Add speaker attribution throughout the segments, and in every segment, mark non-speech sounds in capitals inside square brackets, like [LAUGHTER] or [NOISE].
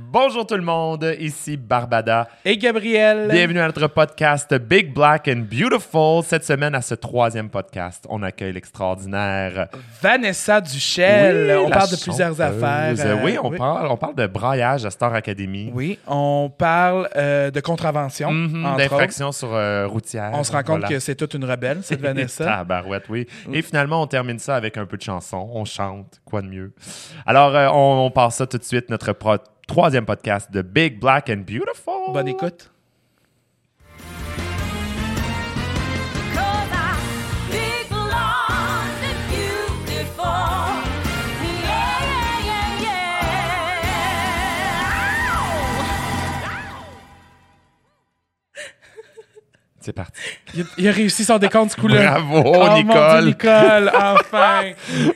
Speaker 1: Bonjour tout le monde, ici Barbada.
Speaker 2: Et Gabriel.
Speaker 1: Bienvenue à notre podcast Big Black and Beautiful. Cette semaine, à ce troisième podcast, on accueille l'extraordinaire.
Speaker 2: Vanessa Duchel.
Speaker 1: Oui,
Speaker 2: on
Speaker 1: la
Speaker 2: parle de plusieurs
Speaker 1: chanteuse.
Speaker 2: affaires. Euh,
Speaker 1: oui, on, Parle, on parle de braillage à Star Academy,
Speaker 2: Oui, on parle euh, de contravention,
Speaker 1: Mhm,
Speaker 2: entre autres.
Speaker 1: d'infraction sur euh, routière.
Speaker 2: On se rend compte
Speaker 1: Voilà.
Speaker 2: que Mm. c'est toute une rebelle,
Speaker 1: [LAUGHS]
Speaker 2: cette Vanessa.
Speaker 1: Tabarouette, oui. Et finalement, on termine ça avec un peu de chanson. On chante, quoi de mieux. Alors, euh, on, on passe ça tout de suite, notre pro- troisième podcast de Big Black and Beautiful.
Speaker 2: Bonne écoute.
Speaker 1: C'est parti.
Speaker 2: Il, il a réussi son décompte ce coup-là.
Speaker 1: Bravo,
Speaker 2: Oh, mon
Speaker 1: Nicole. [LAUGHS]
Speaker 2: Dieu, Nicole, enfin. Hey,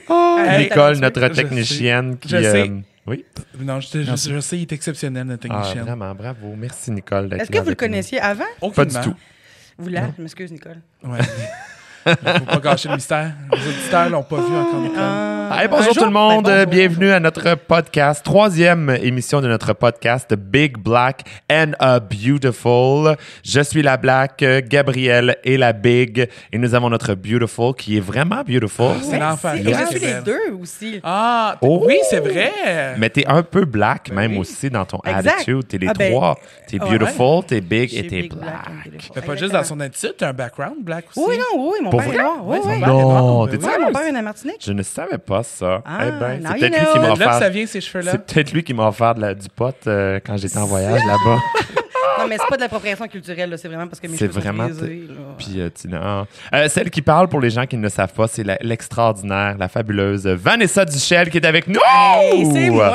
Speaker 1: Ah, Nicole,
Speaker 2: je-
Speaker 1: notre
Speaker 2: je
Speaker 1: technicienne qui. euh,
Speaker 2: Je sais.
Speaker 1: oui.
Speaker 2: sais. Non, je, te- je- je sais, il est exceptionnel, notre
Speaker 1: Ah,
Speaker 2: technicien.
Speaker 1: vraiment, bravo. Merci, Nicole. d'être
Speaker 3: Est-ce que
Speaker 1: là
Speaker 3: vous le
Speaker 1: avec nous.
Speaker 3: connaissiez avant?
Speaker 1: Pas du tout.
Speaker 3: Vous là, je m'excuse, Nicole.
Speaker 1: [LAUGHS]
Speaker 2: Ouais. Faut pas gâcher le mystère. Les auditeurs l'ont pas vu encore, Nicole.
Speaker 1: Hey, bonjour tout le monde,
Speaker 3: Ben, bonjour.
Speaker 1: bienvenue à notre podcast, troisième émission de notre podcast Big Black and a Beautiful. Je suis la Black, euh, Gabrielle et la Big, et nous avons notre Beautiful qui est vraiment beautiful.
Speaker 2: c'est
Speaker 3: Merci.
Speaker 2: l'enfer.
Speaker 3: Et
Speaker 2: Yes.
Speaker 3: je suis
Speaker 2: Yes.
Speaker 3: les deux aussi.
Speaker 2: Ah, t-
Speaker 1: Oh!
Speaker 2: oui, c'est vrai.
Speaker 1: Mais t'es un peu black même aussi dans ton
Speaker 3: Exact.
Speaker 1: attitude. T'es les
Speaker 3: Ah ben,
Speaker 1: trois. T'es
Speaker 3: ouais.
Speaker 1: beautiful, t'es big
Speaker 3: Je
Speaker 1: et
Speaker 3: suis
Speaker 1: t'es
Speaker 3: big, black,
Speaker 1: black.
Speaker 3: and beautiful.
Speaker 2: Mais pas juste dans son attitude, t'as un background black aussi.
Speaker 3: Oui, non, oui, mon
Speaker 1: Pour
Speaker 3: père
Speaker 1: vrai?
Speaker 3: est noir. Oui,
Speaker 2: Ouais,
Speaker 3: oui.
Speaker 2: son père.
Speaker 1: Non,
Speaker 2: Ben
Speaker 1: t'es
Speaker 2: oui.
Speaker 3: Ouais, mon père est de Martinique.
Speaker 1: Je ne savais pas ça.
Speaker 3: Ah,
Speaker 1: eh ben,
Speaker 3: now
Speaker 1: c'est peut-être lui
Speaker 3: you know.
Speaker 1: qui
Speaker 2: C'est
Speaker 1: m'a
Speaker 2: de là que ça
Speaker 1: offert.
Speaker 2: vient, ces cheveux-là.
Speaker 1: C'est peut-être lui qui m'a offert de la- du pot euh, quand j'étais en voyage
Speaker 3: [LAUGHS]
Speaker 1: là-bas.
Speaker 3: Non, mais c'est pas de l'appropriation culturelle, là, c'est vraiment parce que mes
Speaker 1: C'est
Speaker 3: cheveux
Speaker 1: vraiment-
Speaker 3: sont frisés, là.
Speaker 1: Puis, euh, tu- non. Euh, celle qui parle, pour les gens qui ne le savent pas, c'est la- l'extraordinaire, la, fabuleuse Vanessa Duchel qui est avec nous.
Speaker 3: Hey, c'est moi!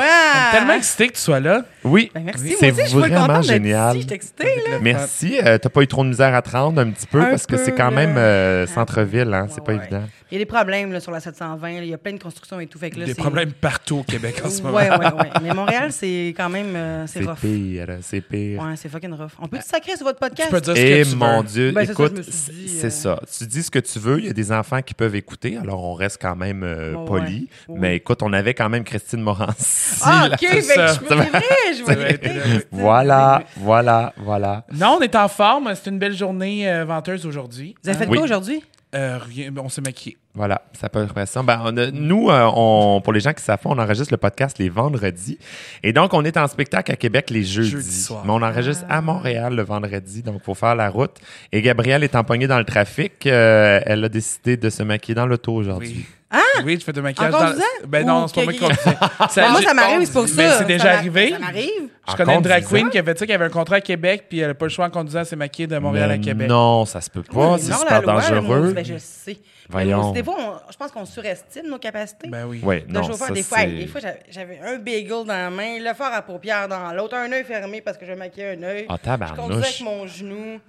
Speaker 2: Tellement excité que tu sois là.
Speaker 1: Oui,
Speaker 3: Ben, merci,
Speaker 1: c'est
Speaker 3: moi aussi, je suis pas
Speaker 1: vraiment
Speaker 3: contente d'être
Speaker 1: génial.
Speaker 3: ici, Je suis excitée, là.
Speaker 1: Merci. Euh, T'as pas eu trop de misère à te rendre un petit peu
Speaker 3: Un
Speaker 1: parce que
Speaker 3: peu,
Speaker 1: c'est quand
Speaker 3: là. Ah.
Speaker 1: même euh, centre-ville, hein,
Speaker 3: Ouais,
Speaker 1: c'est pas
Speaker 3: ouais.
Speaker 1: évident.
Speaker 3: Il y a des problèmes là, sur la 720, là, il y a plein de constructions et tout. Fait que, là,
Speaker 2: Des
Speaker 3: c'est-
Speaker 2: problèmes partout au Québec en ce moment.
Speaker 3: Ouais, ouais, ouais. Mais Montréal, c'est quand même. euh, c'est
Speaker 1: C'est
Speaker 3: rough.
Speaker 1: pire, c'est pire.
Speaker 3: Ouais, c'est fucking rough. On peut te sacrer sur
Speaker 2: [LAUGHS]
Speaker 3: votre
Speaker 2: Ben, Tu
Speaker 3: podcast?
Speaker 2: peux dire ce
Speaker 1: Et
Speaker 2: que tu
Speaker 1: Eh mon
Speaker 2: veux.
Speaker 1: Dieu,
Speaker 3: Ben, c'est ça, je
Speaker 1: écoute,
Speaker 3: me suis dit,
Speaker 1: c'est
Speaker 3: euh,
Speaker 1: ça. Tu dis ce que tu veux, il y a des enfants qui peuvent écouter, alors on reste quand même euh,
Speaker 3: Ouais,
Speaker 1: poli.
Speaker 3: ouais.
Speaker 1: Mais écoute, on avait quand même Christine Morancy.
Speaker 3: Ah,
Speaker 1: là.
Speaker 3: ok, fait que je-
Speaker 2: ça.
Speaker 3: c'est vrai, je
Speaker 2: C'est
Speaker 3: vois
Speaker 2: vrai,
Speaker 3: l'écouter.
Speaker 2: t'es là.
Speaker 1: Voilà, voilà, voilà.
Speaker 2: Non, on est en forme. C'est une belle journée euh, venteuse aujourd'hui.
Speaker 3: Vous avez fait
Speaker 1: Oui.
Speaker 3: quoi aujourd'hui?
Speaker 2: Euh, rien, on s'est maquillé.
Speaker 1: Voilà, ça peut être ça. Ben, on a- nous, euh, on, pour les gens qui savent pas, on enregistre le podcast les vendredis. Et donc, on est en spectacle à Québec les jeudis.
Speaker 2: Jeudi soir.
Speaker 1: Mais on enregistre
Speaker 3: Ah.
Speaker 1: à Montréal le vendredi, donc faut faire la route. Et Gabrielle est empoignée dans le trafic. Euh, elle a décidé de se maquiller dans l'auto aujourd'hui.
Speaker 2: Oui.
Speaker 3: Ah!
Speaker 2: Oui, je fais du maquillage.
Speaker 3: En
Speaker 2: dans-
Speaker 3: conduisant?
Speaker 2: Ben non,
Speaker 3: Ou
Speaker 2: c'est pas moi qui
Speaker 3: que- [LAUGHS]
Speaker 2: conduisais.
Speaker 3: Ben, moi, ça m'arrive, c'est pour ça.
Speaker 2: Mais c'est
Speaker 3: Ça
Speaker 2: déjà
Speaker 3: m'a-
Speaker 2: arrivé.
Speaker 3: Ça m'arrive.
Speaker 2: Je
Speaker 1: En
Speaker 2: connais une drag
Speaker 1: conduisant?
Speaker 2: queen qui avait dit qu'elle avait un contrat à Québec, puis elle n'a pas le choix en conduisant, c'est maquillée de Montréal à
Speaker 1: Mais
Speaker 2: Québec.
Speaker 1: Non, ça se peut pas,
Speaker 3: Oui,
Speaker 1: Oh, c'est
Speaker 3: non,
Speaker 1: super
Speaker 3: la loi, là,
Speaker 1: dangereux.
Speaker 3: nous, ben, je sais. Mais
Speaker 1: Voyons.
Speaker 3: nous, Des fois, on- je pense qu'on surestime nos capacités.
Speaker 2: Ben oui.
Speaker 1: Ouais,
Speaker 3: de
Speaker 1: non,
Speaker 3: chauffeur,
Speaker 1: ça,
Speaker 3: des fois, hey,
Speaker 1: c'est-
Speaker 3: des fois, j'avais- j'avais un bagel dans la main, le fard à paupières dans l'autre, un œil fermé parce que je maquillais un œil.
Speaker 1: Ah,
Speaker 3: je
Speaker 1: tabarnouche.
Speaker 3: conduisais avec mon genou.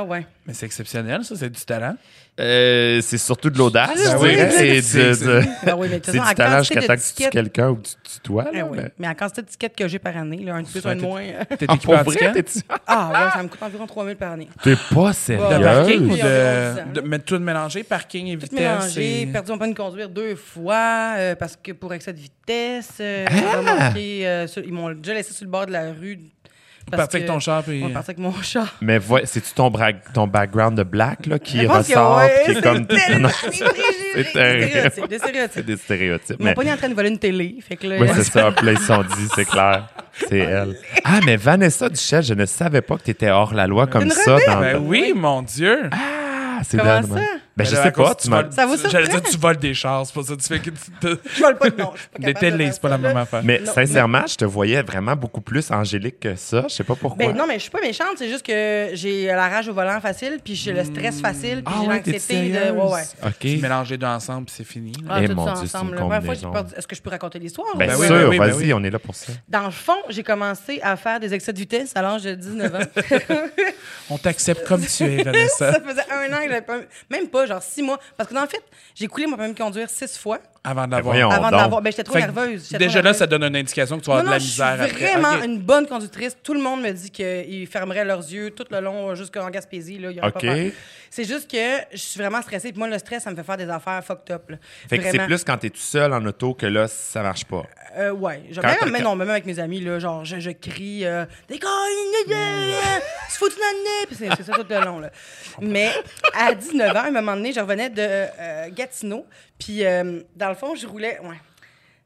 Speaker 1: [LAUGHS]
Speaker 3: ouais.
Speaker 2: Mais c'est exceptionnel, ça, c'est du talent.
Speaker 1: Euh, c'est surtout de l'audace,
Speaker 3: Ah,
Speaker 1: je
Speaker 3: oui, [LAUGHS]
Speaker 1: dirais. C'est
Speaker 2: oui. C'est-
Speaker 1: de- de-
Speaker 3: Ben oui, mais de toute
Speaker 1: c'est
Speaker 3: façon,
Speaker 1: du
Speaker 3: à
Speaker 1: talent
Speaker 3: quantité
Speaker 1: jusqu'à temps
Speaker 3: de
Speaker 1: que tu tues
Speaker 3: tickets-
Speaker 1: quelqu'un ou que tu tutoies. là,
Speaker 3: Ah oui.
Speaker 1: mais-
Speaker 3: Mais en quantité de tickets que j'ai par année, là, un de plus, un de moins. euh,
Speaker 2: T'es
Speaker 1: Ah,
Speaker 2: équipé
Speaker 1: pour
Speaker 2: en
Speaker 1: vrai,
Speaker 2: ticket?
Speaker 1: t'es-tu-
Speaker 3: [LAUGHS] Ah, ouais, ça me coûte environ 3000 par année.
Speaker 1: T'es pas
Speaker 2: De
Speaker 3: Yes.
Speaker 2: parking
Speaker 1: sérieux?
Speaker 2: ou
Speaker 3: Oui, environ dix
Speaker 2: de,
Speaker 3: ans.
Speaker 2: de mettre tout mélanger, parking et
Speaker 3: Tout
Speaker 2: vitesse?
Speaker 3: mélangé,
Speaker 2: et-
Speaker 3: perdu mon permis de conduire deux fois euh, parce que pour excès de vitesse, euh,
Speaker 2: Ah!
Speaker 3: remarqué, euh, sur- ils m'ont déjà laissé sur le bord de la rue. parce
Speaker 2: partir avec
Speaker 3: que-
Speaker 2: ton char, puis- euh,
Speaker 3: Ouais, partir avec mon char.
Speaker 1: Mais voi- c'est-tu ton, bra- ton background de black là, qui
Speaker 3: Je pense que
Speaker 1: ressort,
Speaker 3: ouais,
Speaker 1: puis qui est comme
Speaker 3: [LAUGHS] tellement
Speaker 1: Non,
Speaker 3: des préjugés,
Speaker 1: c'est
Speaker 3: des
Speaker 1: terrible.
Speaker 3: stéréotypes, des stéréotypes.
Speaker 1: c'est des stéréotypes.
Speaker 3: Ils m'ont
Speaker 1: Mais...
Speaker 3: pas mis en train de voler une télé. Fait que là,
Speaker 1: Oui, c'est ça. Puis là, ils se sont dit, c'est clair.
Speaker 3: [LAUGHS]
Speaker 1: C'est elle. Ah, mais Vanessa Duchel, je ne savais pas que tu étais hors la loi comme
Speaker 3: Une
Speaker 1: ça.
Speaker 3: rebelle.
Speaker 1: Dans...
Speaker 2: Ben oui, mon Dieu!
Speaker 1: Ah, c'est
Speaker 3: Comment
Speaker 1: dingue.
Speaker 3: ça?
Speaker 1: Ben, je
Speaker 2: Ben là,
Speaker 1: sais
Speaker 2: à cause
Speaker 1: pas.
Speaker 2: que
Speaker 1: Tu m'as-
Speaker 2: voles-
Speaker 3: Ça vous surprend?
Speaker 2: J'allais dire, tu voles des chars, c'est pour ça que tu fais que tu te...
Speaker 3: [LAUGHS] je vole pas de nom. je suis pas
Speaker 2: Des
Speaker 3: capable de
Speaker 2: télés,
Speaker 3: faire
Speaker 2: c'est pas la
Speaker 3: ça,
Speaker 2: même
Speaker 3: là.
Speaker 2: affaire.
Speaker 1: Mais
Speaker 3: Non.
Speaker 1: sincèrement, je te voyais vraiment beaucoup plus angélique que ça. Je sais pas pourquoi.
Speaker 3: Ben non, mais je suis pas méchante, c'est juste que j'ai euh, la rage au volant facile, puis j'ai le
Speaker 2: Hmm.
Speaker 3: stress facile, puis
Speaker 1: ah
Speaker 3: j'ai
Speaker 1: ouais, t'es
Speaker 3: l'anxiété
Speaker 1: sérieuse?
Speaker 3: de. Ouais, ouais.
Speaker 2: Tu
Speaker 1: OK.
Speaker 2: mélanges les deux ensemble, puis c'est fini. là.
Speaker 3: Ah,
Speaker 1: Eh,
Speaker 3: tout
Speaker 1: mon
Speaker 3: ça
Speaker 1: Dieu, c'est
Speaker 3: ensemble.
Speaker 1: une
Speaker 3: là. La première fois, j'ai
Speaker 1: combinaison.
Speaker 3: peur- Est-ce que je peux raconter l'histoire?
Speaker 1: Bien
Speaker 2: Ben oui,
Speaker 1: sûr,
Speaker 2: ben oui, ben
Speaker 1: vas-y,
Speaker 2: oui.
Speaker 1: on est là pour ça.
Speaker 3: Dans le fond, j'ai commencé à faire des excès de vitesse à l'âge de 19 ans.
Speaker 2: [LAUGHS] On t'accepte comme tu es, Vanessa.
Speaker 3: ça faisait un an que j'avais pas... Même pas, genre six mois. Parce que, en fait, j'ai coulé mon permis de conduire six fois
Speaker 2: Avant de l'avoir.
Speaker 1: voyons. Oh,
Speaker 3: avant de
Speaker 1: donc.
Speaker 3: l'avoir. Ben, j'étais trop
Speaker 2: Fait que
Speaker 3: nerveuse. j'étais
Speaker 2: Déjà
Speaker 3: trop
Speaker 2: là,
Speaker 3: nerveuse.
Speaker 2: ça donne une indication que tu vas
Speaker 3: Non,
Speaker 2: avoir de la
Speaker 3: non, je suis
Speaker 2: misère après.
Speaker 3: vraiment
Speaker 2: Ok.
Speaker 3: une bonne conductrice. Tout le monde me dit qu'ils fermeraient leurs yeux tout le long euh, jusqu'en Gaspésie. Là, il y aura
Speaker 1: OK.
Speaker 3: pas peur. C'est juste que je suis vraiment stressée. Puis moi, le stress, ça me fait faire des affaires fucked up. là.
Speaker 1: Fait que c'est
Speaker 3: Vraiment.
Speaker 1: plus quand t'es tout seul en auto que là, ça marche pas.
Speaker 3: Euh, ouais. Je-
Speaker 1: Quand-
Speaker 3: même, mais
Speaker 1: quand-
Speaker 3: non, même avec mes amis, là, genre, je, je crie euh, Des gars, il y
Speaker 2: Mm.
Speaker 3: a- [LAUGHS] il y a- se fout une année! Puis c'est c'est ça tout le long. Là. Mais à 19 ans, à un moment donné, je revenais de euh, Gatineau. Puis euh, dans le fond, je roulais. Ouais.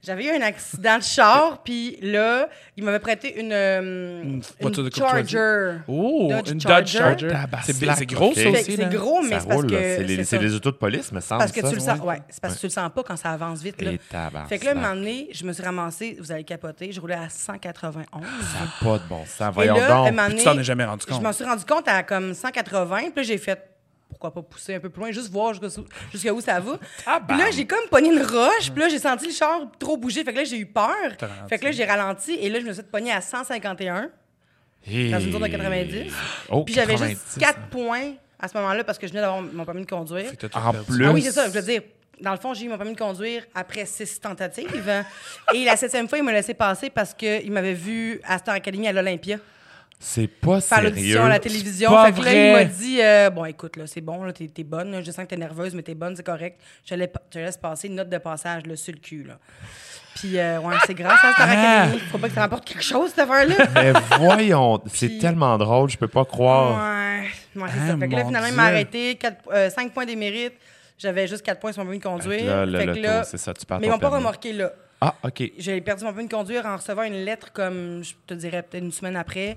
Speaker 3: J'avais eu un accident
Speaker 2: [LAUGHS]
Speaker 3: de char, puis là, il m'avait prêté une, euh, une,
Speaker 2: voiture de courtoisie.
Speaker 3: Charger.
Speaker 2: Oh,
Speaker 3: Dodge
Speaker 2: une Dodge
Speaker 3: Charger.
Speaker 2: Charger.
Speaker 1: Tabarnak.
Speaker 2: C'est bi- c'est gros, ça
Speaker 1: Fait que
Speaker 3: Fait que
Speaker 2: aussi.
Speaker 3: C'est
Speaker 2: là.
Speaker 3: gros, mais
Speaker 1: ça
Speaker 3: c'est parce
Speaker 1: roule, là.
Speaker 3: que.
Speaker 1: C'est les,
Speaker 3: ça.
Speaker 1: c'est les autos de police, me semble.
Speaker 3: Parce que
Speaker 1: ça.
Speaker 3: tu le sens, ouais, c'est parce que tu le sens pas quand ça avance vite. Là.
Speaker 1: Et tabarnak.
Speaker 3: Fait que là, un moment donné, je me suis ramassée, vous allez capoter, je roulais à 191.
Speaker 1: Ça n'a pas de bon sens.
Speaker 3: Et
Speaker 1: Ah, Voyons
Speaker 3: là, un
Speaker 1: donc.
Speaker 3: moment
Speaker 2: Puis tu
Speaker 3: donné,
Speaker 2: t'en es jamais rendu compte.
Speaker 3: Je m'en suis rendu compte à comme 180, puis là, j'ai fait pourquoi pas pousser un peu plus loin, juste voir jusqu'à jusqu'à où ça
Speaker 2: [LAUGHS]
Speaker 3: va.
Speaker 1: Ah,
Speaker 3: puis là,
Speaker 1: bam.
Speaker 3: j'ai comme pogné une roche, puis là, j'ai senti le char trop bouger, fait que là, j'ai eu peur.
Speaker 2: ralenti.
Speaker 3: Fait que là, j'ai ralenti, et là, je me suis pognée à 151
Speaker 1: Hey.
Speaker 3: dans une zone de 90.
Speaker 1: Oh,
Speaker 3: puis j'avais
Speaker 1: 90,
Speaker 3: juste
Speaker 2: hein.
Speaker 3: 4 points à ce moment-là parce que je venais d'avoir mon permis de conduire.
Speaker 2: T'as tout
Speaker 1: En
Speaker 2: perdu.
Speaker 1: plus.
Speaker 3: Ah oui, c'est ça. Je veux dire, dans le fond, j'ai eu mon permis de conduire après six tentatives. et la septième fois, il m'a laissé passer parce qu'il m'avait vu à Star Academy à l'Olympia
Speaker 1: C'est pas
Speaker 3: faire
Speaker 1: sérieux.
Speaker 3: l'audition à la télévision.
Speaker 2: C'est pas
Speaker 3: Fait que là,
Speaker 2: vrai.
Speaker 3: il m'a dit euh, Bon, écoute, là, c'est bon, là, t'es, t'es bonne. là, je sens que t'es nerveuse, mais t'es bonne, c'est correct. Je, la- je laisse passer une note de passage là, sur le cul. Là. Puis, euh, ouais, c'est grâce à Star
Speaker 2: Ah.
Speaker 3: Academy. Faut pas que ça rapporte quelque chose, cette affaire-là.
Speaker 1: Mais voyons, c'est tellement drôle, je peux pas croire.
Speaker 3: Ouais, ouais, c'est
Speaker 2: Ah,
Speaker 3: ça. Fait que là,
Speaker 2: mon
Speaker 3: finalement, il
Speaker 2: Dieu.
Speaker 3: m'a arrêté. 5 points des mérites. J'avais juste 4 points sur mon permis de conduire.
Speaker 1: Fait que là, le
Speaker 3: Fait que
Speaker 1: loto,
Speaker 3: là-
Speaker 1: c'est ça, tu perds
Speaker 3: Mais ils
Speaker 1: ton
Speaker 3: m'ont pas
Speaker 1: permis.
Speaker 3: remorqué là.
Speaker 1: Ah, OK.
Speaker 3: J'ai perdu mon permis de conduire en recevant une lettre comme, je te dirais, peut-être une semaine après.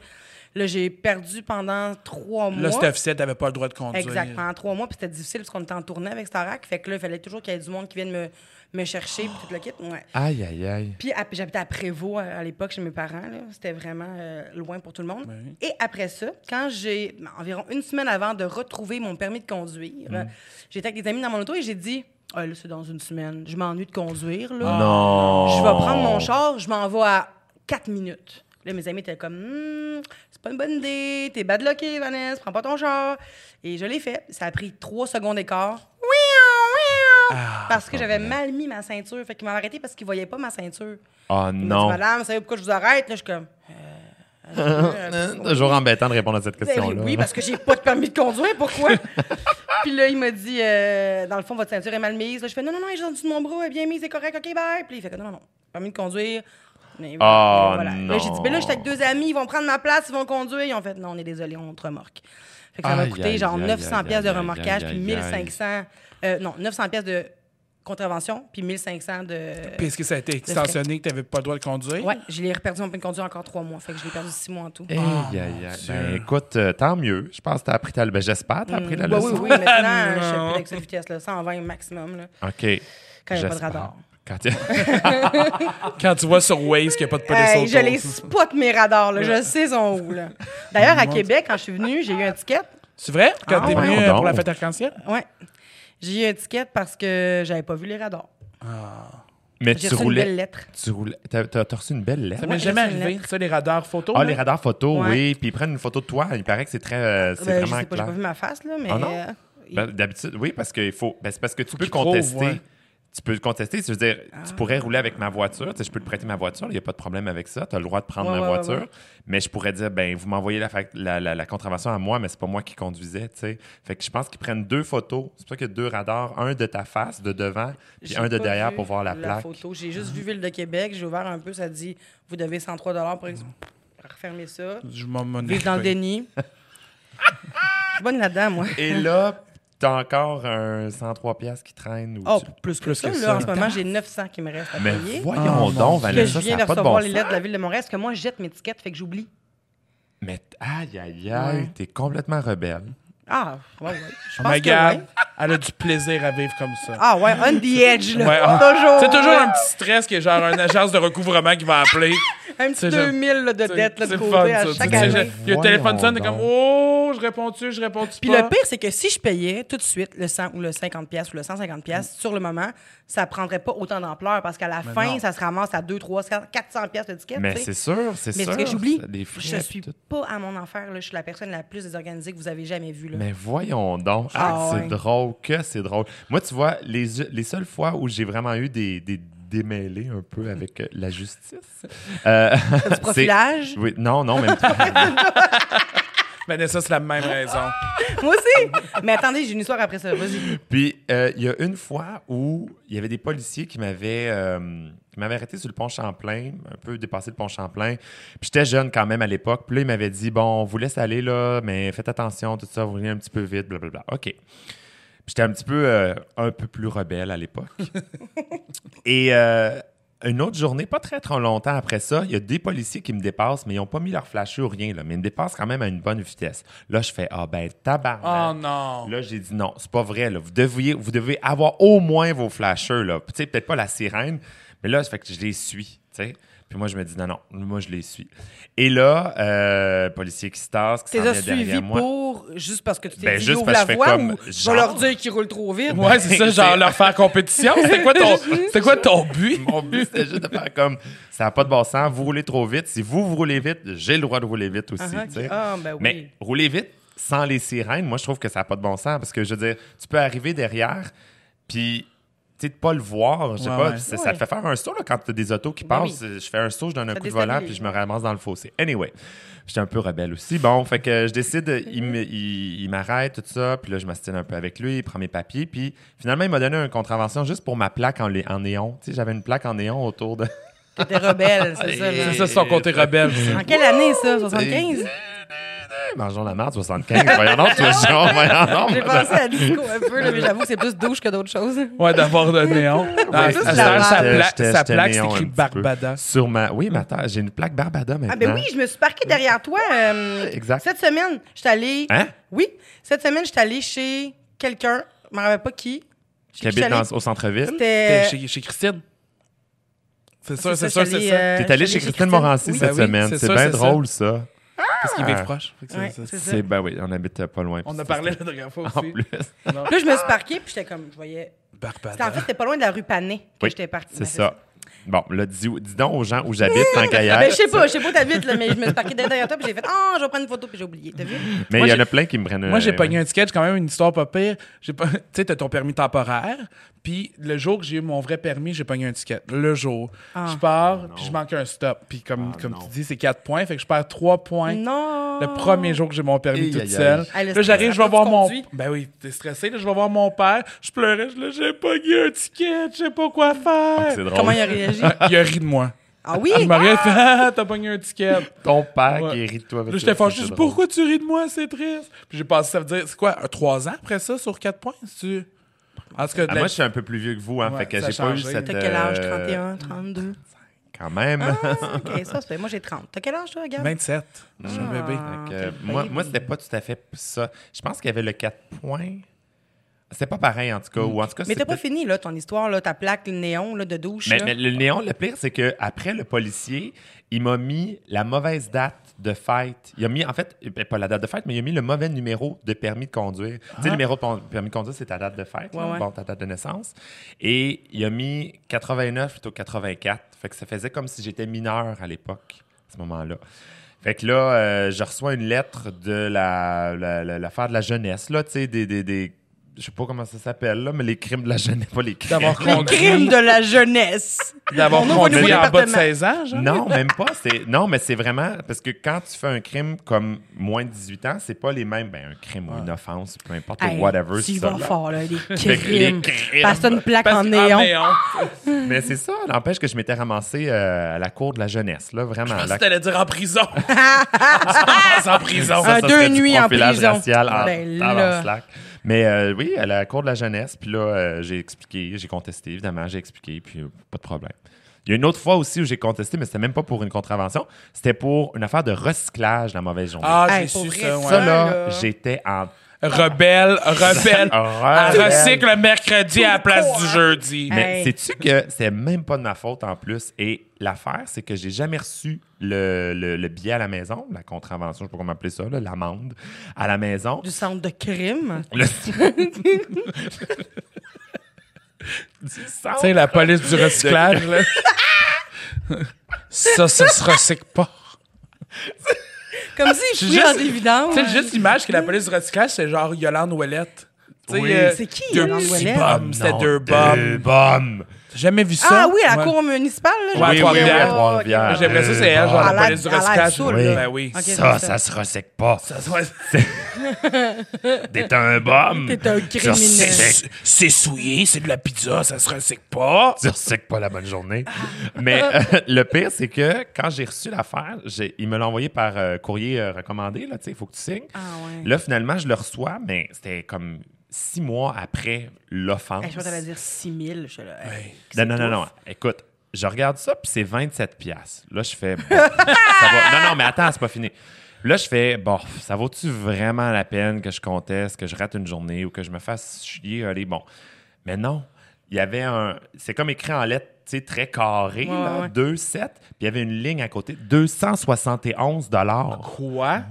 Speaker 3: Là, j'ai perdu pendant trois mois.
Speaker 2: Là, c'était officiel, t'avais pas le droit de conduire.
Speaker 3: Exact, pendant trois mois, puis c'était difficile parce qu'on était en tournée avec Starac. Fait que là, il fallait toujours qu'il y ait du monde qui vienne me, me chercher, puis tout le kit. Ouais.
Speaker 1: Aïe, aïe, aïe.
Speaker 3: Puis à- j'habitais à Prévost euh, à, à l'époque chez mes parents. là. C'était vraiment euh, loin pour tout le monde. Et après ça, quand j'ai ben, environ une semaine avant de retrouver mon permis de conduire, euh, j'étais avec des amis dans mon auto et j'ai dit Ah, là, c'est dans une semaine. Je m'ennuie de conduire. Là.
Speaker 1: Non.
Speaker 3: Ah, Je vais prendre
Speaker 1: Oh.
Speaker 3: mon char, je m'en vais à 4 minutes. Là, mes amis étaient comme, Hmm, c'est pas une bonne idée, t'es badlocké, Vanessa, prends pas ton char. Et je l'ai fait. Ça a pris 3 secondes d'écart. Wiou, wiou! parce que j'avais mal mis ma ceinture. Fait qu'ils m'ont arrêté parce qu'ils voyaient pas ma ceinture.
Speaker 1: Oh
Speaker 3: Ils m'ont dit,
Speaker 1: non.
Speaker 3: madame, vous savez pourquoi je vous arrête? Là, je suis comme, Euh, euh,
Speaker 1: Toujours embêtant de répondre à cette
Speaker 3: ben
Speaker 1: question-là.
Speaker 3: Oui, parce que j'ai pas de permis de conduire,
Speaker 1: [LAUGHS]
Speaker 3: pourquoi? puis là, il m'a dit, euh, dans le fond, votre ceinture est mal mise. Là, je fais, non, non, non, elle est en dessous de mon bras, elle est bien mise, c'est correct, OK, bye. Puis il fait, que non, non, non, permis de conduire. Mais
Speaker 1: Ah,
Speaker 3: Là, j'ai dit,
Speaker 1: non.
Speaker 3: ben là, j'étais avec deux amis, ils vont prendre ma place, ils vont conduire. Ils ont fait, non, on est désolé, on te remorque. Fait que ça m'a
Speaker 1: Aïe,
Speaker 3: coûté
Speaker 1: aïe,
Speaker 3: genre
Speaker 1: aïe,
Speaker 3: 900
Speaker 1: aïe,
Speaker 3: pièces de
Speaker 1: aïe, aïe,
Speaker 3: remorquage, puis
Speaker 1: aïe, aïe, aïe.
Speaker 3: 1500... euh, non, 900 pièces de contravention, puis 1500 de...
Speaker 2: Puis est-ce que ça a été extensionné que t'avais pas le droit de conduire?
Speaker 3: Ouais, je l'ai reperdu mon permis de conduire encore trois mois. Fait que Ah, je l'ai perdu six mois en tout.
Speaker 1: Aïe, aïe, aïe. Ben, écoute, euh, tant mieux. Je pense que t'as appris ta leçon. J'espère que t'as appris la
Speaker 3: Oui,
Speaker 1: leçon.
Speaker 3: Mm. Bah oui, oui. Maintenant,
Speaker 1: [LAUGHS]
Speaker 3: je suis plus avec cette vitesse-là. 120 maximum, là,
Speaker 1: OK.
Speaker 3: quand il n'y a pas de
Speaker 1: J'espère.
Speaker 3: radar.
Speaker 1: Quand il y a- [LAUGHS]
Speaker 2: Quand tu vois sur Waze qu'il n'y a pas de police
Speaker 3: Hey,
Speaker 2: autour.
Speaker 3: je les spot, mes radars. Là. Je sais son où. là. D'ailleurs, à Québec, quand je suis venue, j'ai eu un ticket.
Speaker 2: C'est vrai? Quand
Speaker 3: Ah,
Speaker 2: t'es
Speaker 1: ouais.
Speaker 2: venu euh,
Speaker 1: Non.
Speaker 2: pour la fête arc-en-ciel?
Speaker 3: Ouais. J'ai eu un ticket parce que j'avais pas vu les radars.
Speaker 1: Mais
Speaker 3: J'ai
Speaker 1: tu
Speaker 3: reçu une belle
Speaker 1: roulais.
Speaker 3: lettre.
Speaker 1: Tu roulais. T'as t'as- t'as reçu une belle lettre.
Speaker 2: Ça
Speaker 3: Ouais,
Speaker 2: m'est jamais
Speaker 3: j'ai reçu une
Speaker 2: arrivé.
Speaker 3: lettre.
Speaker 2: Ça, les radars photos.
Speaker 1: Ah,
Speaker 2: là.
Speaker 1: les radars photo,
Speaker 3: hein? Ouais.
Speaker 1: oui. Puis ils prennent une photo de toi. Il paraît que c'est très. euh, c'est
Speaker 3: Ben,
Speaker 1: vraiment
Speaker 3: je sais pas, j'ai
Speaker 1: clair.
Speaker 3: pas vu ma face, là, mais.
Speaker 1: Ah non?
Speaker 3: euh, il-
Speaker 1: Ben, D'habitude, oui, parce que faut. ben, c'est parce que tu peux
Speaker 2: qu'ils prouvent,
Speaker 1: contester.
Speaker 2: ouais.
Speaker 1: Tu peux contester. Tu veux dire,
Speaker 3: Ah.
Speaker 1: tu pourrais rouler avec ma voiture. Tu sais, je peux te prêter ma voiture. Il n'y a pas de problème avec ça. Tu as le droit de prendre
Speaker 3: Ouais,
Speaker 1: ma
Speaker 3: ouais, ouais,
Speaker 1: voiture.
Speaker 3: ouais.
Speaker 1: Mais je pourrais dire, ben, vous m'envoyez la, fac- la, la- la contravention à moi, mais c'est pas moi qui conduisais. tu sais. Fait que je pense qu'ils prennent deux photos. C'est pour ça qu'il y a deux radars, un de ta face, de devant, puis
Speaker 3: j'ai
Speaker 1: un de
Speaker 3: pas
Speaker 1: derrière
Speaker 3: vu
Speaker 1: pour voir la, plaque.
Speaker 3: photo. J'ai juste vu Ville de Québec. J'ai ouvert un peu. Ça dit vous devez 103 pour ex- refermer ça.
Speaker 2: Je m'en
Speaker 1: Mm.
Speaker 2: m'en
Speaker 3: Vivre dans le
Speaker 1: [LAUGHS]
Speaker 2: occupais.
Speaker 3: déni. Je suis bonne là-dedans, moi.
Speaker 1: Et là, t'as encore un 103 piastres qui traîne. Ou
Speaker 3: Oh,
Speaker 1: tu-
Speaker 3: plus que,
Speaker 2: Plus
Speaker 3: ça,
Speaker 2: que
Speaker 3: là,
Speaker 2: ça.
Speaker 3: en ce moment, j'ai 900 qui me restent à
Speaker 1: Mais
Speaker 3: payer.
Speaker 1: voyons
Speaker 2: Oh, mon
Speaker 1: donc,
Speaker 3: que
Speaker 1: Vanessa,
Speaker 3: je
Speaker 1: ça
Speaker 3: viens
Speaker 1: n'a
Speaker 3: de
Speaker 1: pas de
Speaker 3: recevoir
Speaker 1: bon
Speaker 3: les
Speaker 1: sens.
Speaker 3: lettres de la Ville de Montréal. Est-ce que moi, je jette mes tickets, fait que j'oublie?
Speaker 1: Mais t- aïe, aïe, aïe, t'es complètement rebelle.
Speaker 3: Ah, ouais, ouais. Je
Speaker 2: Oh
Speaker 3: pense
Speaker 2: my
Speaker 3: que
Speaker 2: God.
Speaker 3: ouais.
Speaker 2: Elle a du plaisir à vivre comme ça.
Speaker 3: Ah ouais, on the edge, là.
Speaker 2: Ouais, ah.
Speaker 3: toujours.
Speaker 2: C'est toujours un petit stress que genre une agence de recouvrement qui va appeler.
Speaker 3: un
Speaker 2: c'est
Speaker 3: petit
Speaker 2: genre-
Speaker 3: 2000 là, de
Speaker 2: C'est-
Speaker 3: dette là, de
Speaker 2: c'est
Speaker 3: côté
Speaker 2: fun,
Speaker 3: à
Speaker 2: ça. Tu
Speaker 3: chaque
Speaker 2: sais,
Speaker 3: année.
Speaker 2: je- Le téléphone
Speaker 1: Voyons
Speaker 2: sonne, t'es
Speaker 1: donc.
Speaker 2: comme Oh, je réponds-tu, je réponds-tu
Speaker 3: Puis
Speaker 2: pas.
Speaker 3: le pire, c'est que si je payais tout de suite le 100 ou le 50 pièces ou le 150 pièces sur le moment, ça prendrait pas autant d'ampleur parce qu'à la fin,
Speaker 2: non.
Speaker 3: ça se ramasse à 2, 3, 400 pièces le ticket.
Speaker 1: Mais
Speaker 3: tu sais.
Speaker 1: c'est sûr, c'est
Speaker 3: Mais
Speaker 1: sûr.
Speaker 3: ce que j'oublie,
Speaker 1: ça, les frais,
Speaker 3: je suis
Speaker 1: puis tout.
Speaker 3: pas à mon enfer. Là. Je suis la personne la plus désorganisée que vous avez jamais vue. là. là.
Speaker 1: Mais voyons donc.
Speaker 3: Ah
Speaker 1: Ah, c'est
Speaker 3: ouais.
Speaker 1: drôle, que c'est drôle. Moi, tu vois, les, les seules fois où j'ai vraiment eu des, des démêlés un peu avec euh, la justice. [LAUGHS] euh,
Speaker 3: [LAUGHS] Du profilage.
Speaker 1: oui, non, non, même
Speaker 2: Vanessa, c'est la même raison.
Speaker 3: Moi aussi. Mais attendez, j'ai une histoire après ça. Vas-y.
Speaker 1: Puis, euh, il y a une fois où il y avait des policiers qui m'avaient euh, qui m'avaient arrêté sur le pont Champlain, un peu dépassé le pont Champlain. Puis, j'étais jeune quand même à l'époque. Puis là, ils m'avaient dit Bon, on vous laisse aller là, mais faites attention, tout ça, vous venez un petit peu vite, blablabla. OK. Puis, j'étais un petit peu, euh, un peu plus rebelle à l'époque. Et. euh, une autre journée, pas très, très longtemps après ça, il y a des policiers qui me dépassent, mais ils n'ont pas mis leur flasher ou rien, là, mais ils me dépassent quand même à une bonne vitesse. Là, je fais Ah, ben, tabarnak.
Speaker 2: Oh non.
Speaker 1: Là, j'ai dit non, c'est pas vrai. Là. Vous, deviez, vous devez avoir au moins vos flashers. Là. Puis, tu sais, peut-être pas la sirène, mais là, ça fait que je les suis. tu sais. Puis moi, je me dis non, non, moi, je les suis. Et là, euh, policier qui se tasse, qui
Speaker 3: T'es
Speaker 1: s'en
Speaker 3: là
Speaker 1: vient derrière
Speaker 3: suivi
Speaker 1: moi.
Speaker 3: pour juste parce que tu t'es
Speaker 1: Ben,
Speaker 3: dit
Speaker 1: juste
Speaker 3: ouvre
Speaker 1: parce
Speaker 3: la
Speaker 1: que je fais
Speaker 3: voie
Speaker 1: comme
Speaker 3: ou je
Speaker 1: genre.
Speaker 3: vais leur dire qu'ils roulent trop vite.
Speaker 2: Ouais,
Speaker 1: [LAUGHS]
Speaker 2: c'est ça, genre leur faire compétition. C'était quoi ton, c'était quoi ton
Speaker 1: [LAUGHS]
Speaker 2: but?
Speaker 1: Mon but, c'était juste de faire comme ça n'a pas de bon sens, vous roulez trop vite. Si vous, vous roulez vite, j'ai le droit de rouler vite aussi.
Speaker 3: Ah, ok.
Speaker 1: tu sais.
Speaker 3: Ah, ben oui.
Speaker 1: Mais rouler vite sans les sirènes, moi, je trouve que ça n'a pas de bon sens parce que je veux dire, tu peux arriver derrière, puis tu sais, de pas le voir, je sais
Speaker 2: Ouais,
Speaker 1: pas,
Speaker 2: ouais.
Speaker 1: ça, ça te fait faire un saut là, quand tu as des autos qui passent. Je fais un saut, je donne un
Speaker 3: Ça
Speaker 1: coup de volant,
Speaker 3: déstabilise.
Speaker 1: puis je me ramasse dans le fossé. Anyway, j'étais un peu rebelle aussi. Bon, fait que je décide, il me- il il m'arrête, tout ça, puis là, je m'astine un peu avec lui, il prend mes papiers, puis finalement, il m'a donné une contravention juste pour ma plaque en, lé- en néon. Tu sais, j'avais une plaque en néon autour de.
Speaker 3: T'étais rebelle, c'est ça. là.
Speaker 2: C'est ça, son côté rebelle.
Speaker 3: En quelle année, ça?
Speaker 1: [LAUGHS]
Speaker 3: 75?
Speaker 1: Mangeons la merde, 75. Voyons donc, toi, Jean, voyons donc.
Speaker 3: J'ai pensé à disco un peu, là, mais j'avoue que c'est plus douche que d'autres choses.
Speaker 2: Ouais, d'avoir le néon. Ah,
Speaker 1: Ouais,
Speaker 2: ça, c'est ça, sa,
Speaker 3: la
Speaker 1: j'étais-
Speaker 2: pla-
Speaker 1: j'étais-
Speaker 2: sa
Speaker 1: j'étais
Speaker 2: plaque, c'est
Speaker 1: néon un
Speaker 2: écrit
Speaker 1: petit peu.
Speaker 2: Barbada.
Speaker 1: Sur ma... Oui, mais attends, j'ai une plaque Barbada maintenant.
Speaker 3: Ah ben oui, je me suis parquée derrière toi. euh,
Speaker 1: Exact.
Speaker 3: Cette semaine, je suis allée...
Speaker 1: Hein?
Speaker 3: Oui, cette semaine, je suis allée chez quelqu'un, je ne me rappelle pas qui.
Speaker 1: Qui
Speaker 3: Chez qui je
Speaker 1: habite
Speaker 3: suis allée.
Speaker 1: dans- au centre-ville.
Speaker 3: C'était...
Speaker 2: T'es chez, chez Christine. C'est sûr,
Speaker 3: ça,
Speaker 2: c'est
Speaker 3: je
Speaker 2: sûr,
Speaker 3: suis allée,
Speaker 2: c'est ça.
Speaker 3: euh,
Speaker 1: T'es
Speaker 3: je suis
Speaker 1: allé
Speaker 3: allée
Speaker 1: chez Christine Morancy
Speaker 2: Oui,
Speaker 1: cette
Speaker 2: ben oui,
Speaker 1: semaine.
Speaker 2: c'est
Speaker 1: C'est
Speaker 2: sûr,
Speaker 1: bien
Speaker 2: c'est
Speaker 1: drôle, ça.
Speaker 2: Parce qu'ils
Speaker 1: Ah.
Speaker 2: vivent proches. Fait que c'est-
Speaker 3: Ouais,
Speaker 2: c'est-
Speaker 3: c'est ça.
Speaker 1: C'est ben oui, on habite euh, pas loin.
Speaker 2: On a parlé la dernière fois
Speaker 1: [LAUGHS] En
Speaker 2: aussi.
Speaker 1: plus.
Speaker 3: Là, je me suis parquée, puis j'étais comme, je voyais... C'était-
Speaker 2: Barbada.
Speaker 3: En fait, c'était pas loin de la rue Panet que
Speaker 1: Oui,
Speaker 3: j'étais parquée. Ben,
Speaker 1: C'est ça. Bon, là, dis, dis donc aux gens où j'habite,
Speaker 3: [LAUGHS]
Speaker 1: tant qu'à y
Speaker 2: Ah,
Speaker 3: Ben, je
Speaker 1: être.
Speaker 3: sais pas, je sais pas où t'habites, là, mais je me suis parquée derrière toi, puis j'ai fait, ah, je vais prendre une photo, puis j'ai oublié. T'as vu?
Speaker 1: Mais
Speaker 2: Moi,
Speaker 1: il y en
Speaker 2: j'ai-
Speaker 1: a plein qui me prennent.
Speaker 2: Moi, j'ai
Speaker 1: euh,
Speaker 2: pogné un sketch, quand même, une histoire pas pire. J'ai pas- [LAUGHS] Tu sais, t'as ton permis temporaire. Puis le jour que j'ai eu mon vrai permis, j'ai pogné un ticket. Le jour. Je pars,
Speaker 1: Ah,
Speaker 2: puis je manque un stop. Puis comme, comme tu dis, c'est 4 points. Fait que je perds 3 points.
Speaker 3: Non!
Speaker 2: Le premier jour que j'ai mon permis
Speaker 1: Aïe,
Speaker 2: toute
Speaker 1: aïe,
Speaker 2: seule.
Speaker 1: aïe.
Speaker 3: Ah, le
Speaker 2: Là, j'arrive,
Speaker 3: stress.
Speaker 2: je vais voir
Speaker 3: Tu
Speaker 2: mon.
Speaker 3: conduis?
Speaker 2: Ben oui, t'es stressé, là, je vais voir mon père. Je pleurais, je là, j'ai pogné un ticket, je sais pas quoi faire.
Speaker 1: C'est drôle.
Speaker 3: Comment il a réagi?
Speaker 2: Ah, [LAUGHS] il a ri de moi.
Speaker 3: Ah oui?
Speaker 2: Il m'a rien fait, [LAUGHS] ah, t'as pogné un ticket.
Speaker 1: Ton père
Speaker 2: Ouais.
Speaker 1: qui hérite toi. avec
Speaker 2: Là,
Speaker 1: ça,
Speaker 2: j'étais fâché.
Speaker 1: c'est
Speaker 2: Je dis,
Speaker 1: drôle.
Speaker 2: pourquoi tu ris de moi? C'est triste. Puis j'ai passé, ça veut dire, c'est quoi, un trois ans après ça sur quatre points? tu En tout cas, de
Speaker 1: Ah,
Speaker 2: la-
Speaker 1: moi, je suis un peu plus vieux que vous, hein,
Speaker 2: Ouais,
Speaker 1: fait que
Speaker 2: ça a
Speaker 1: j'ai pas eu
Speaker 2: changé.
Speaker 1: cette.
Speaker 3: T'as quel âge?
Speaker 1: euh,
Speaker 3: 31, 32?
Speaker 1: Quand même.
Speaker 3: Ah, ok, ça, c'est. Moi, j'ai 30. T'as quel âge, toi, Gab?
Speaker 2: 27. Je suis un
Speaker 1: Ah.
Speaker 2: bébé.
Speaker 1: Fait que, moi, moi c'était pas tout à fait ça. Je pense qu'il y avait le 4 points. C'était pas pareil, en tout cas. Ou en tout cas
Speaker 3: Mais t'as pas
Speaker 1: c'était-
Speaker 3: fini, là, ton histoire, là, ta plaque, le néon, là, de douche.
Speaker 1: Mais,
Speaker 3: là.
Speaker 1: mais le néon, le pire, c'est que après le policier, il m'a mis la mauvaise date de fête. Il a mis, en fait, ben, pas la date de fête, mais il a mis le mauvais numéro de permis de conduire. Tu sais, le numéro de pon- permis de conduire, c'est ta date de fête, là,
Speaker 3: Ah. Ouais, ouais.
Speaker 1: bon, ta date de naissance. Et il a mis 89 plutôt que 84. Fait que ça faisait comme si j'étais mineur à l'époque, à ce moment-là. Fait que là, euh, je reçois une lettre de la, la, la- l'affaire de la jeunesse, là, tu sais, des, des, des- je sais pas comment ça s'appelle, là, mais les crimes de la jeunesse, pas les crimes.
Speaker 2: D'avoir
Speaker 3: Les crimes
Speaker 2: conduit,
Speaker 3: de
Speaker 2: [LAUGHS]
Speaker 3: la jeunesse!
Speaker 2: d'avoir
Speaker 3: On ouvre
Speaker 2: conduit
Speaker 3: au niveau
Speaker 2: en bas de
Speaker 3: département.
Speaker 2: 16 ans, genre.
Speaker 1: Non, même pas. C'est... Non, mais c'est vraiment. Parce que quand tu fais un crime comme moins de 18 ans, c'est pas les mêmes. Ben, un crime ou une offense, peu importe, ou
Speaker 3: Hey,
Speaker 1: whatever.
Speaker 3: Tu y
Speaker 1: c'est ça,
Speaker 3: vas
Speaker 1: là.
Speaker 2: [LAUGHS]
Speaker 3: fort, là, les
Speaker 1: Fait que les
Speaker 3: crimes.
Speaker 1: crimes.
Speaker 3: Passe-toi une plaque en
Speaker 2: Parce que- ah,
Speaker 3: néon.
Speaker 2: en néon.
Speaker 1: Ah, Mais c'est ça. N'empêche que je m'étais ramassé euh, à la cour de la jeunesse, là, vraiment.
Speaker 2: Parce
Speaker 1: la-
Speaker 2: que t'allais dire en
Speaker 3: [LAUGHS]
Speaker 2: prison. [LAUGHS] Tu en prison.
Speaker 1: Ça,
Speaker 3: Un,
Speaker 1: ça
Speaker 3: deux
Speaker 1: serait du
Speaker 3: nuits en
Speaker 1: profilage
Speaker 3: prison.
Speaker 1: racial en-
Speaker 3: Ben
Speaker 1: en
Speaker 3: là.
Speaker 1: slack. Mais euh, oui, à la cour de la jeunesse. Puis là, euh, j'ai expliqué, j'ai contesté, évidemment, j'ai expliqué, puis euh, pas de problème. Il y a une autre fois aussi où j'ai contesté, mais c'était même pas pour une contravention. C'était pour une affaire de recyclage de la mauvaise journée.
Speaker 2: Ah,
Speaker 3: Hey,
Speaker 2: j'ai
Speaker 3: pour
Speaker 2: su
Speaker 3: vrai,
Speaker 2: ça,
Speaker 1: Ça,
Speaker 2: ouais.
Speaker 1: là, Ah,
Speaker 3: là.
Speaker 1: j'étais en
Speaker 2: Rebelle, rebelle. Elle
Speaker 1: Ah, Rebelle.
Speaker 2: recycle le mercredi à la place du jeudi.
Speaker 1: Mais
Speaker 3: Hey.
Speaker 1: sais-tu que c'est même pas de ma faute en plus? Et l'affaire, c'est que j'ai jamais reçu le, le, le billet à la maison, la contravention, je sais pas comment appeler ça, là, l'amende à la maison.
Speaker 3: Du centre de crime.
Speaker 1: Le-
Speaker 2: [LAUGHS]
Speaker 1: Du sang.
Speaker 2: Tu sais, la police du recyclage, là. ça, ça se recycle pas.
Speaker 3: Comme s'il fouillait en évidence.
Speaker 2: Tu sais, juste l'image que la police du recyclage, c'est genre Yolande Ouellette. Tu sais,
Speaker 1: Oui.
Speaker 2: euh,
Speaker 3: C'est qui,
Speaker 2: Deux
Speaker 3: Yolande
Speaker 2: petits
Speaker 3: Ouellette?
Speaker 1: Ah
Speaker 2: bombes, c'était
Speaker 1: non, Deux
Speaker 2: deux bombes.
Speaker 1: bombes.
Speaker 2: J'ai jamais vu ça.
Speaker 3: Ah oui, à la
Speaker 2: Ouais.
Speaker 3: cour municipale, là.
Speaker 2: Ouais,
Speaker 3: j'ai-
Speaker 2: à Trois-Rivières.
Speaker 3: ouais, ouais,
Speaker 1: Trois-Rivières.
Speaker 3: ok.
Speaker 2: J'aimerais ça, c'est
Speaker 1: euh,
Speaker 2: elle,
Speaker 3: À
Speaker 2: genre
Speaker 1: Ah,
Speaker 3: l'air-
Speaker 2: la police du
Speaker 3: à l'air
Speaker 2: recyclage.
Speaker 3: saoul,
Speaker 1: là.
Speaker 2: Ben oui.
Speaker 3: Ok, c'est
Speaker 1: ça,
Speaker 3: ça.
Speaker 1: ça se ressèque pas.
Speaker 2: Ça soit- [LAUGHS]
Speaker 1: T'es un bum.
Speaker 3: T'es un
Speaker 1: Tu
Speaker 3: criminel.
Speaker 1: ressèques-
Speaker 2: C'est souillé, c'est de la pizza, ça se recycle pas.
Speaker 1: [LAUGHS] tu ressèques pas la bonne journée. Mais
Speaker 3: Ah.
Speaker 1: euh, le pire, c'est que quand j'ai reçu l'affaire, j'ai- il me l'a envoyé par euh, courrier euh, recommandé, là, tu sais, il faut que tu signes.
Speaker 3: Ah, ouais.
Speaker 1: Là, finalement, je le reçois, mais c'était comme six mois après l'offense.
Speaker 3: Hey, Eh, Je pense qu'elle va dire 6 000. Je suis là, hey,
Speaker 1: Non, non, non, non. Écoute, je regarde ça, puis c'est 27 piastres. Là, je fais... bon, ça va. Non, non, mais attends, c'est pas fini. Là, je fais, bon, ça vaut-tu vraiment la peine que je conteste, que je rate une journée ou que je me fasse chier, allez, bon. Mais non, il y avait un... C'est comme écrit en lettres, tu sais, très carré, là, 2, 7, puis il y avait une ligne à côté, 271
Speaker 2: Quoi?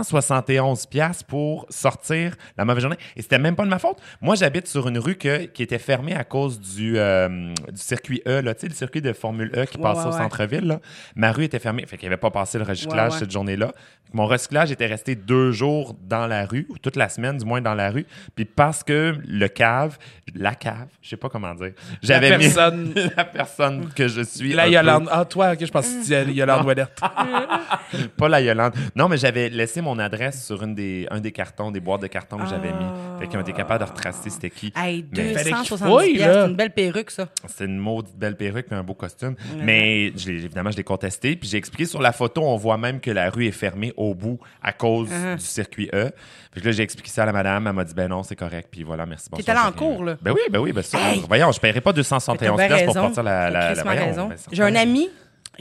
Speaker 1: 271 pièces pour sortir la mauvaise journée. Et c'était même pas de ma faute. Moi, j'habite sur une rue que- qui était fermée à cause du, euh, du circuit E, là. tu sais, le circuit de Formule E qui
Speaker 3: Ouais,
Speaker 1: passait
Speaker 3: ouais,
Speaker 1: au
Speaker 3: ouais.
Speaker 1: centre-ville. là. Ma rue était fermée, fait qu'il avait pas passé le recyclage
Speaker 3: Ouais, ouais.
Speaker 1: cette journée-là. Mon recyclage était resté deux jours dans la rue, ou toute la semaine, du moins dans la rue. Puis parce que le cave, la cave, je sais pas comment dire, j'avais mis
Speaker 2: personne.
Speaker 1: [LAUGHS] la personne que je suis.
Speaker 2: La
Speaker 1: un peu-
Speaker 2: Yolande. Ah, toi, ok, je pense que tu dis Yolande Ouellette.
Speaker 3: Ah,
Speaker 1: Pas la Yolande. Non, mais j'avais laissé mon adresse sur une des, un des cartons, des boîtes de cartons que j'avais mis. Fait qu'ils ont été capables de retracer c'était qui.
Speaker 3: Ah. Hey,
Speaker 1: Mais
Speaker 2: fallait qu'il
Speaker 3: 270
Speaker 2: fouille,
Speaker 3: piastres,
Speaker 2: là.
Speaker 3: c'est une belle perruque, ça.
Speaker 1: c'est une maudite belle perruque et un beau costume. Mais je l'ai- évidemment, je l'ai contesté. Puis j'ai expliqué sur la photo, on voit même que la rue est fermée au bout à cause
Speaker 3: Uh-huh.
Speaker 1: du circuit E. Fait que là, j'ai expliqué ça à la madame. Elle m'a dit, ben non, c'est correct. Puis voilà, merci.
Speaker 3: T'es
Speaker 1: bonsoir,
Speaker 3: allé en
Speaker 1: j'ai rien.
Speaker 3: cours, là.
Speaker 1: Ben oui, ben oui, ben sûr.
Speaker 3: Hey!
Speaker 1: Voyons, je paierai pas
Speaker 3: Mais t'as
Speaker 1: 271
Speaker 3: bien
Speaker 1: piastres pour
Speaker 3: raison.
Speaker 1: partir la. la,
Speaker 3: T'as
Speaker 1: la-
Speaker 3: crissement
Speaker 1: voyons,
Speaker 3: raison.
Speaker 1: ben, certain.
Speaker 3: J'ai un ami,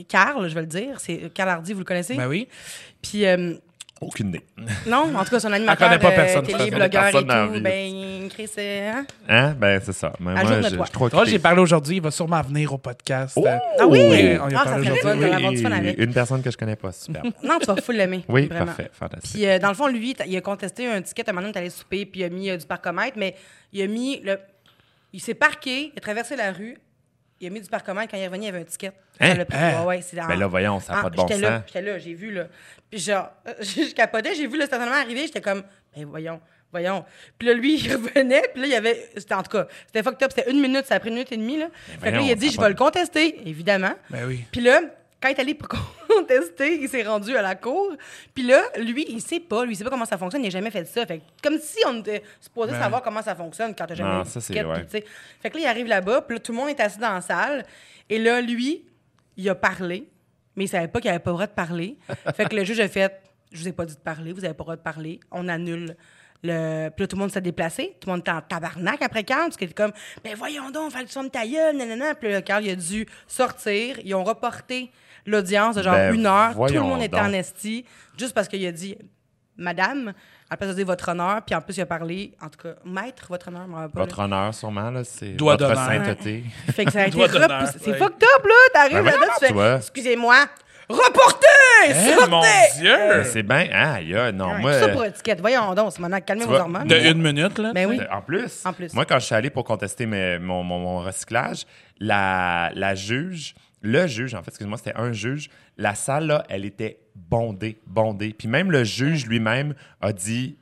Speaker 3: Carl, je vais le dire. C'est Carl Hardy, vous le connaissez?
Speaker 2: Ben oui.
Speaker 3: Puis, euh,
Speaker 1: Aucune idée.
Speaker 3: non, en tout cas, son animateur.
Speaker 2: connaît pas
Speaker 3: euh,
Speaker 2: personne,
Speaker 3: télé,
Speaker 2: je connais
Speaker 3: blogueur
Speaker 1: personne dans la
Speaker 3: et
Speaker 1: vie.
Speaker 3: tout. Ben, Chris, euh, hein?
Speaker 1: Hein? Ben c'est ça. Mais
Speaker 3: À
Speaker 1: moi,
Speaker 3: jour de
Speaker 1: je,
Speaker 3: toi.
Speaker 1: je suis trop
Speaker 2: Toi,
Speaker 1: occupé.
Speaker 2: j'ai parlé aujourd'hui, il va sûrement venir au podcast.
Speaker 1: Oh!
Speaker 2: Euh,
Speaker 3: Ah oui?
Speaker 2: on y a parlé
Speaker 3: Ah, ça serait
Speaker 2: aujourd'hui.
Speaker 3: fun, on va avoir du fun
Speaker 1: Oui,
Speaker 3: avec.
Speaker 1: Une personne que je connais pas,
Speaker 3: [LAUGHS]
Speaker 1: super.
Speaker 3: Non, tu vas full l'aimer.
Speaker 1: Oui,
Speaker 3: vraiment.
Speaker 1: parfait, fantastique.
Speaker 3: Puis, euh, dans le fond, lui, il a contesté un ticket. Un moment donné, il est allé souper, puis il a mis euh, du parcomètre, mais il a mis le. Il s'est parqué, il a traversé la rue, il a mis du parcomètre. Quand il est revenu, il y avait un ticket. Ça
Speaker 1: Hein?
Speaker 3: l'a pris.
Speaker 2: Hein?
Speaker 3: Ouais, ouais, c'est dans-
Speaker 1: Ben là, voyons, ça n'a
Speaker 3: Ah,
Speaker 1: pas de bon
Speaker 3: j'étais
Speaker 1: sens.
Speaker 3: là, j'étais là, j'ai vu, là. Puis genre, [LAUGHS] je capotais, j'ai vu le stationnement arriver, j'étais comme, ben voyons, voyons. Puis là, lui, [LAUGHS] il revenait, puis là, il y avait, c'était en tout cas, c'était fucked up, c'était une minute, ça a pris une minute et demie, là. fait que
Speaker 1: Ben
Speaker 3: là,
Speaker 1: voyons,
Speaker 3: il a
Speaker 1: ça
Speaker 3: dit,
Speaker 1: a
Speaker 3: je
Speaker 1: pas
Speaker 3: vais
Speaker 1: de-
Speaker 3: le contester, évidemment.
Speaker 2: Ben oui.
Speaker 3: Puis là, quand il est allé pour [LAUGHS] contester, il s'est rendu à la cour. Puis là, lui, il sait pas, lui, il sait pas comment ça fonctionne, il a jamais fait ça. Fait que comme si on était
Speaker 2: Ben
Speaker 3: supposé savoir comment ça fonctionne quand t'as jamais
Speaker 1: Non,
Speaker 3: eu de
Speaker 1: ça, c'est-
Speaker 3: ticket,
Speaker 1: ouais.
Speaker 3: puis tu sais. Fait que là, il arrive là-bas, puis là, tout le monde est assis dans la salle. Et là, lui, il a parlé, mais il savait pas qu'il avait pas le droit
Speaker 1: [LAUGHS]
Speaker 3: de parler. Fait que le juge a fait Je vous ai pas dit de parler, vous avez pas le droit de parler, on annule. Le... Puis là, tout le monde s'est déplacé. Tout le monde était en tabarnak après Carl, parce qu'il était comme Ben voyons donc, fallait que tu fermes ta gueule, nanana. Puis là, Carl, il a dû sortir. Ils ont reporté l'audience de genre
Speaker 1: Ben,
Speaker 3: une heure. Tout le
Speaker 1: voyons
Speaker 3: monde était
Speaker 1: donc.
Speaker 3: en esti, juste parce qu'il a dit Madame, à la place de dire votre honneur, puis en plus, il a parlé, en tout cas, maître, votre honneur, je m'en rappelle pas.
Speaker 1: Votre honneur, sûrement, là, c'est
Speaker 2: Doigt
Speaker 1: votre
Speaker 2: d'honneur.
Speaker 1: sainteté.
Speaker 3: Fait que ça a été
Speaker 2: Doigt d'honneur,
Speaker 3: repoussé. C'est
Speaker 2: ouais.
Speaker 3: fucked up, là. T'arrives
Speaker 1: Ben
Speaker 3: là-dedans,
Speaker 1: voyons,
Speaker 3: tu fais,
Speaker 1: tu vois.
Speaker 3: excusez-moi, reportez!
Speaker 2: Eh,
Speaker 3: sortez!
Speaker 2: mon
Speaker 1: Ben,
Speaker 2: Dieu!
Speaker 1: C'est bien, ah, aïe, aïe, non,
Speaker 3: Ouais,
Speaker 1: moi...
Speaker 3: tout ça pour étiquette. Voyons donc, c'est maintenant calmez
Speaker 1: Tu
Speaker 3: vos
Speaker 1: vois,
Speaker 3: hormones.
Speaker 2: De une minute, là.
Speaker 3: Ben oui.
Speaker 1: euh, En plus,
Speaker 3: En plus.
Speaker 1: moi, quand je suis allé pour contester mes- mon, mon- mon recyclage, la, la juge, le juge, en fait, excuse-moi, c'était un juge, la salle, là, elle était bondée, bondée. Puis même le juge lui-même a dit,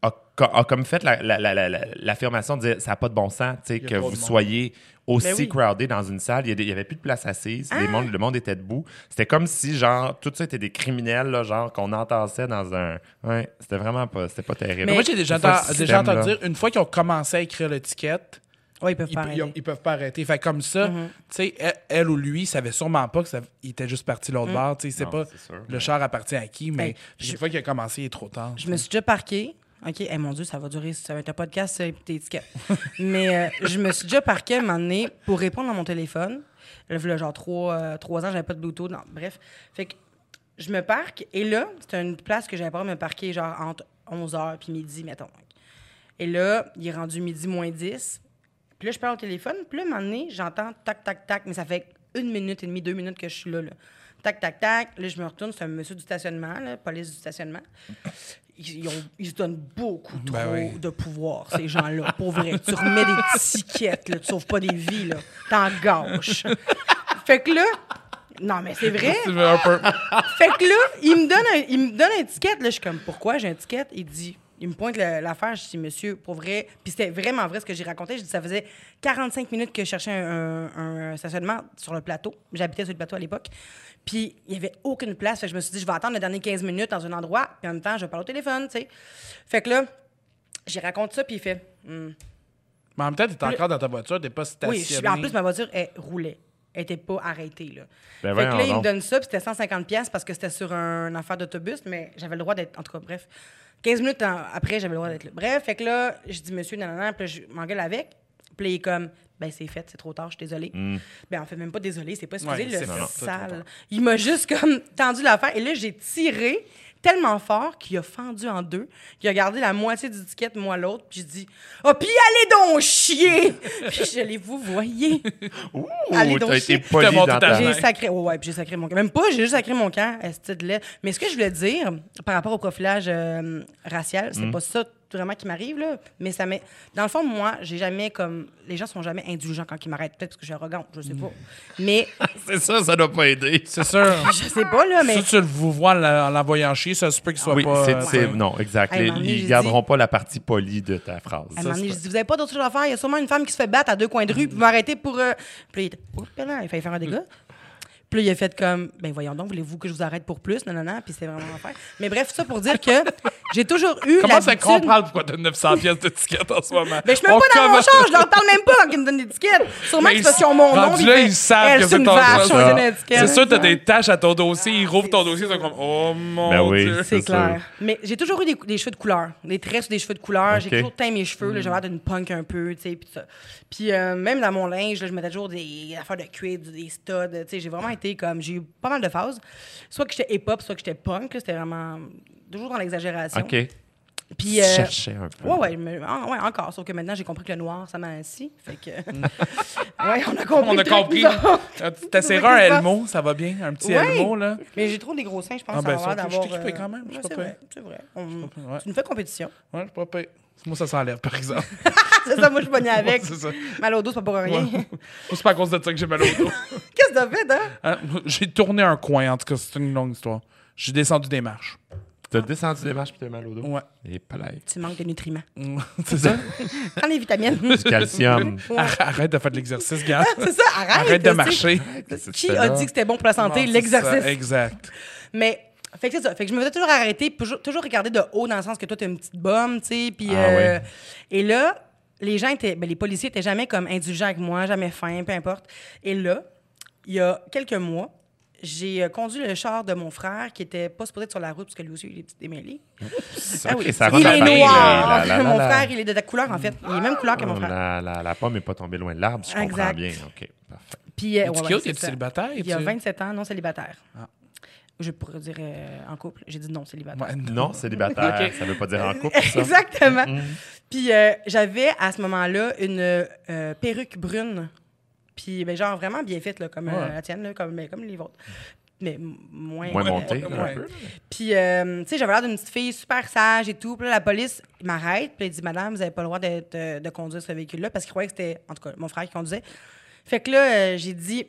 Speaker 1: a, co- a comme fait la- la- la- la- la- l'affirmation de dire, ça n'a pas de bon sens, tu sais,
Speaker 2: y a
Speaker 1: que
Speaker 2: trop de
Speaker 1: vous
Speaker 2: monde.
Speaker 1: soyez aussi
Speaker 3: Ben oui. Ah.
Speaker 1: crowded dans une salle. Il n'y avait plus de place assise. Les mondes- le monde était debout. C'était comme si, genre, tout ça était des criminels, là, genre, qu'on entassait dans un. Ouais, c'était vraiment pas. C'était pas terrible.
Speaker 2: Moi, j'ai déjà,
Speaker 1: C'est pas
Speaker 2: enten-
Speaker 1: le système,
Speaker 2: déjà entendu
Speaker 1: là.
Speaker 2: dire, une fois qu'ils ont commencé à écrire l'étiquette,
Speaker 3: Ouais, ils peuvent
Speaker 2: ils,
Speaker 3: pas
Speaker 2: pe-
Speaker 3: arrêter. Mm-hmm.
Speaker 2: ils- ils peuvent pas arrêter. Fait que comme ça, tu sais, elle, elle ou lui, savait sûrement pas que ça, il était juste parti l'autre bord. Tu sais, c'est
Speaker 1: Non,
Speaker 2: pas
Speaker 1: c'est sûr.
Speaker 2: le char appartient à qui, mais
Speaker 3: Mm. Hey, je-
Speaker 2: une fois qu'il a commencé, il est trop tard.
Speaker 3: Je me suis déjà parqué. OK, eh, mon Dieu, ça va durer, ça va être un podcast, ça, et puis
Speaker 2: [LAUGHS]
Speaker 3: tes étiquettes. Mais euh, je me suis déjà parqué un moment donné pour répondre à mon téléphone. Là, voilà, genre trois, euh, trois ans, j'avais pas de Bluetooth. Non, bref. Fait que je me parque et là, c'est une place que j'avais pas à me parquer genre entre 11h puis midi, mettons. Et là, il est rendu midi moins 10. Puis là, je parle au téléphone. Puis là, à un moment donné, j'entends tac, tac, tac. Mais ça fait une minute et demie, deux minutes que je suis là. là. Tac, tac, tac. Là, je me retourne. C'est un monsieur du stationnement, là, police du stationnement. Ils, ils ont- ils se donnent beaucoup trop
Speaker 2: Ben oui.
Speaker 3: de pouvoir, ces gens-là. Pour vrai. Tu remets des tickets, là. Tu sauves pas des vies, là. T'en gâches. fait que là, Non, mais c'est vrai.
Speaker 2: Tu veux un
Speaker 3: [LAUGHS]
Speaker 2: peu-
Speaker 3: fait que là, il me donne un, il me donne un ticket. Là, je suis comme, pourquoi j'ai un ticket? Il dit, il me pointe le- l'affaire. Je dis, monsieur, pour vrai. Puis c'était vraiment vrai ce que j'ai raconté. Je dis, ça faisait 45 minutes que je cherchais un, un- un stationnement sur le plateau. J'habitais sur le plateau à l'époque. Puis il n'y avait aucune place. Fait que je me suis dit, je vais attendre les dernières 15 minutes dans un endroit. Puis en même temps, je vais parler au téléphone, tu sais. Fait que là, j'ai raconté ça. Puis il fait, Hmm.
Speaker 2: Mais en même temps, t'es encore dans ta voiture, t'es pas stationné.
Speaker 3: Oui, je suis- en plus, ma voiture, elle roulait. Elle était pas arrêtée, là.
Speaker 1: Ben
Speaker 3: fait que
Speaker 1: voyons
Speaker 3: là, il me
Speaker 1: donc.
Speaker 3: donne ça, puis c'était 150 pièces parce que c'était sur un une affaire d'autobus, mais j'avais le droit d'être... En tout cas, bref. 15 minutes en- après, j'avais le droit d'être là. Bref, fait que là, je dis « Monsieur, nanana », puis là, je m'engueule avec. Puis là, il est comme « Ben, c'est fait, c'est trop tard, je suis désolée.
Speaker 1: Hmm.
Speaker 3: Ben, en fait, même pas désolée, c'est pas excusé,
Speaker 2: Ouais,
Speaker 3: le
Speaker 2: c'est fait, c'est trop tard.
Speaker 3: sale. Il m'a juste comme [LAUGHS] tendu l'affaire, et là, j'ai tiré tellement fort qu'il a fendu en deux, qu'il a gardé la moitié du ticket, moi l'autre, puis je dis « Ah, puis allez donc chier! » [LAUGHS] Puis je l'ai vous
Speaker 1: [LAUGHS]
Speaker 3: voyez.
Speaker 1: Ouh,
Speaker 3: Allez donc
Speaker 1: t'as été
Speaker 3: chier.
Speaker 1: poli
Speaker 2: T'as monté
Speaker 1: dans
Speaker 2: ta
Speaker 1: ta
Speaker 2: gêne.
Speaker 3: J'ai
Speaker 2: Ouais.
Speaker 3: sacré. ouais, ouais, puis j'ai sacré mon camp. Même pas, j'ai juste sacré mon camp. esti de lait. Mais ce que je voulais dire par rapport au profilage euh, racial,
Speaker 1: Mm.
Speaker 3: c'est pas ça vraiment qui m'arrive, là. Mais ça m'est. Dans le fond, moi, j'ai jamais comme. Les gens sont jamais indulgents quand ils m'arrêtent. Peut-être parce que je suis arrogante, je
Speaker 1: Mm.
Speaker 3: sais pas. Mais
Speaker 1: C'est ça, ça doit pas aider.
Speaker 2: C'est sûr.
Speaker 3: [LAUGHS] je sais pas, là, mais.
Speaker 2: Si tu le vous vois en la- en l'envoyant chier, ça se peut qu'il soit
Speaker 1: Oui,
Speaker 2: pas.
Speaker 1: c'est,
Speaker 2: euh,
Speaker 1: c'est-
Speaker 2: t'sais.
Speaker 1: non, exact. Les-
Speaker 3: Hey, à un moment donné,
Speaker 1: ils
Speaker 3: j'ai
Speaker 1: garderont pas la partie polie de ta phrase.
Speaker 3: À un moment donné, je dis, vous avez pas d'autre chose à faire. Il y a sûrement une femme qui se fait battre à deux coins de
Speaker 2: Mm.
Speaker 3: rue. Puis vous m'arrêtez pour. euh, Puis il était, Oups, là, il fallait faire un dégât.
Speaker 2: Mm.
Speaker 3: Puis là, il a fait comme, ben voyons donc, voulez-vous que je vous arrête pour plus? Non, non, non. Puis c'est vraiment l'enfer. Mais bref, ça
Speaker 2: [LAUGHS]
Speaker 3: pour dire que j'ai toujours eu.
Speaker 2: Comment ça
Speaker 3: l'habitude-
Speaker 2: comprend pourquoi t'as 900 pièces d'étiquette en ce moment?
Speaker 3: Ben, je suis même
Speaker 2: On
Speaker 3: pas dans mon
Speaker 2: commence-
Speaker 3: char, je leur parle même pas quand ils me donnent l'étiquette. Sûrement
Speaker 2: Mais
Speaker 3: que c'est parce
Speaker 2: ils-
Speaker 3: qu'ils ont mon nom.
Speaker 2: rendu
Speaker 3: puis
Speaker 2: là,
Speaker 3: fait,
Speaker 2: ils savent
Speaker 3: Elle,
Speaker 2: que
Speaker 3: c'est
Speaker 2: c'est
Speaker 3: une
Speaker 2: ton
Speaker 3: vache, on
Speaker 2: dossier.
Speaker 3: me donne l'étiquette.
Speaker 2: C'est sûr, t'as des tâches à ton dossier, ils rouvrent ton
Speaker 3: c'est
Speaker 2: dossier, ils sont
Speaker 3: sûr.
Speaker 2: comme, oh mon
Speaker 1: Ben oui.
Speaker 2: dieu.
Speaker 3: C'est
Speaker 1: C'est
Speaker 3: clair.
Speaker 1: sûr.
Speaker 3: Mais j'ai toujours eu des, des cheveux de couleur, des tresses ou des cheveux de couleur. J'ai
Speaker 1: OK.
Speaker 3: toujours teint mes
Speaker 2: Mm.
Speaker 3: cheveux. là, J'avais l'air d'une punk un peu, tu sais, puis tout ça. Puis euh, même dans mon linge, là, je mettais toujours des affaires de cuir, du- des studs. Tu sais, j'ai vraiment été comme... J'ai eu pas mal de phases. Soit que j'étais hip-hop, soit que j'étais punk. là, C'était vraiment... Toujours dans l'exagération.
Speaker 1: OK.
Speaker 3: Puis,
Speaker 1: Tu
Speaker 3: euh,
Speaker 1: cherchais un peu.
Speaker 3: Ouais, ouais, mais- ah, ouais, encore. Sauf que maintenant, j'ai compris que le noir, ça m'a ainsi. Fait que. [LAUGHS] ouais, on a compris.
Speaker 2: Mm. On
Speaker 3: le
Speaker 2: a
Speaker 3: truc,
Speaker 2: compris.
Speaker 3: nous autres.
Speaker 2: Euh,
Speaker 3: C'est
Speaker 2: T'as
Speaker 3: ça
Speaker 2: serré un
Speaker 3: qui se passe.
Speaker 2: Elmo, ça va bien? Un petit
Speaker 3: Ouais.
Speaker 2: Elmo, là?
Speaker 3: [LAUGHS] Mais j'ai trop des gros seins, je pense,
Speaker 2: Ah, ben,
Speaker 3: avoir
Speaker 2: ça, je
Speaker 3: d'avoir.
Speaker 2: t'ai occupé
Speaker 3: euh,
Speaker 2: quand même, je suis
Speaker 3: ouais,
Speaker 2: pas
Speaker 3: c'est
Speaker 2: pire.
Speaker 3: vrai, c'est vrai. On-
Speaker 2: pire, ouais.
Speaker 3: C'est une vraie compétition.
Speaker 2: Ouais, je pas payé. Moi, ça s'enlève, par exemple.
Speaker 3: c'est ça, moi, je pognais [LAUGHS] avec.
Speaker 2: Ouais, [LAUGHS] c'est ça.
Speaker 3: Mal au dos, c'est pas pour rien.
Speaker 2: Ouais. Moi, c'est pas à cause de ça que j'ai mal au dos.
Speaker 3: [LAUGHS] Qu'est-ce que t'as fait, hein?
Speaker 2: Hein? J'ai tourné un coin, en tout cas, c'est une longue histoire. J'ai descendu des marches.
Speaker 1: T'as descendu des marches puis t'as mal au dos.
Speaker 2: Ouais.
Speaker 1: Et
Speaker 3: [LAUGHS]
Speaker 1: palais.
Speaker 3: Tu manques de nutriments.
Speaker 2: [LAUGHS] c'est
Speaker 3: [LAUGHS]
Speaker 2: ça?
Speaker 3: Prends les vitamines.
Speaker 2: [LAUGHS]
Speaker 1: Du calcium.
Speaker 2: Arrête de faire de l'exercice, gars.
Speaker 3: c'est ça, arrête.
Speaker 2: Arrête de
Speaker 3: Ah, tu sais.
Speaker 2: marcher.
Speaker 3: Qui a dit que c'était bon pour la santé?
Speaker 2: Non, c'est ça,
Speaker 3: L'exercice.
Speaker 2: Exact.
Speaker 3: Mais. Fait que c'est ça. Fait que je me faisais toujours arrêter, puis toujours, toujours regarder de haut, dans le sens que toi, t'es une petite bombe, tu sais. Puis.
Speaker 1: Ah
Speaker 3: euh,
Speaker 1: ouais.
Speaker 3: Et là, les gens étaient. ben, les policiers étaient jamais comme indulgents avec moi, jamais fins, peu importe. Et là, il y a quelques mois, j'ai euh, conduit le char de mon frère qui était pas supposé être sur la route, parce que lui aussi, il est petit démêlé.
Speaker 1: ça,
Speaker 3: Ah oui,
Speaker 1: ça
Speaker 3: il
Speaker 1: rentre à
Speaker 3: est
Speaker 1: Paris,
Speaker 3: noir.
Speaker 1: là, là, là,
Speaker 3: mon
Speaker 1: là.
Speaker 3: frère, il est de ta couleur, en fait. Il est même couleur que mon
Speaker 1: Oh,
Speaker 3: frère.
Speaker 1: La, la, la pomme n'est pas tombée loin de l'arbre, je comprends
Speaker 3: Exact.
Speaker 1: bien. OK, parfait.
Speaker 3: Puis, euh,
Speaker 2: Es-tu
Speaker 3: ouais, ouais,
Speaker 2: cute?
Speaker 3: c'est
Speaker 2: Es-tu
Speaker 3: ça.
Speaker 2: célibataire?
Speaker 3: Il y a
Speaker 2: Es-tu-
Speaker 3: 27 ans, non célibataire. Je pourrais dire euh, en couple. J'ai dit Ah, non célibataire.
Speaker 2: Ouais,
Speaker 1: Non, célibataire,
Speaker 2: OK.
Speaker 1: ça veut pas dire en couple, ça.
Speaker 3: [LAUGHS]
Speaker 1: Mm-hmm.
Speaker 3: Exactement. Puis euh, j'avais à ce moment-là une euh, perruque brune. Puis ben, genre vraiment bien faite, là, comme euh,
Speaker 2: Ouais.
Speaker 3: la tienne, là, comme, mais comme les vôtres. Mais m- moins,
Speaker 1: Moins
Speaker 3: euh,
Speaker 1: monté, là, un
Speaker 2: ouais.
Speaker 1: peu.
Speaker 3: Puis, euh, tu sais, j'avais l'air d'une petite fille super sage et tout. Puis là, la police m'arrête. Puis elle dit, Madame, vous n'avez pas le droit d'être, euh, de, conduire ce véhicule-là parce qu'il croyait que c'était, en tout cas, mon frère qui conduisait. Fait que là, euh, j'ai dit,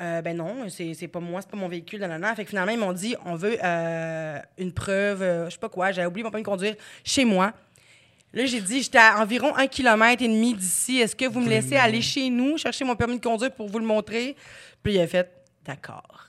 Speaker 3: Euh, ben non, c'est, c'est pas moi, c'est pas mon véhicule, nanana. Fait que finalement, ils m'ont dit, on veut euh, une preuve, euh, je sais pas quoi, j'avais oublié mon permis de conduire chez moi. Là, j'ai dit, j'étais à environ un kilomètre et demi d'ici. Est-ce que vous me laissez aller chez nous, chercher mon permis de conduire pour vous le montrer? Puis il a fait, d'accord.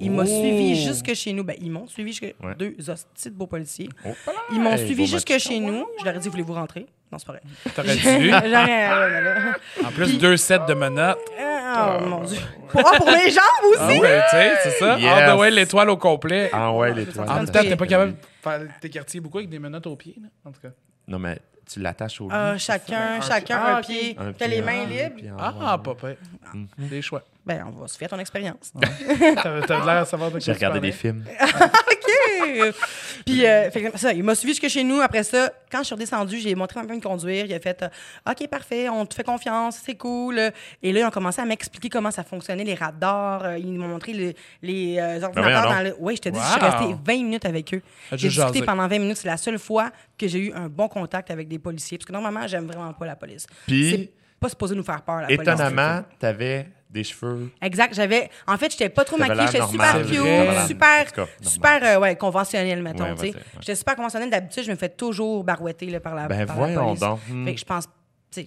Speaker 3: Il m'a
Speaker 2: Oh.
Speaker 3: suivi jusque chez nous. Ben, ils m'ont suivi jusque.
Speaker 1: Ouais.
Speaker 3: Deux hosties de beaux policiers.
Speaker 1: Oh,
Speaker 3: Ils m'ont
Speaker 1: hey,
Speaker 3: suivi
Speaker 1: beau
Speaker 3: jusque
Speaker 1: matin.
Speaker 3: chez nous. Je leur ai dit, voulez-vous rentrer? Non, c'est pas vrai.
Speaker 2: T'aurais
Speaker 3: [LAUGHS]
Speaker 2: dû.
Speaker 3: J'aurais- ouais, ouais, ouais.
Speaker 2: En plus, deux sets de menottes.
Speaker 3: Ah, Oh, mon Dieu. Pour, ah, pour mes jambes
Speaker 2: Ah
Speaker 3: aussi?
Speaker 2: ouais, tu sais, c'est ça.
Speaker 1: Yes.
Speaker 2: All the way, l'étoile au complet.
Speaker 1: Ah ouais, les
Speaker 3: ça
Speaker 1: toiles.
Speaker 2: en
Speaker 3: Ah,
Speaker 2: même temps,
Speaker 3: oui.
Speaker 2: t'es pas capable de faire t'écartier beaucoup avec des menottes aux pieds, là, en tout cas.
Speaker 1: Non, mais tu l'attaches au lit.
Speaker 3: Ah, chacun,
Speaker 2: Un-
Speaker 3: chacun
Speaker 2: ah,
Speaker 3: un
Speaker 2: ok.
Speaker 3: pied.
Speaker 1: Un
Speaker 3: T'as
Speaker 1: pied
Speaker 3: les
Speaker 1: en
Speaker 3: mains
Speaker 1: haut,
Speaker 3: libres.
Speaker 1: puis en bas.
Speaker 2: Ah, pas pire.
Speaker 1: Mm-hmm.
Speaker 2: Des
Speaker 3: [LAUGHS]
Speaker 2: choix.
Speaker 3: Ben, on va se faire ton expérience.
Speaker 2: T'as t'as l'air à savoir de quoi
Speaker 1: J'ai
Speaker 2: tu
Speaker 1: regardé
Speaker 2: parlais.
Speaker 1: des films.
Speaker 3: OK! Puis, euh, fait que ça, il m'a suivi jusque chez nous. Après ça, quand je suis redescendue, j'ai montré ma permis de conduire. Il a fait euh, OK, parfait, on te fait confiance, c'est cool. Et là, ils ont commencé à m'expliquer comment ça fonctionnait, les radars. Euh, Ils m'ont montré le- les euh, ordinateurs.
Speaker 1: voyons
Speaker 3: dans le... Oui, je te dis,
Speaker 2: Ben Wow.
Speaker 3: je suis restée 20 minutes avec eux.
Speaker 2: Ah,
Speaker 3: J'ai
Speaker 2: juste
Speaker 3: discuté
Speaker 2: jaser.
Speaker 3: pendant 20 minutes. C'est la seule fois que j'ai eu un bon contact avec des policiers. Parce que normalement, j'aime vraiment pas la police.
Speaker 1: Puis-
Speaker 3: C'est pas supposé nous faire peur, la police.
Speaker 1: Étonnamment, t'avais des cheveux.
Speaker 3: Exact, j'avais. En fait, j'étais pas trop
Speaker 1: T'avais
Speaker 3: maquillée, j'étais
Speaker 1: l'air
Speaker 3: super
Speaker 1: normal.
Speaker 3: cute,
Speaker 2: C'est vrai. Normal.
Speaker 1: En
Speaker 3: super,
Speaker 1: tout cas,
Speaker 3: super euh, ouais, conventionnelle, mettons.
Speaker 1: Ouais,
Speaker 3: tu sais.
Speaker 1: vas-y, ouais.
Speaker 3: J'étais super conventionnelle. D'habitude, je me fais toujours barouetter là, par la.
Speaker 1: Ben,
Speaker 3: par la
Speaker 1: voyons
Speaker 3: police.
Speaker 1: donc. Hmm.
Speaker 3: Fait que je pense. tu sais,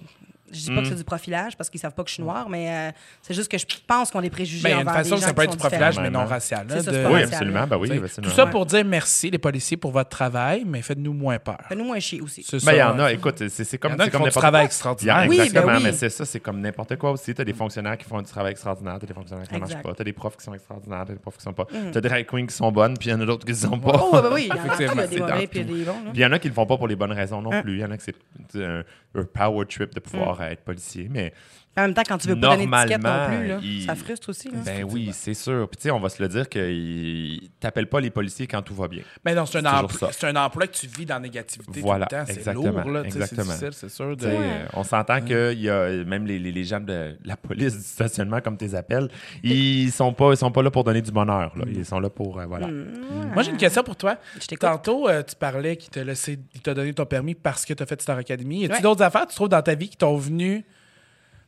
Speaker 3: Je dis pas que c'est du profilage parce qu'ils savent pas que je suis noire, mais euh, c'est juste que je pense qu'on est préjugés
Speaker 2: Mais Ben, il y a une
Speaker 3: envers
Speaker 2: façon
Speaker 3: des
Speaker 2: que
Speaker 3: gens
Speaker 2: ça peut
Speaker 3: qui
Speaker 2: être du
Speaker 3: sont différents.
Speaker 2: profilage, mais
Speaker 1: différents.
Speaker 2: non racial.
Speaker 3: C'est
Speaker 2: là,
Speaker 3: ça, c'est
Speaker 2: de-
Speaker 3: pas
Speaker 1: Oui,
Speaker 3: racial.
Speaker 1: absolument. Ben oui,
Speaker 2: T'sais,
Speaker 1: ben, c'est
Speaker 2: tout
Speaker 1: normal.
Speaker 2: ça pour dire merci, les policiers, pour votre travail, mais faites-nous moins peur.
Speaker 3: Fais-nous moins chier aussi.
Speaker 2: C'est
Speaker 1: Ben, il y
Speaker 2: ça.
Speaker 1: en a, écoute, c'est- c'est
Speaker 2: Il
Speaker 1: comme,
Speaker 2: y en a
Speaker 1: c'est
Speaker 2: qui
Speaker 1: comme
Speaker 2: font du
Speaker 1: n'importe
Speaker 2: travail
Speaker 1: quoi.
Speaker 2: extraordinaire.
Speaker 1: Yeah,
Speaker 3: Oui, ben
Speaker 1: exactement,
Speaker 3: oui.
Speaker 1: mais c'est ça, c'est comme n'importe quoi aussi. T'as des fonctionnaires qui font du travail extraordinaire, t'as des fonctionnaires qui ne marchent
Speaker 3: Exact. Mm.
Speaker 1: pas, t'as des profs qui sont extraordinaires, t'as des profs qui sont pas. T'as des drag queens qui sont bonnes, puis il y en a d'autres qui ne sont pas.
Speaker 3: Oh, ben oui, il y en a- il
Speaker 2: [LAUGHS]
Speaker 3: y
Speaker 2: Effectivement.
Speaker 3: a des mauvais puis il y a des bons. là.
Speaker 1: Puis il y en a qui le font pas pour les bonnes raisons non
Speaker 3: Ah.
Speaker 1: plus. Il y en a que c'est c'est un, un power trip de pouvoir
Speaker 3: Mm.
Speaker 1: euh, être policier, mais
Speaker 3: En même temps, quand tu veux pas donner d'étiquette non
Speaker 1: Normalement,
Speaker 3: plus, là,
Speaker 1: il-
Speaker 3: ça frustre aussi. là.
Speaker 1: ben oui, c'est sûr. Puis tu sais, on va se le dire que t'appelles pas les policiers quand tout va bien.
Speaker 2: Mais non, c'est un,
Speaker 1: C'est toujours
Speaker 2: emploi-
Speaker 1: ça.
Speaker 2: c'est un emploi que tu vis dans la négativité
Speaker 1: Voilà,
Speaker 2: tout le temps. C'est
Speaker 1: exactement,
Speaker 2: lourd, là. t'sais, C'est
Speaker 1: exactement.
Speaker 2: difficile, c'est sûr.
Speaker 1: Tu sais,
Speaker 2: De...
Speaker 1: euh, on s'entend que y a, euh, même les, les, les gens de la police du stationnement, comme tes appels, ils sont pas, ils sont pas là pour donner du bonheur. là. Ils sont là pour. euh, voilà.
Speaker 2: Hmm. Moi, j'ai une question pour toi.
Speaker 3: Je t'écoute.
Speaker 2: Tantôt, euh, tu parlais qu'il t'a laissé, il t'a donné ton permis parce que tu as fait Star Academy. Y a-tu
Speaker 3: Ouais.
Speaker 2: d'autres affaires, que tu trouves, dans ta vie qui t'ont venu.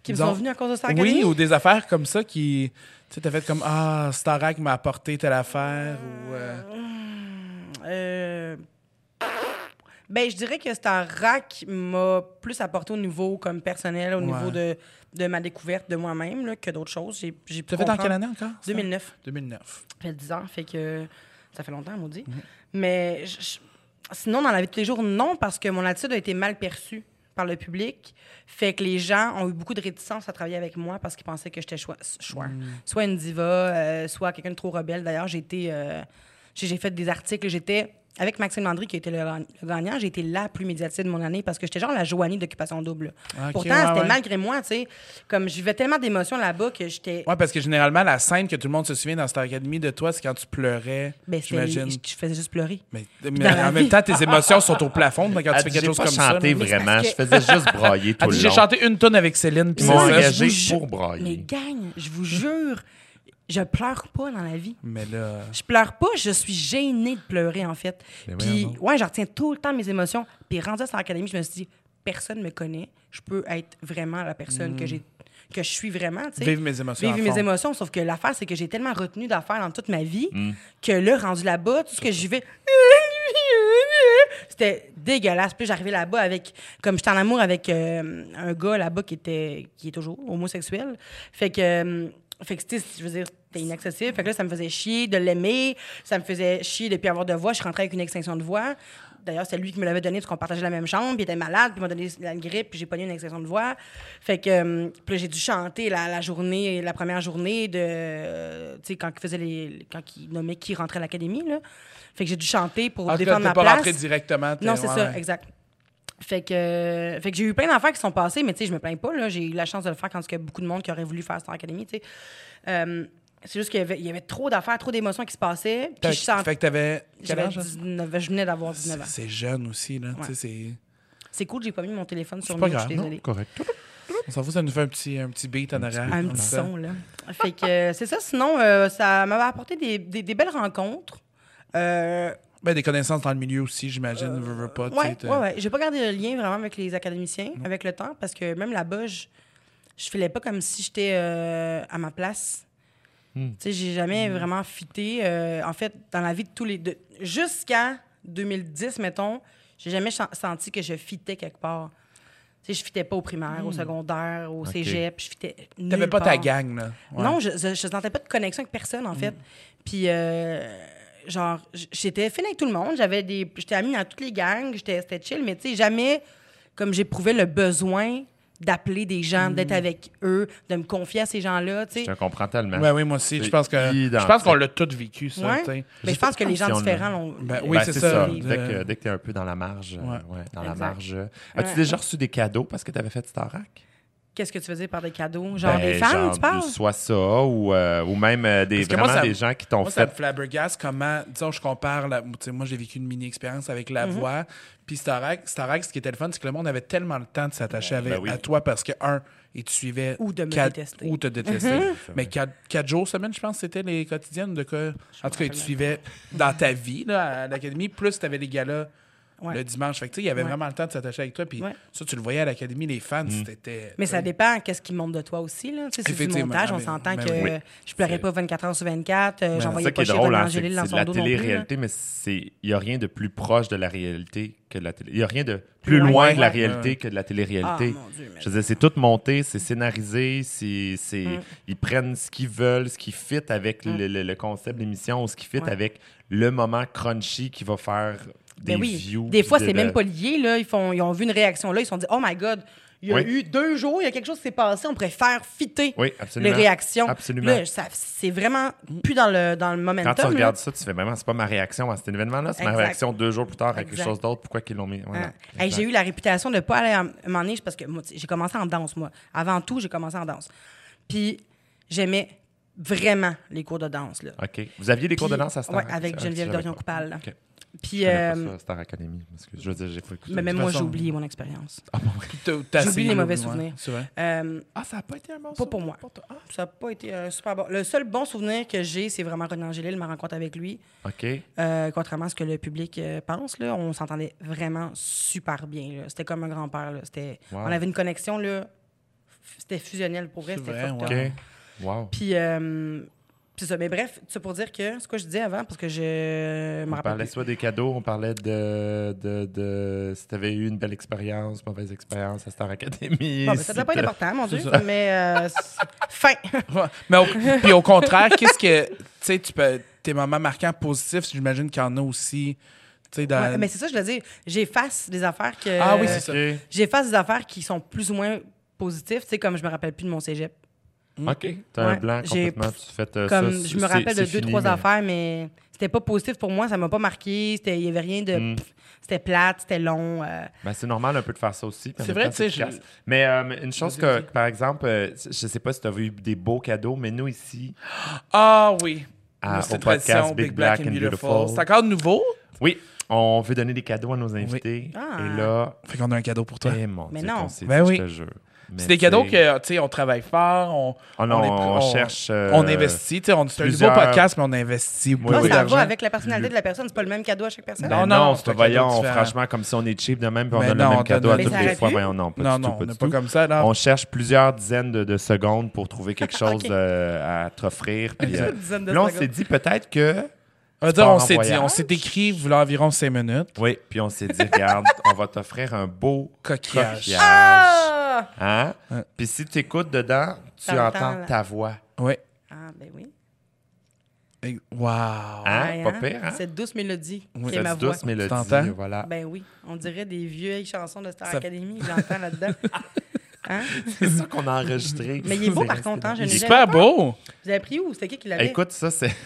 Speaker 3: Qui me
Speaker 2: disons-
Speaker 3: sont venus à cause de Star
Speaker 2: Oui,
Speaker 3: Academy?
Speaker 2: ou des affaires comme ça qui. Tu sais, t'as fait comme Ah, Starac m'a apporté telle affaire. Ou, euh,
Speaker 3: Euh, Ben, je dirais que Starac m'a plus apporté au niveau comme personnel, au niveau de, de ma découverte de moi-même là, que d'autres choses. J'ai,
Speaker 2: Tu
Speaker 3: j'ai pu
Speaker 2: as fait en
Speaker 3: comprendre-
Speaker 2: quelle année encore ça?
Speaker 3: 2009.
Speaker 2: 2009.
Speaker 3: Ça fait 10 ans, fait que ça fait longtemps, maudit.
Speaker 2: Mhm.
Speaker 3: Mais je- je- sinon, dans la vie de tous les jours, non, parce que mon attitude a été mal perçue par le public. Fait que les gens ont eu beaucoup de réticence à travailler avec moi parce qu'ils pensaient que j'étais choi- chouin.
Speaker 2: Mhm.
Speaker 3: Soit une diva, euh, soit quelqu'un de trop rebelle. D'ailleurs, j'ai été... euh, j'ai j'ai fait des articles, j'étais... Avec Maxime Landry, qui était le, gan- le gagnant, j'ai été la plus médiatisée de mon année parce que j'étais genre la Joanie d'Occupation Double.
Speaker 2: Ah, ok,
Speaker 3: Pourtant,
Speaker 2: ouais,
Speaker 3: c'était
Speaker 2: ouais.
Speaker 3: malgré moi, tu sais. Comme je vivais tellement d'émotions là-bas que j'étais
Speaker 2: Ouais, parce que généralement, la scène que tout le monde se souvient dans Star Academy de toi, c'est quand tu pleurais.
Speaker 3: Ben, c'était-
Speaker 2: J'imagine.
Speaker 3: je je faisais juste pleurer.
Speaker 2: Mais,
Speaker 3: Dans
Speaker 2: mais
Speaker 3: la
Speaker 2: en même
Speaker 3: vie.
Speaker 2: temps, tes émotions sont au plafond donc quand
Speaker 1: Elle
Speaker 2: Ah, tu fais
Speaker 1: dit,
Speaker 2: quelque
Speaker 1: j'ai
Speaker 2: chose
Speaker 1: pas
Speaker 2: comme ça.
Speaker 1: chanté
Speaker 2: là. [LAUGHS]
Speaker 1: vraiment, je faisais juste broyer tout
Speaker 2: Elle dit,
Speaker 1: le
Speaker 2: J'ai
Speaker 1: long.
Speaker 2: chanté une tonne avec Céline. puis
Speaker 1: Ils m'ont
Speaker 2: c'est ça.
Speaker 1: engagé
Speaker 3: Je vous
Speaker 1: pour
Speaker 3: Mais
Speaker 1: broyer.
Speaker 3: gang, je
Speaker 1: [LAUGHS]
Speaker 3: vous jure, je pleure pas dans la vie.
Speaker 2: Mais là.
Speaker 3: Je pleure pas, je suis gênée de pleurer, en fait.
Speaker 1: Mais
Speaker 3: Puis,
Speaker 1: voyons
Speaker 3: ouais, je retiens tout le temps mes émotions. Puis, rendu à cette académie, je me suis dit, personne me connaît. Je peux être vraiment la personne
Speaker 1: Mm.
Speaker 3: que j'ai que je suis vraiment, tu sais.
Speaker 2: Vivre mes émotions
Speaker 3: Vivre
Speaker 2: à
Speaker 3: mes
Speaker 2: fond.
Speaker 3: émotions, sauf que l'affaire, c'est que j'ai tellement retenu d'affaires dans toute ma vie que là, rendu là-bas, tout ce que j'y vais... [LAUGHS] C'était dégueulasse. Puis j'arrivais là-bas avec... Comme j'étais en amour avec euh, un gars là-bas qui était... qui est toujours homosexuel. Fait que... euh, fait que, tu sais, je veux dire, t'es inaccessible. Fait que là, ça me faisait chier de l'aimer. Ça me faisait chier de plus avoir de voix. Je rentrais avec une extinction de voix. D'ailleurs, c'est lui qui me l'avait donné parce qu'on partageait la même chambre, puis il était malade, puis il m'a donné la grippe, puis j'ai pogné une extinction de voix. Fait que euh, puis là, j'ai dû chanter la, la journée, la première journée de euh, tu sais quand il faisait les quand il nommait qui rentrait à l'académie là. Fait que j'ai dû chanter pour
Speaker 2: En tout cas,
Speaker 3: défendre
Speaker 2: t'es
Speaker 3: ma
Speaker 2: pas
Speaker 3: place.
Speaker 2: rentré directement. t'es-
Speaker 3: Non, c'est
Speaker 2: ouais,
Speaker 3: ça,
Speaker 2: ouais.
Speaker 3: exact. Fait que, euh, fait que j'ai eu plein d'affaires qui sont passées, mais tu sais, je me plains pas. là. J'ai eu la chance de le faire quand il y a beaucoup de monde qui aurait voulu faire Star Academy, tu sais. Euh, c'est juste qu'il y avait, il y avait trop d'affaires, trop d'émotions qui se passaient. Puis
Speaker 2: Fait,
Speaker 3: je sentais.
Speaker 2: fait que t'avais. Quel
Speaker 3: j'avais
Speaker 2: âge? hein? là?
Speaker 3: 19 je venais d'avoir 19 ans.
Speaker 2: C'est jeune aussi, là. tu sais, c'est-
Speaker 3: C'est cool, j'ai pas mis mon téléphone sur
Speaker 2: C'est pas
Speaker 3: mute, je suis
Speaker 2: grave, non,
Speaker 3: désolée.
Speaker 1: Correct.
Speaker 2: On s'en fout, ça nous fait un petit, un petit beat en arrière.
Speaker 3: Un
Speaker 2: comme
Speaker 3: petit
Speaker 2: ça.
Speaker 3: son, là. Fait que euh, c'est ça. Sinon, euh, ça m'avait apporté des, des- des belles rencontres. Euh,
Speaker 2: Ben, des connaissances dans le milieu aussi, j'imagine. veux, veux pas, tu sais,
Speaker 3: ouais,
Speaker 2: t'as-
Speaker 3: ouais, ouais. J'ai pas gardé le lien vraiment avec les académiciens, avec le temps, parce que même là-bas, je, je filais pas comme si j'étais euh, à ma place.
Speaker 2: Hmm.
Speaker 3: Tu sais, j'ai jamais vraiment fité. euh, en fait, dans la vie de tous les deux. Jusqu'à 2010, mettons, j'ai jamais chan- senti que je fitais quelque part. Tu sais, je fitais pas au primaire, au secondaire, au cégep. Je fitais.
Speaker 2: Hmm. T'avais
Speaker 3: nulle
Speaker 2: pas ta
Speaker 3: part.
Speaker 2: gang, là. Ouais.
Speaker 3: Non, je, je, je sentais pas de connexion avec personne, en
Speaker 1: Mm.
Speaker 3: fait. Puis, euh, genre, j- j'étais fine avec tout le monde. J'avais des... J'étais amie dans toutes les gangs. J'étais c'était chill, mais tu sais, jamais, comme j'éprouvais le besoin d'appeler des gens,
Speaker 1: Mm.
Speaker 3: d'être avec eux, de me confier à ces gens-là, tu
Speaker 1: Je
Speaker 3: sais.
Speaker 1: te comprends tellement.
Speaker 2: Ben oui, moi aussi. Je pense que.
Speaker 1: C'est
Speaker 2: Je pense
Speaker 1: identique.
Speaker 2: qu'on l'a tous vécu, ça.
Speaker 3: Ouais.
Speaker 2: tu sais.
Speaker 3: Mais je pense que les gens
Speaker 1: si on l'a.
Speaker 3: différents l'ont...
Speaker 2: Ben oui,
Speaker 1: Ben,
Speaker 2: c'est
Speaker 1: c'est
Speaker 2: ça.
Speaker 1: ça.
Speaker 2: De-
Speaker 1: Dès que, dès que t'es un peu dans la marge. euh, ouais, dans la
Speaker 3: Exact.
Speaker 1: marge. euh. As-tu
Speaker 3: Ouais.
Speaker 1: déjà reçu des cadeaux parce que t'avais fait Starac?
Speaker 3: Qu'est-ce que tu faisais par des cadeaux? Genre
Speaker 1: Ben,
Speaker 3: des fans,
Speaker 1: genre
Speaker 3: tu parles?
Speaker 1: du- Soit ça, ou, euh, ou même euh, des,
Speaker 2: Parce que moi,
Speaker 1: vraiment
Speaker 2: ça-
Speaker 1: des gens qui t'ont
Speaker 2: Moi, ça me
Speaker 1: fait.
Speaker 2: flabbergasse comment, disons, je compare, la, tu sais, moi, j'ai vécu une mini-expérience avec
Speaker 3: Mhm.
Speaker 2: la voix, puis Starac, Starac, ce qui était le fun, c'est que le monde avait tellement le temps de s'attacher avec-
Speaker 1: ben oui.
Speaker 2: à toi parce que, un, ils te suivaient...
Speaker 3: Ou de me
Speaker 2: quatre-
Speaker 3: détester. Mhm.
Speaker 2: Ou te détester. Mais quatre, quatre jours semaine, je pense, c'était les quotidiennes. De quoi, en tout cas, ils te suivaient dans ta vie, là, à l'académie, plus t'avais les galas
Speaker 3: Ouais.
Speaker 2: le dimanche. Fait que, tu sais, il y avait
Speaker 3: Ouais.
Speaker 2: vraiment le temps de s'attacher avec toi. Puis
Speaker 3: Ouais.
Speaker 2: ça, tu le voyais à l'académie, les fans,
Speaker 1: Mhm.
Speaker 2: c'était. euh,
Speaker 3: Mais ça dépend qu'est-ce qu'ils montrent de toi aussi. Là. Tu sais, C'est du
Speaker 2: Effectivement.
Speaker 3: montage,
Speaker 2: Ah,
Speaker 3: on
Speaker 2: mais-
Speaker 3: s'entend
Speaker 2: mais
Speaker 1: ben
Speaker 3: que
Speaker 2: oui.
Speaker 3: je pleurais pas 24 heures sur 24, euh,
Speaker 1: C'est
Speaker 3: j'envoyais
Speaker 1: ça qui
Speaker 3: pas
Speaker 1: est
Speaker 3: chez
Speaker 1: drôle, hein,
Speaker 3: René
Speaker 1: c'est que
Speaker 3: Angélil
Speaker 1: c'est
Speaker 3: dans
Speaker 1: de
Speaker 3: son
Speaker 1: la
Speaker 3: dos non plus. là.
Speaker 1: télé-réalité, mais il n'y a rien de plus proche de la réalité que de la télé. Il n'y a rien de plus loin de la
Speaker 2: ouais.
Speaker 1: réalité que de la télé-réalité.
Speaker 3: Ah, mon Dieu, mais- Mm.
Speaker 1: Je veux dire, c'est tout monté, c'est scénarisé, c'est, c'est- ils prennent ce qu'ils veulent, ce qui fit avec le, le- le concept de l'émission ou ce qui fit
Speaker 3: Ouais.
Speaker 1: avec le moment crunchy qui va faire des
Speaker 3: Ben oui.
Speaker 1: views.
Speaker 3: Des
Speaker 1: puis
Speaker 3: fois,
Speaker 1: de-
Speaker 3: c'est
Speaker 1: de-
Speaker 3: même pas lié. Là. Ils, font, ils ont vu une réaction là. Ils se sont dit Oh my God, il y a
Speaker 1: Oui.
Speaker 3: eu deux jours, il y a quelque chose qui s'est passé. On pourrait faire fitter
Speaker 1: Oui,
Speaker 3: les
Speaker 1: absolument.
Speaker 3: réactions.
Speaker 1: Absolument.
Speaker 3: Là, ça- c'est vraiment plus dans le, dans le momentum.
Speaker 1: Quand tu
Speaker 3: là.
Speaker 1: regardes ça, tu fais vraiment, c'est pas ma réaction à cet événement-là, c'est ma
Speaker 3: Exact.
Speaker 1: réaction deux jours plus tard à quelque
Speaker 3: Exact.
Speaker 1: chose d'autre. Pourquoi qu'ils l'ont mis? Voilà.
Speaker 3: Hein. Hey, j'ai eu la réputation de pas aller à un moment donné, parce que moi, tu sais, j'ai commencé en danse, moi. Avant tout, j'ai commencé en danse. Puis j'aimais vraiment les cours de danse. Là.
Speaker 1: OK. Vous aviez des Ah, cours de
Speaker 3: Puis-
Speaker 1: danse à Star
Speaker 3: ouais,
Speaker 1: Academy?
Speaker 3: avec
Speaker 1: Ah,
Speaker 3: Geneviève
Speaker 1: je savais pas.
Speaker 3: Dorion-Coupal, là.
Speaker 1: OK.
Speaker 3: Puis,
Speaker 1: Je connais pas
Speaker 3: euh,
Speaker 1: ça, Star Academy. Parce que je Ah. veux dire, j'ai pas écouté.
Speaker 3: mais même moi, j'ai
Speaker 2: façon-
Speaker 3: oublié mon expérience.
Speaker 2: J'ai
Speaker 3: J'oublie les mauvais souvenirs. Euh,
Speaker 2: Ah, ça n'a pas été un bon
Speaker 3: Pas pour moi.
Speaker 2: Ah.
Speaker 3: Ça n'a pas été un super bon. Le seul bon souvenir que j'ai, c'est vraiment René Angélil, ma rencontre avec lui.
Speaker 1: OK.
Speaker 3: Euh, contrairement à ce que le public euh, pense, là, on s'entendait vraiment super bien. là. C'était comme un grand-père. là. C'était...
Speaker 1: Wow.
Speaker 3: On avait une connexion, là. f- C'était fusionnel pour vrai.
Speaker 2: C'est
Speaker 3: C'était
Speaker 2: vrai,
Speaker 3: fucked
Speaker 2: ouais.
Speaker 3: up.
Speaker 1: OK. Wow.
Speaker 3: Puis, euh, c'est ça. Mais bref, c'est pour dire que c'est quoi je disais avant, parce que je me
Speaker 1: On
Speaker 3: rappelle.
Speaker 1: parlait
Speaker 3: plus.
Speaker 1: soit des cadeaux, on parlait de, de, de si t'avais eu une belle expérience, mauvaise expérience à Star Academy.
Speaker 3: Bon, ben, ça
Speaker 1: si
Speaker 3: devait pas être
Speaker 1: t'as-
Speaker 3: important, mon Dieu.
Speaker 2: C'est ça.
Speaker 3: Mais euh, c'est- fin.
Speaker 2: [LAUGHS] Ouais. Mais au, puis au contraire, qu'est-ce que. Tu sais, tu peux. Tes moments marquants positifs, j'imagine qu'il y en a aussi. Tu sais, dans.
Speaker 3: Ouais, mais c'est ça, je veux dire. J'efface des affaires que.
Speaker 2: Ah oui, c'est
Speaker 1: OK.
Speaker 3: J'efface des affaires qui sont plus ou moins positives, tu sais, comme je me rappelle plus de mon cégep.
Speaker 2: Hmm?
Speaker 1: OK. T'as un
Speaker 3: Ouais,
Speaker 1: blanc
Speaker 3: j'ai-
Speaker 1: complètement. Tu fais euh,
Speaker 3: Comme
Speaker 1: ça,
Speaker 3: je me
Speaker 1: c'est-
Speaker 3: rappelle de
Speaker 1: c'est
Speaker 3: deux,
Speaker 1: fini,
Speaker 3: trois
Speaker 1: mais-
Speaker 3: affaires, mais c'était pas positif pour moi, ça m'a pas marqué, c'était- il y avait rien de.
Speaker 1: Mm.
Speaker 3: pff, C'était plate, c'était long. euh,
Speaker 1: Ben, c'est normal un peu de faire ça aussi. puis en
Speaker 2: C'est
Speaker 1: même
Speaker 2: vrai,
Speaker 1: temps,
Speaker 2: tu sais,
Speaker 1: c'est efficace.
Speaker 2: je-
Speaker 1: Mais euh, une chose
Speaker 2: Vas-y,
Speaker 1: que,
Speaker 2: vas-y.
Speaker 1: par exemple, euh, je sais pas si t'as vu des beaux cadeaux, mais nous ici,
Speaker 2: Ah oui.
Speaker 1: à-
Speaker 2: Notre
Speaker 1: au podcast
Speaker 2: tradition,
Speaker 1: Big, Black, and Beautiful,
Speaker 2: C'est encore nouveau.
Speaker 1: oui, on veut donner des cadeaux à nos invités.
Speaker 3: Ah.
Speaker 1: Et là,
Speaker 2: Fait qu'on a un cadeau pour toi.
Speaker 1: eh mon
Speaker 3: Mais
Speaker 1: Dieu,
Speaker 3: non.
Speaker 1: qu'on s'est
Speaker 2: Ben
Speaker 1: dit,
Speaker 2: oui.
Speaker 1: je te jure. Mais
Speaker 2: C'est des
Speaker 1: tu
Speaker 2: cadeaux
Speaker 1: sais-
Speaker 2: que, tu sais, on travaille fort, on,
Speaker 1: Oh non,
Speaker 2: les-
Speaker 1: on cherche, euh,
Speaker 2: on investit, tu sais, on- c'est un nouveau
Speaker 1: plusieurs-
Speaker 2: podcast, mais on investit
Speaker 3: moi,
Speaker 2: beaucoup
Speaker 3: ça
Speaker 2: d'argent.
Speaker 3: va avec la personnalité de la personne, c'est pas le même cadeau à chaque personne.
Speaker 1: Ben non,
Speaker 2: Non, non,
Speaker 1: c'est
Speaker 2: c'est un
Speaker 1: voyons,
Speaker 2: cadeau différent.
Speaker 1: franchement, comme si on est cheap de même, puis on
Speaker 2: Mais
Speaker 1: donne
Speaker 2: non,
Speaker 1: le
Speaker 2: on
Speaker 1: même cadeau à
Speaker 2: donne-
Speaker 1: toutes
Speaker 3: Mais ça
Speaker 1: les
Speaker 3: aurait
Speaker 1: fois.
Speaker 3: pu?
Speaker 1: Voyons, non, pas du
Speaker 2: Non,
Speaker 1: tout,
Speaker 2: non,
Speaker 1: pas
Speaker 2: on
Speaker 1: du
Speaker 2: n'est pas
Speaker 1: tout.
Speaker 2: comme ça. non.
Speaker 1: On cherche plusieurs dizaines de, de secondes pour trouver
Speaker 3: [LAUGHS]
Speaker 1: quelque chose
Speaker 3: Ok.
Speaker 1: euh, à t'offrir. puis, euh,
Speaker 3: Une dizaine de
Speaker 1: là, on
Speaker 3: secondes.
Speaker 1: s'est dit peut-être que...
Speaker 2: On va
Speaker 1: Tu
Speaker 2: dire,
Speaker 1: pars en
Speaker 2: on s'est dit,
Speaker 1: voyage?
Speaker 2: on s'est écrit, voilà environ 5 minutes.
Speaker 1: Oui, puis on s'est dit, regarde, on va t'offrir un beau
Speaker 2: Coquillage.
Speaker 1: coquillage.
Speaker 3: Ah!
Speaker 1: Hein?
Speaker 2: Hein.
Speaker 1: Puis si tu écoutes dedans, tu
Speaker 3: T'entends,
Speaker 1: entends
Speaker 3: là.
Speaker 1: ta voix.
Speaker 2: Oui.
Speaker 3: Ah, ben oui.
Speaker 2: Et- Wow.
Speaker 1: Hein?
Speaker 3: Ouais,
Speaker 1: Pas pire, hein?
Speaker 3: Cette douce mélodie, c'est
Speaker 1: Cette
Speaker 3: ma voix.
Speaker 1: douce mélodie, euh,
Speaker 2: t'entends?
Speaker 1: voilà.
Speaker 3: Ben oui, on dirait des vieilles chansons de Star
Speaker 2: Ça-
Speaker 3: Academy,
Speaker 1: [LAUGHS]
Speaker 3: j'entends là-dedans. Hein?
Speaker 1: c'est ça qu'on a enregistré.
Speaker 3: Mais il est beau,
Speaker 1: C'est
Speaker 3: par
Speaker 1: resté
Speaker 3: contre, hein,
Speaker 1: dans-
Speaker 3: je ne
Speaker 2: Il est
Speaker 3: l'ai
Speaker 2: super beau.
Speaker 3: Vous avez pris où? C'était qui qui l'avait?
Speaker 1: Écoute, ça, c'est... [LAUGHS]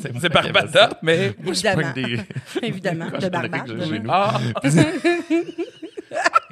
Speaker 1: c'est moi
Speaker 2: C'est
Speaker 1: qui avais ça.
Speaker 2: Barbada, mais.
Speaker 1: Moi, je pogne
Speaker 3: Évidemment.
Speaker 1: des-
Speaker 3: [LAUGHS]
Speaker 1: [LAUGHS]
Speaker 3: Évidemment,
Speaker 1: Quand
Speaker 3: de
Speaker 1: je l'ai
Speaker 3: Barbade.
Speaker 1: que j'ai
Speaker 3: là.
Speaker 1: nous.
Speaker 2: Ah! [LAUGHS]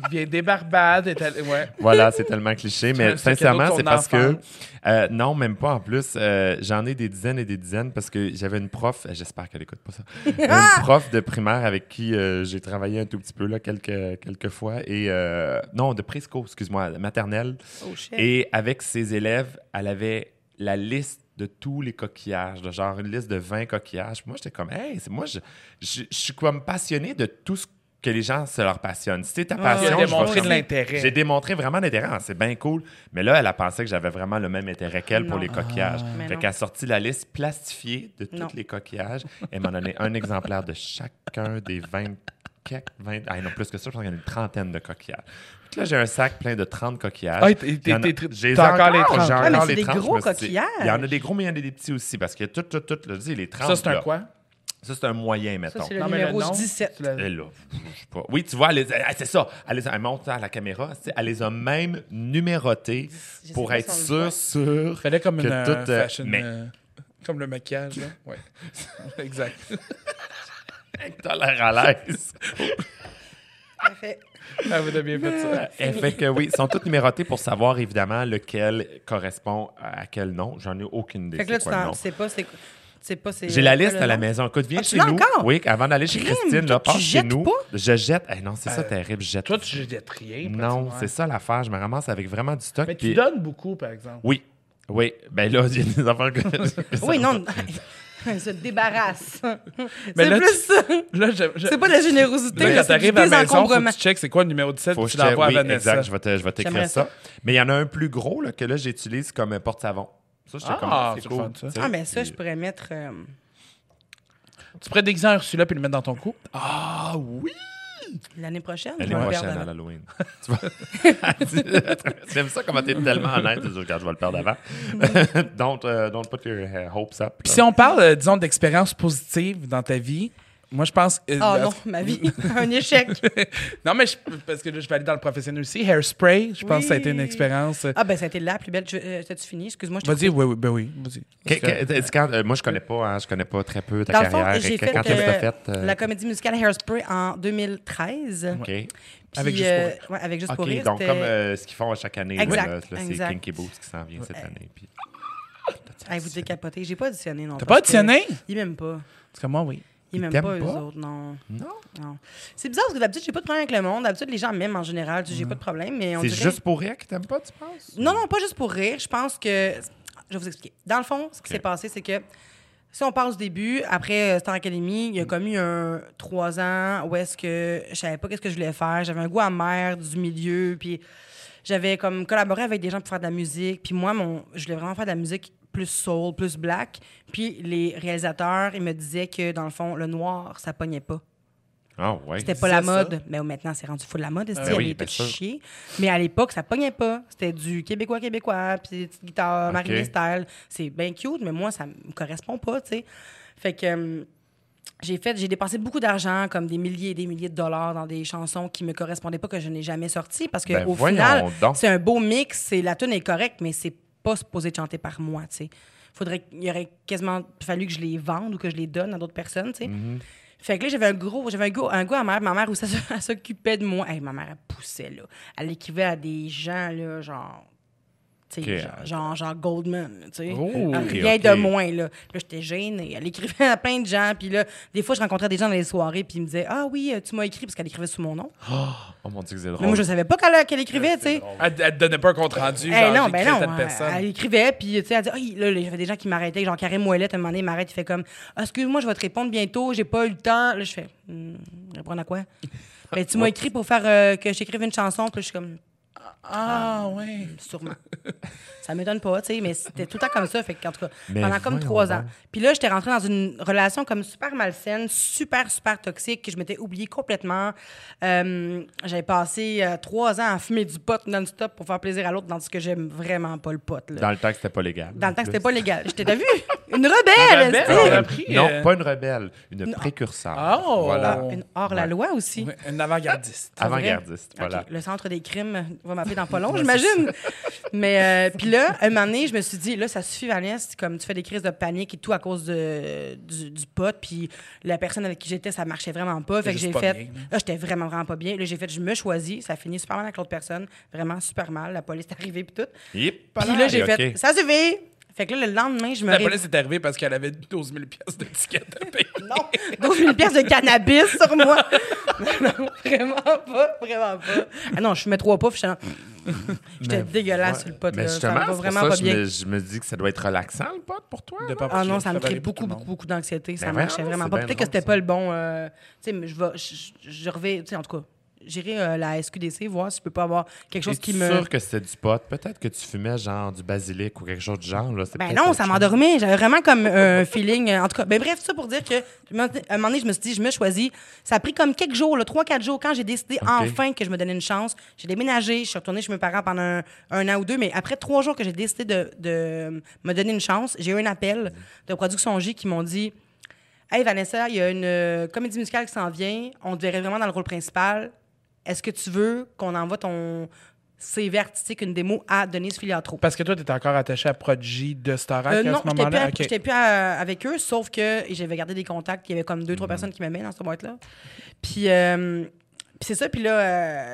Speaker 2: Il vient des Barbades. est allé- Ouais.
Speaker 1: Voilà, c'est tellement cliché,
Speaker 2: C'est
Speaker 1: mais
Speaker 2: un secret
Speaker 1: sincèrement,
Speaker 2: de ton
Speaker 1: c'est parce que.
Speaker 2: enfance.
Speaker 1: euh, non, même pas en plus. euh, J'en ai des dizaines et des dizaines parce que j'avais une prof, euh, j'espère qu'elle écoute pas
Speaker 3: [LAUGHS]
Speaker 1: ça, une prof de primaire avec qui euh, j'ai travaillé un tout petit peu là, quelques, quelques fois. Et, euh, non, de Presco, excuse-moi, maternelle.
Speaker 3: Oh shit.
Speaker 1: Et avec ses élèves, elle avait la liste de tous les coquillages, de genre une liste de 20 coquillages. Moi, j'étais comme, hey, c'est- moi, je, je, je suis comme passionné de tout ce que les gens, ça leur passionne. Si c'est ta
Speaker 2: Il
Speaker 1: passion,
Speaker 2: a
Speaker 1: je vais
Speaker 2: démontré de
Speaker 1: comme- j'ai
Speaker 2: l'intérêt.
Speaker 1: démontré vraiment l'intérêt. Ah, C'est bien cool. Mais là, elle a pensé que j'avais vraiment le même intérêt qu'elle pour
Speaker 3: Non. Ah,
Speaker 1: les coquillages.
Speaker 3: Mais
Speaker 1: fait
Speaker 3: non.
Speaker 1: qu'elle a sorti la liste plastifiée de tous
Speaker 3: Non.
Speaker 1: les coquillages. Elle m'en donnait un exemplaire de chacun des 20 quelques- 20 ah, non, plus que ça, je pense qu'il y en a une trentaine de coquillages. Fait que Là, j'ai un sac plein de 30 coquillages.
Speaker 2: Ah, t'es-
Speaker 1: Il y en a-
Speaker 2: t'es- t'es-
Speaker 1: j'ai
Speaker 2: t'as encore les
Speaker 1: j'ai
Speaker 2: 30.
Speaker 3: Ah, mais
Speaker 1: encore
Speaker 3: c'est
Speaker 1: les
Speaker 3: des
Speaker 1: 30.
Speaker 3: gros
Speaker 1: Je me suis dit,
Speaker 3: coquillages.
Speaker 1: Il y en a des gros, mais il y en a des petits aussi. Parce que tout, tout, tout, là, tu sais, les 30.
Speaker 2: Ça, c'est un
Speaker 1: là,
Speaker 2: quoi?
Speaker 1: Ça, c'est un moyen, mettons.
Speaker 3: Ça, c'est le
Speaker 2: Non, mais le
Speaker 3: numéro
Speaker 2: nom,
Speaker 3: 17.
Speaker 2: tu l'as-
Speaker 1: Et là, je sais pas. Oui, tu vois, elle les- ah, c'est ça. Elle, les a- elle montre ça à la caméra. tu sais, Elle les a même numérotés
Speaker 3: Je sais
Speaker 1: pour
Speaker 3: pas
Speaker 1: être
Speaker 3: si on
Speaker 1: sûre,
Speaker 3: [LAUGHS]
Speaker 1: sûre.
Speaker 2: Fallait comme
Speaker 1: que
Speaker 2: une euh,
Speaker 1: tout, euh,
Speaker 2: fashion.
Speaker 1: mais-
Speaker 2: euh, Comme le maquillage, là.
Speaker 1: [LAUGHS]
Speaker 2: Ouais. exact.
Speaker 1: T'as l'air à l'aise.
Speaker 3: Parfait.
Speaker 2: Ah, vous avez bien fait ça.
Speaker 1: Et fait que oui, ils sont tous numérotés pour savoir évidemment lequel correspond à quel nom. J'en ai aucune idée.
Speaker 3: Fait que là,
Speaker 1: c'est
Speaker 3: tu
Speaker 1: quoi le
Speaker 3: t'en-
Speaker 1: nom.
Speaker 3: tu sais pas c'est quoi- tu sais pas c'est.
Speaker 1: J'ai la
Speaker 3: c'est quoi
Speaker 1: liste
Speaker 3: le
Speaker 1: à la
Speaker 3: nom?
Speaker 1: maison. Écoute, viens
Speaker 3: Ah, tu
Speaker 1: chez
Speaker 3: l'as
Speaker 1: nous.
Speaker 3: encore?
Speaker 1: Oui, avant d'aller chez
Speaker 3: Crime,
Speaker 1: Christine,
Speaker 3: toi,
Speaker 1: là,
Speaker 3: tu
Speaker 1: passe chez
Speaker 3: jettes
Speaker 1: nous.
Speaker 3: pas?
Speaker 1: Je jette. Eh non, c'est ça
Speaker 2: Euh,
Speaker 1: terrible. Je jette.
Speaker 2: Toi, tu jettes rien.
Speaker 1: Non,
Speaker 2: pratiquement.
Speaker 1: c'est ça l'affaire. Je me ramasse avec vraiment du stock.
Speaker 2: Mais tu
Speaker 1: puis-
Speaker 2: donnes beaucoup, par exemple.
Speaker 1: [LAUGHS]
Speaker 3: [LAUGHS]
Speaker 1: Oui. Oui. Ben là, il y a des affaires que.
Speaker 3: Oui, non. [LAUGHS] Elle
Speaker 1: [LAUGHS]
Speaker 3: se débarrasse.
Speaker 2: Mais
Speaker 3: c'est
Speaker 2: là,
Speaker 3: plus ça.
Speaker 2: Là, je- je-
Speaker 3: C'est pas de la générosité,
Speaker 2: Là,
Speaker 3: là,
Speaker 2: quand
Speaker 3: c'est du
Speaker 2: t'arrives à la maison, faut que
Speaker 3: désencombrement.
Speaker 2: tu checkes c'est quoi le numéro de scène
Speaker 1: Faut
Speaker 2: que
Speaker 1: que
Speaker 2: tu
Speaker 1: je te-
Speaker 2: l'envoies à
Speaker 1: oui,
Speaker 2: Vanessa.
Speaker 1: exact, je vais te- je vais t'écrire
Speaker 3: J'aimerais
Speaker 1: ça.
Speaker 3: ça.
Speaker 1: Mais il y en a un plus gros là, que là j'utilise comme euh, porte-savon. Ça, j'étais
Speaker 2: Ah,
Speaker 1: comme, ah, c'est
Speaker 2: c'est
Speaker 1: cool.
Speaker 2: fun, ça.
Speaker 1: tu sais.
Speaker 3: Ah, mais ça,
Speaker 1: Puis-
Speaker 3: je pourrais mettre. euh,
Speaker 2: Tu pourrais déguiser un Ursula puis le mettre dans ton cou. Ah oui!
Speaker 3: L'année prochaine,
Speaker 1: Elle
Speaker 3: je
Speaker 1: est
Speaker 3: vais le
Speaker 1: prochaine
Speaker 3: perdre
Speaker 1: à
Speaker 3: avant. [LAUGHS]
Speaker 1: [LAUGHS] l'Halloween. tu vois? [LAUGHS] J'aime ça comment t'es tellement honnête. Je dis, regarde, je vais le perdre
Speaker 3: [LAUGHS]
Speaker 1: avant. [LAUGHS] don't, euh, don't put your euh, hopes up.
Speaker 2: Puis si on parle, euh, disons, d'expériences positives dans ta vie, moi je pense. euh,
Speaker 3: Ah
Speaker 2: euh,
Speaker 3: non, ma vie, [LAUGHS] un échec.
Speaker 2: non, mais je- parce que là, je vais aller dans le professionnel aussi. Hairspray, je pense que ça a été une
Speaker 3: Oui.
Speaker 2: expérience. euh,
Speaker 3: Ah ben, ça a été la plus belle. Je- euh, T'as-tu fini? Excuse-moi, je t'ai
Speaker 2: Vas-y, oui, oui, ben oui. Vas-y.
Speaker 1: Que- que- est-ce quand- euh, moi, je connais pas, hein, je connais pas très peu ta
Speaker 3: Dans le fond,
Speaker 1: carrière.
Speaker 3: j'ai
Speaker 1: Et que-
Speaker 3: fait,
Speaker 1: quand est-ce que
Speaker 3: euh,
Speaker 1: t'as fait? euh,
Speaker 3: La comédie musicale Hairspray en 2013.
Speaker 1: OK.
Speaker 3: Puis,
Speaker 2: Avec Juste pour
Speaker 3: euh,
Speaker 2: rire.
Speaker 3: ouais, avec Juste
Speaker 1: OK,
Speaker 3: pour rire.
Speaker 1: donc
Speaker 3: c'était-
Speaker 1: comme euh, ce qu'ils font à chaque année, là,
Speaker 3: Exact,
Speaker 1: là, c'est
Speaker 3: exact. Euh,
Speaker 1: Kinky Boots qui s'en vient cette année. puis-
Speaker 3: Hey, vous décapotez. J'ai pas auditionné, non.
Speaker 2: T'as
Speaker 3: parce
Speaker 2: pas auditionné?
Speaker 3: que Ils m'aiment pas.
Speaker 2: Parce que moi, oui.
Speaker 3: Ils m'aiment
Speaker 1: t'aiment
Speaker 3: pas, eux
Speaker 1: pas?
Speaker 3: autres, non.
Speaker 1: Non,
Speaker 3: non. C'est bizarre parce que d'habitude, j'ai pas de problème avec le monde. D'habitude, les gens m'aiment en général. J'ai pas de problème, mais on
Speaker 1: c'est
Speaker 3: dirait-
Speaker 1: juste pour rire que t'aimes pas, tu penses?
Speaker 3: Non, non, pas juste pour rire. Je pense que. Je vais vous expliquer. Dans le fond, ce qui s'est passé, c'est que si on part du début, après euh, Star Academy, il y a comme eu un trois ans où est-ce que je savais pas qu'est-ce que je voulais faire. J'avais un goût amer du milieu, puis j'avais comme collaboré avec des gens pour faire de la musique. Puis moi, mon, je voulais vraiment faire de la musique plus soul, plus black. Puis les réalisateurs, ils me disaient que dans le fond, le noir, ça pognait pas.
Speaker 1: Ah, ouais.
Speaker 3: C'était pas la
Speaker 2: disaient ça.
Speaker 3: mode. Mais maintenant, c'est rendu fou de la mode. est-ce
Speaker 1: Ah
Speaker 3: qu'il y
Speaker 1: oui,
Speaker 3: avait
Speaker 1: bien
Speaker 3: tout
Speaker 1: sûr.
Speaker 3: chier? Mais à l'époque, ça pognait pas. C'était du québécois, québécois, puis des petites guitares,
Speaker 1: Ok.
Speaker 3: Marie style. C'est bien cute, mais moi, ça me correspond pas, tu sais. Fait que. euh, j'ai fait, j'ai dépensé beaucoup d'argent, comme des milliers et des milliers de dollars dans des chansons qui me correspondaient pas, que je n'ai jamais sorties, parce que
Speaker 1: Ben,
Speaker 3: au
Speaker 1: voyons
Speaker 3: final,
Speaker 1: donc.
Speaker 3: c'est un beau mix, c'est la tune est correcte, mais c'est pas supposé être chanté par moi, tu sais. Faudrait, il aurait quasiment fallu que je les vende ou que je les donne à d'autres personnes, tu sais.
Speaker 1: Mm.
Speaker 3: Fait que là, j'avais un gros, j'avais un goût, un goût à ma mère, ma mère où ça, se- [LAUGHS] elle s'occupait de moi. Hey, ma mère, elle poussait, là. Elle écrivait à des gens, là, genre, tu sais,
Speaker 1: Ok.
Speaker 3: genre, genre, genre Goldman, tu sais.
Speaker 2: Oh,
Speaker 3: Ah,
Speaker 1: ok,
Speaker 3: rien
Speaker 1: ok.
Speaker 3: de moins, là. Là, j'étais gênée. Elle écrivait à plein de gens. Puis là, des fois, je rencontrais des gens dans les soirées, puis ils me disaient « Ah oui, euh, tu m'as écrit », parce qu'elle écrivait sous mon nom.
Speaker 1: Oh mon Dieu, que c'est
Speaker 3: Mais moi,
Speaker 1: drôle.
Speaker 3: je savais pas qu'elle qu'elle écrivait, tu sais.
Speaker 2: Elle, elle te donnait pas un compte rendu.
Speaker 3: Eh
Speaker 2: genre,
Speaker 3: non,
Speaker 2: j'ai
Speaker 3: ben
Speaker 2: créé
Speaker 3: non.
Speaker 2: telle
Speaker 3: Elle,
Speaker 2: personne.
Speaker 3: elle écrivait, puis tu sais, elle disait, Ah, il- là, là, j'avais des gens qui m'arrêtaient, genre Karim Ouellet, à un moment donné, il m'arrête, il fait comme, Ah, excuse-moi, je vais te répondre bientôt, j'ai pas eu le temps. Là, je fais, Hum, répondre à quoi? ben, tu m'as écrit pour faire euh, que j'écrive une chanson, puis là, je suis comme,
Speaker 2: Ah, ouais.
Speaker 3: sûrement. ça m'étonne pas, tu sais, mais c'était tout le temps comme ça, fait que, en tout cas,
Speaker 1: Mais
Speaker 3: pendant comme
Speaker 1: voyons
Speaker 3: trois ans.
Speaker 1: donc.
Speaker 3: Puis là, j'étais rentrée dans une relation comme super malsaine, super, super toxique, que je m'étais oubliée complètement. Euh, J'avais passé euh, trois ans à fumer du pot non-stop pour faire plaisir à l'autre, dans ce que j'aime vraiment pas le pot, là.
Speaker 1: Dans le temps que c'était pas légal.
Speaker 3: Dans le temps que c'était pas légal. Je t'ai t'as vu?
Speaker 2: [LAUGHS]
Speaker 3: Une
Speaker 2: Une
Speaker 3: rebelle!
Speaker 2: rebelle,
Speaker 3: est-ce que-
Speaker 2: On a pris, euh,
Speaker 1: Non, pas une rebelle, une précurseur.
Speaker 2: Oh!
Speaker 1: Voilà.
Speaker 3: Une hors-la-loi aussi.
Speaker 2: Oui, Une
Speaker 3: [LAUGHS]
Speaker 2: avant-gardiste.
Speaker 3: Ah, C'est vrai.
Speaker 1: Avant-gardiste, voilà.
Speaker 3: OK, Le centre des crimes va
Speaker 2: [LAUGHS]
Speaker 3: m'appeler dans pas long, j'imagine. [LAUGHS] Mais euh, puis là, un moment donné, je me suis dit, là, ça suffit, Vanessa, c'est comme tu fais des crises de panique et tout à cause de, du, du pot. Puis la personne avec qui j'étais, ça marchait vraiment pas. Fait que
Speaker 2: juste
Speaker 3: j'ai
Speaker 2: pas
Speaker 3: fait.
Speaker 2: bien. hein.
Speaker 3: Là, j'étais vraiment, vraiment pas bien. Là, j'ai fait, je me choisis. Ça finit super mal avec l'autre personne. Vraiment super mal. La police est arrivée, puis tout.
Speaker 1: Yip,
Speaker 3: Puis là, j'ai
Speaker 1: ok.
Speaker 3: fait, ça suffit. Fait que là, le lendemain, je me
Speaker 2: La
Speaker 3: réveille-
Speaker 2: police est arrivée parce qu'elle avait 12 000 pièces d'étiquette à payer.
Speaker 3: Non, donc une pièce de cannabis sur
Speaker 1: [LAUGHS]
Speaker 3: moi. non, vraiment pas, vraiment pas. Ah non, je mets trois poufs, j'étais j'étais dégueulasse sur le pot.
Speaker 1: Mais
Speaker 3: là.
Speaker 1: justement,
Speaker 3: ça me
Speaker 1: c'est
Speaker 3: va
Speaker 1: pour
Speaker 3: vraiment
Speaker 1: ça,
Speaker 3: pas
Speaker 1: je
Speaker 3: bien.
Speaker 1: me- Je me dis que ça doit être relaxant, le pote, pour toi.
Speaker 2: [LAUGHS] De
Speaker 1: non?
Speaker 2: pas
Speaker 3: Ah non,
Speaker 2: parce
Speaker 3: ça me
Speaker 2: que
Speaker 3: crée
Speaker 2: valait pour
Speaker 3: beaucoup,
Speaker 2: tout le
Speaker 3: beaucoup,
Speaker 2: monde.
Speaker 3: beaucoup d'anxiété. Ça
Speaker 1: Ben
Speaker 3: marchait
Speaker 1: voyons,
Speaker 3: vraiment
Speaker 1: c'est
Speaker 3: pas.
Speaker 1: bien
Speaker 3: Peut-être que
Speaker 1: drôle,
Speaker 3: c'était
Speaker 1: ça.
Speaker 3: pas le bon. euh, tu sais, mais je vais. Je, je- je reviens. Tu sais, en tout cas, j'irai euh, à la SQDC voir si je peux pas avoir quelque chose qui
Speaker 1: Es-tu
Speaker 3: me.
Speaker 1: sûr que c'était du pot. Peut-être que tu fumais genre du basilic ou quelque chose du genre. Là. C'est
Speaker 3: Ben
Speaker 1: peut-être
Speaker 3: non,
Speaker 1: autre
Speaker 3: ça
Speaker 1: chose.
Speaker 3: m'endormait. J'avais vraiment comme un [LAUGHS] feeling. euh, En tout cas, ben bref, ça pour dire que je me- à un moment donné, je me suis dit, je me choisis. Ça a pris comme quelques jours, là, trois, quatre jours, quand j'ai décidé enfin que je me donnais une chance. J'ai déménagé, je suis retournée chez mes parents pendant un, un an ou deux, mais après trois jours que j'ai décidé de, de me donner une chance, j'ai eu un appel de Production J qui m'ont dit Hey Vanessa, il y a une euh, comédie musicale qui s'en vient. On te verrait vraiment dans le rôle principal. Est-ce que tu veux qu'on envoie ton CV artistique, une démo à Denise Filiatro?
Speaker 2: Parce que toi, t'étais encore attaché à Prodigy de Starac
Speaker 3: Euh,
Speaker 2: à
Speaker 3: non,
Speaker 2: ce
Speaker 3: j'étais plus,
Speaker 2: moment-là.
Speaker 3: à-
Speaker 2: Ok.
Speaker 3: j'étais plus à- avec eux, sauf que j'avais gardé des contacts. Il y avait comme
Speaker 2: Mhm.
Speaker 3: deux, trois personnes qui m'aimaient dans cette boîte-là. Puis, euh, puis c'est ça. Puis là,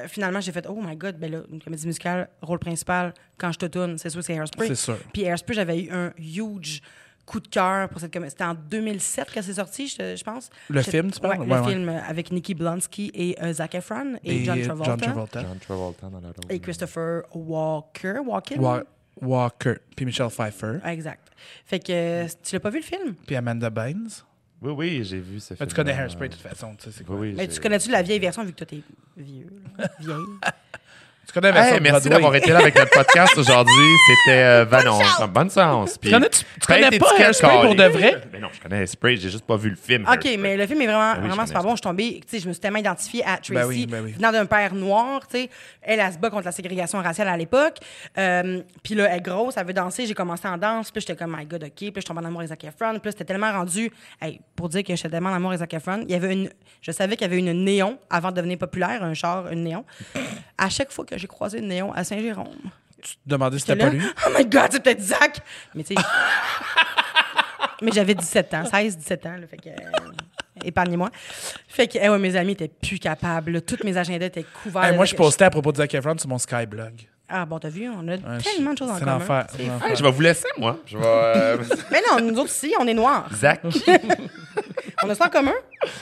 Speaker 3: euh, finalement, j'ai fait Oh my God, ben là, une comédie musicale, rôle principal, quand je te tourne, c'est sûr que c'est Hairspray.
Speaker 2: C'est sûr.
Speaker 3: Puis Hairspray, j'avais eu un huge coup de cœur pour cette comédie. C'était en 2007 que c'est sorti, je, je pense.
Speaker 2: Le
Speaker 3: J'étais-
Speaker 2: film, tu
Speaker 3: Ouais,
Speaker 2: parles?
Speaker 3: le
Speaker 2: Ouais, ouais.
Speaker 3: film euh, avec Nikki Blonsky et euh, Zac Efron et, John Travolta.
Speaker 1: John Travolta dans la
Speaker 3: Et Christopher Walker. Walken?
Speaker 2: Ouais. Walker, puis Michelle Pfeiffer,
Speaker 3: Ah, Exact. Fait que euh, tu l'as pas vu le film?
Speaker 2: puis Amanda Bynes.
Speaker 1: Oui, oui, j'ai vu ce
Speaker 2: Ben,
Speaker 1: film.
Speaker 2: tu connais Hairspray de toute façon, tu sais c'est quoi.
Speaker 1: Oui, oui,
Speaker 3: Mais
Speaker 1: j'ai-
Speaker 3: Ben, tu connais-tu la vieille version vu que toi t'es vieux? là? Vieille.
Speaker 2: Tu connais la version
Speaker 1: Hey,
Speaker 2: de
Speaker 1: merci
Speaker 2: Broadway.
Speaker 1: d'avoir été là avec notre
Speaker 2: [LAUGHS]
Speaker 1: podcast aujourd'hui. C'était euh, Vanon. Bonne chance. Puis,
Speaker 2: Tu connais, tu, tu
Speaker 1: faites
Speaker 2: connais
Speaker 1: des
Speaker 2: pas
Speaker 1: tickets
Speaker 2: Hairspray pour de
Speaker 1: carrés.
Speaker 2: vrai?
Speaker 1: Mais non, je connais Hairspray, j'ai juste pas vu le film.
Speaker 3: OK,
Speaker 1: Hairspray.
Speaker 3: mais le film est vraiment,
Speaker 1: oui, je
Speaker 3: vraiment
Speaker 1: connais
Speaker 3: super
Speaker 1: ça.
Speaker 3: bon. Je suis tombée, tu sais, je me suis tellement identifiée à Tracy,
Speaker 2: Ben oui, ben oui.
Speaker 3: venant d'un père noir, tu sais. Elle, elle se bat contre la ségrégation raciale à l'époque. Euh, puis là, elle est grosse, elle veut danser. J'ai commencé en danse. Puis là, j'étais comme, my God, OK. Puis là, je tombe en amour avec Zac Efron. Puis là, c'était tellement rendu, hey, pour dire que j'étais tellement en amour avec Zac Efron, il y avait une, je savais qu'il y avait une néon avant de devenir populaire, un char, une néon. à chaque fois que j'ai croisé une néon à Saint-Jérôme,
Speaker 2: Tu te demandais si c'était
Speaker 3: J'étais
Speaker 2: pas
Speaker 3: là,
Speaker 2: lui.
Speaker 3: Oh my God, c'est peut-être Zach! Mais [LAUGHS] tu sais. mais j'avais 17 ans, 16, 17 ans, là, fait que. euh, Épargnez-moi. Fait que, eh ouais, mes amis étaient plus capables. là. Tous mes agendas étaient couverts.
Speaker 2: Hey, moi,
Speaker 3: Fait
Speaker 2: je
Speaker 3: que-
Speaker 2: postais à propos de Zac Efron sur mon Skyblog.
Speaker 3: Ah bon, t'as vu, on a
Speaker 2: Ouais,
Speaker 3: tellement de choses en
Speaker 2: C'est
Speaker 3: commun.
Speaker 2: l'enfer.
Speaker 3: C'est-
Speaker 2: c'est l'enfer.
Speaker 1: Hey, je vais vous laisser, moi. Je vais.
Speaker 3: [LAUGHS]
Speaker 1: euh,
Speaker 3: Mais non, nous autres aussi, on est noirs.
Speaker 1: Zach.
Speaker 3: On a ça en commun?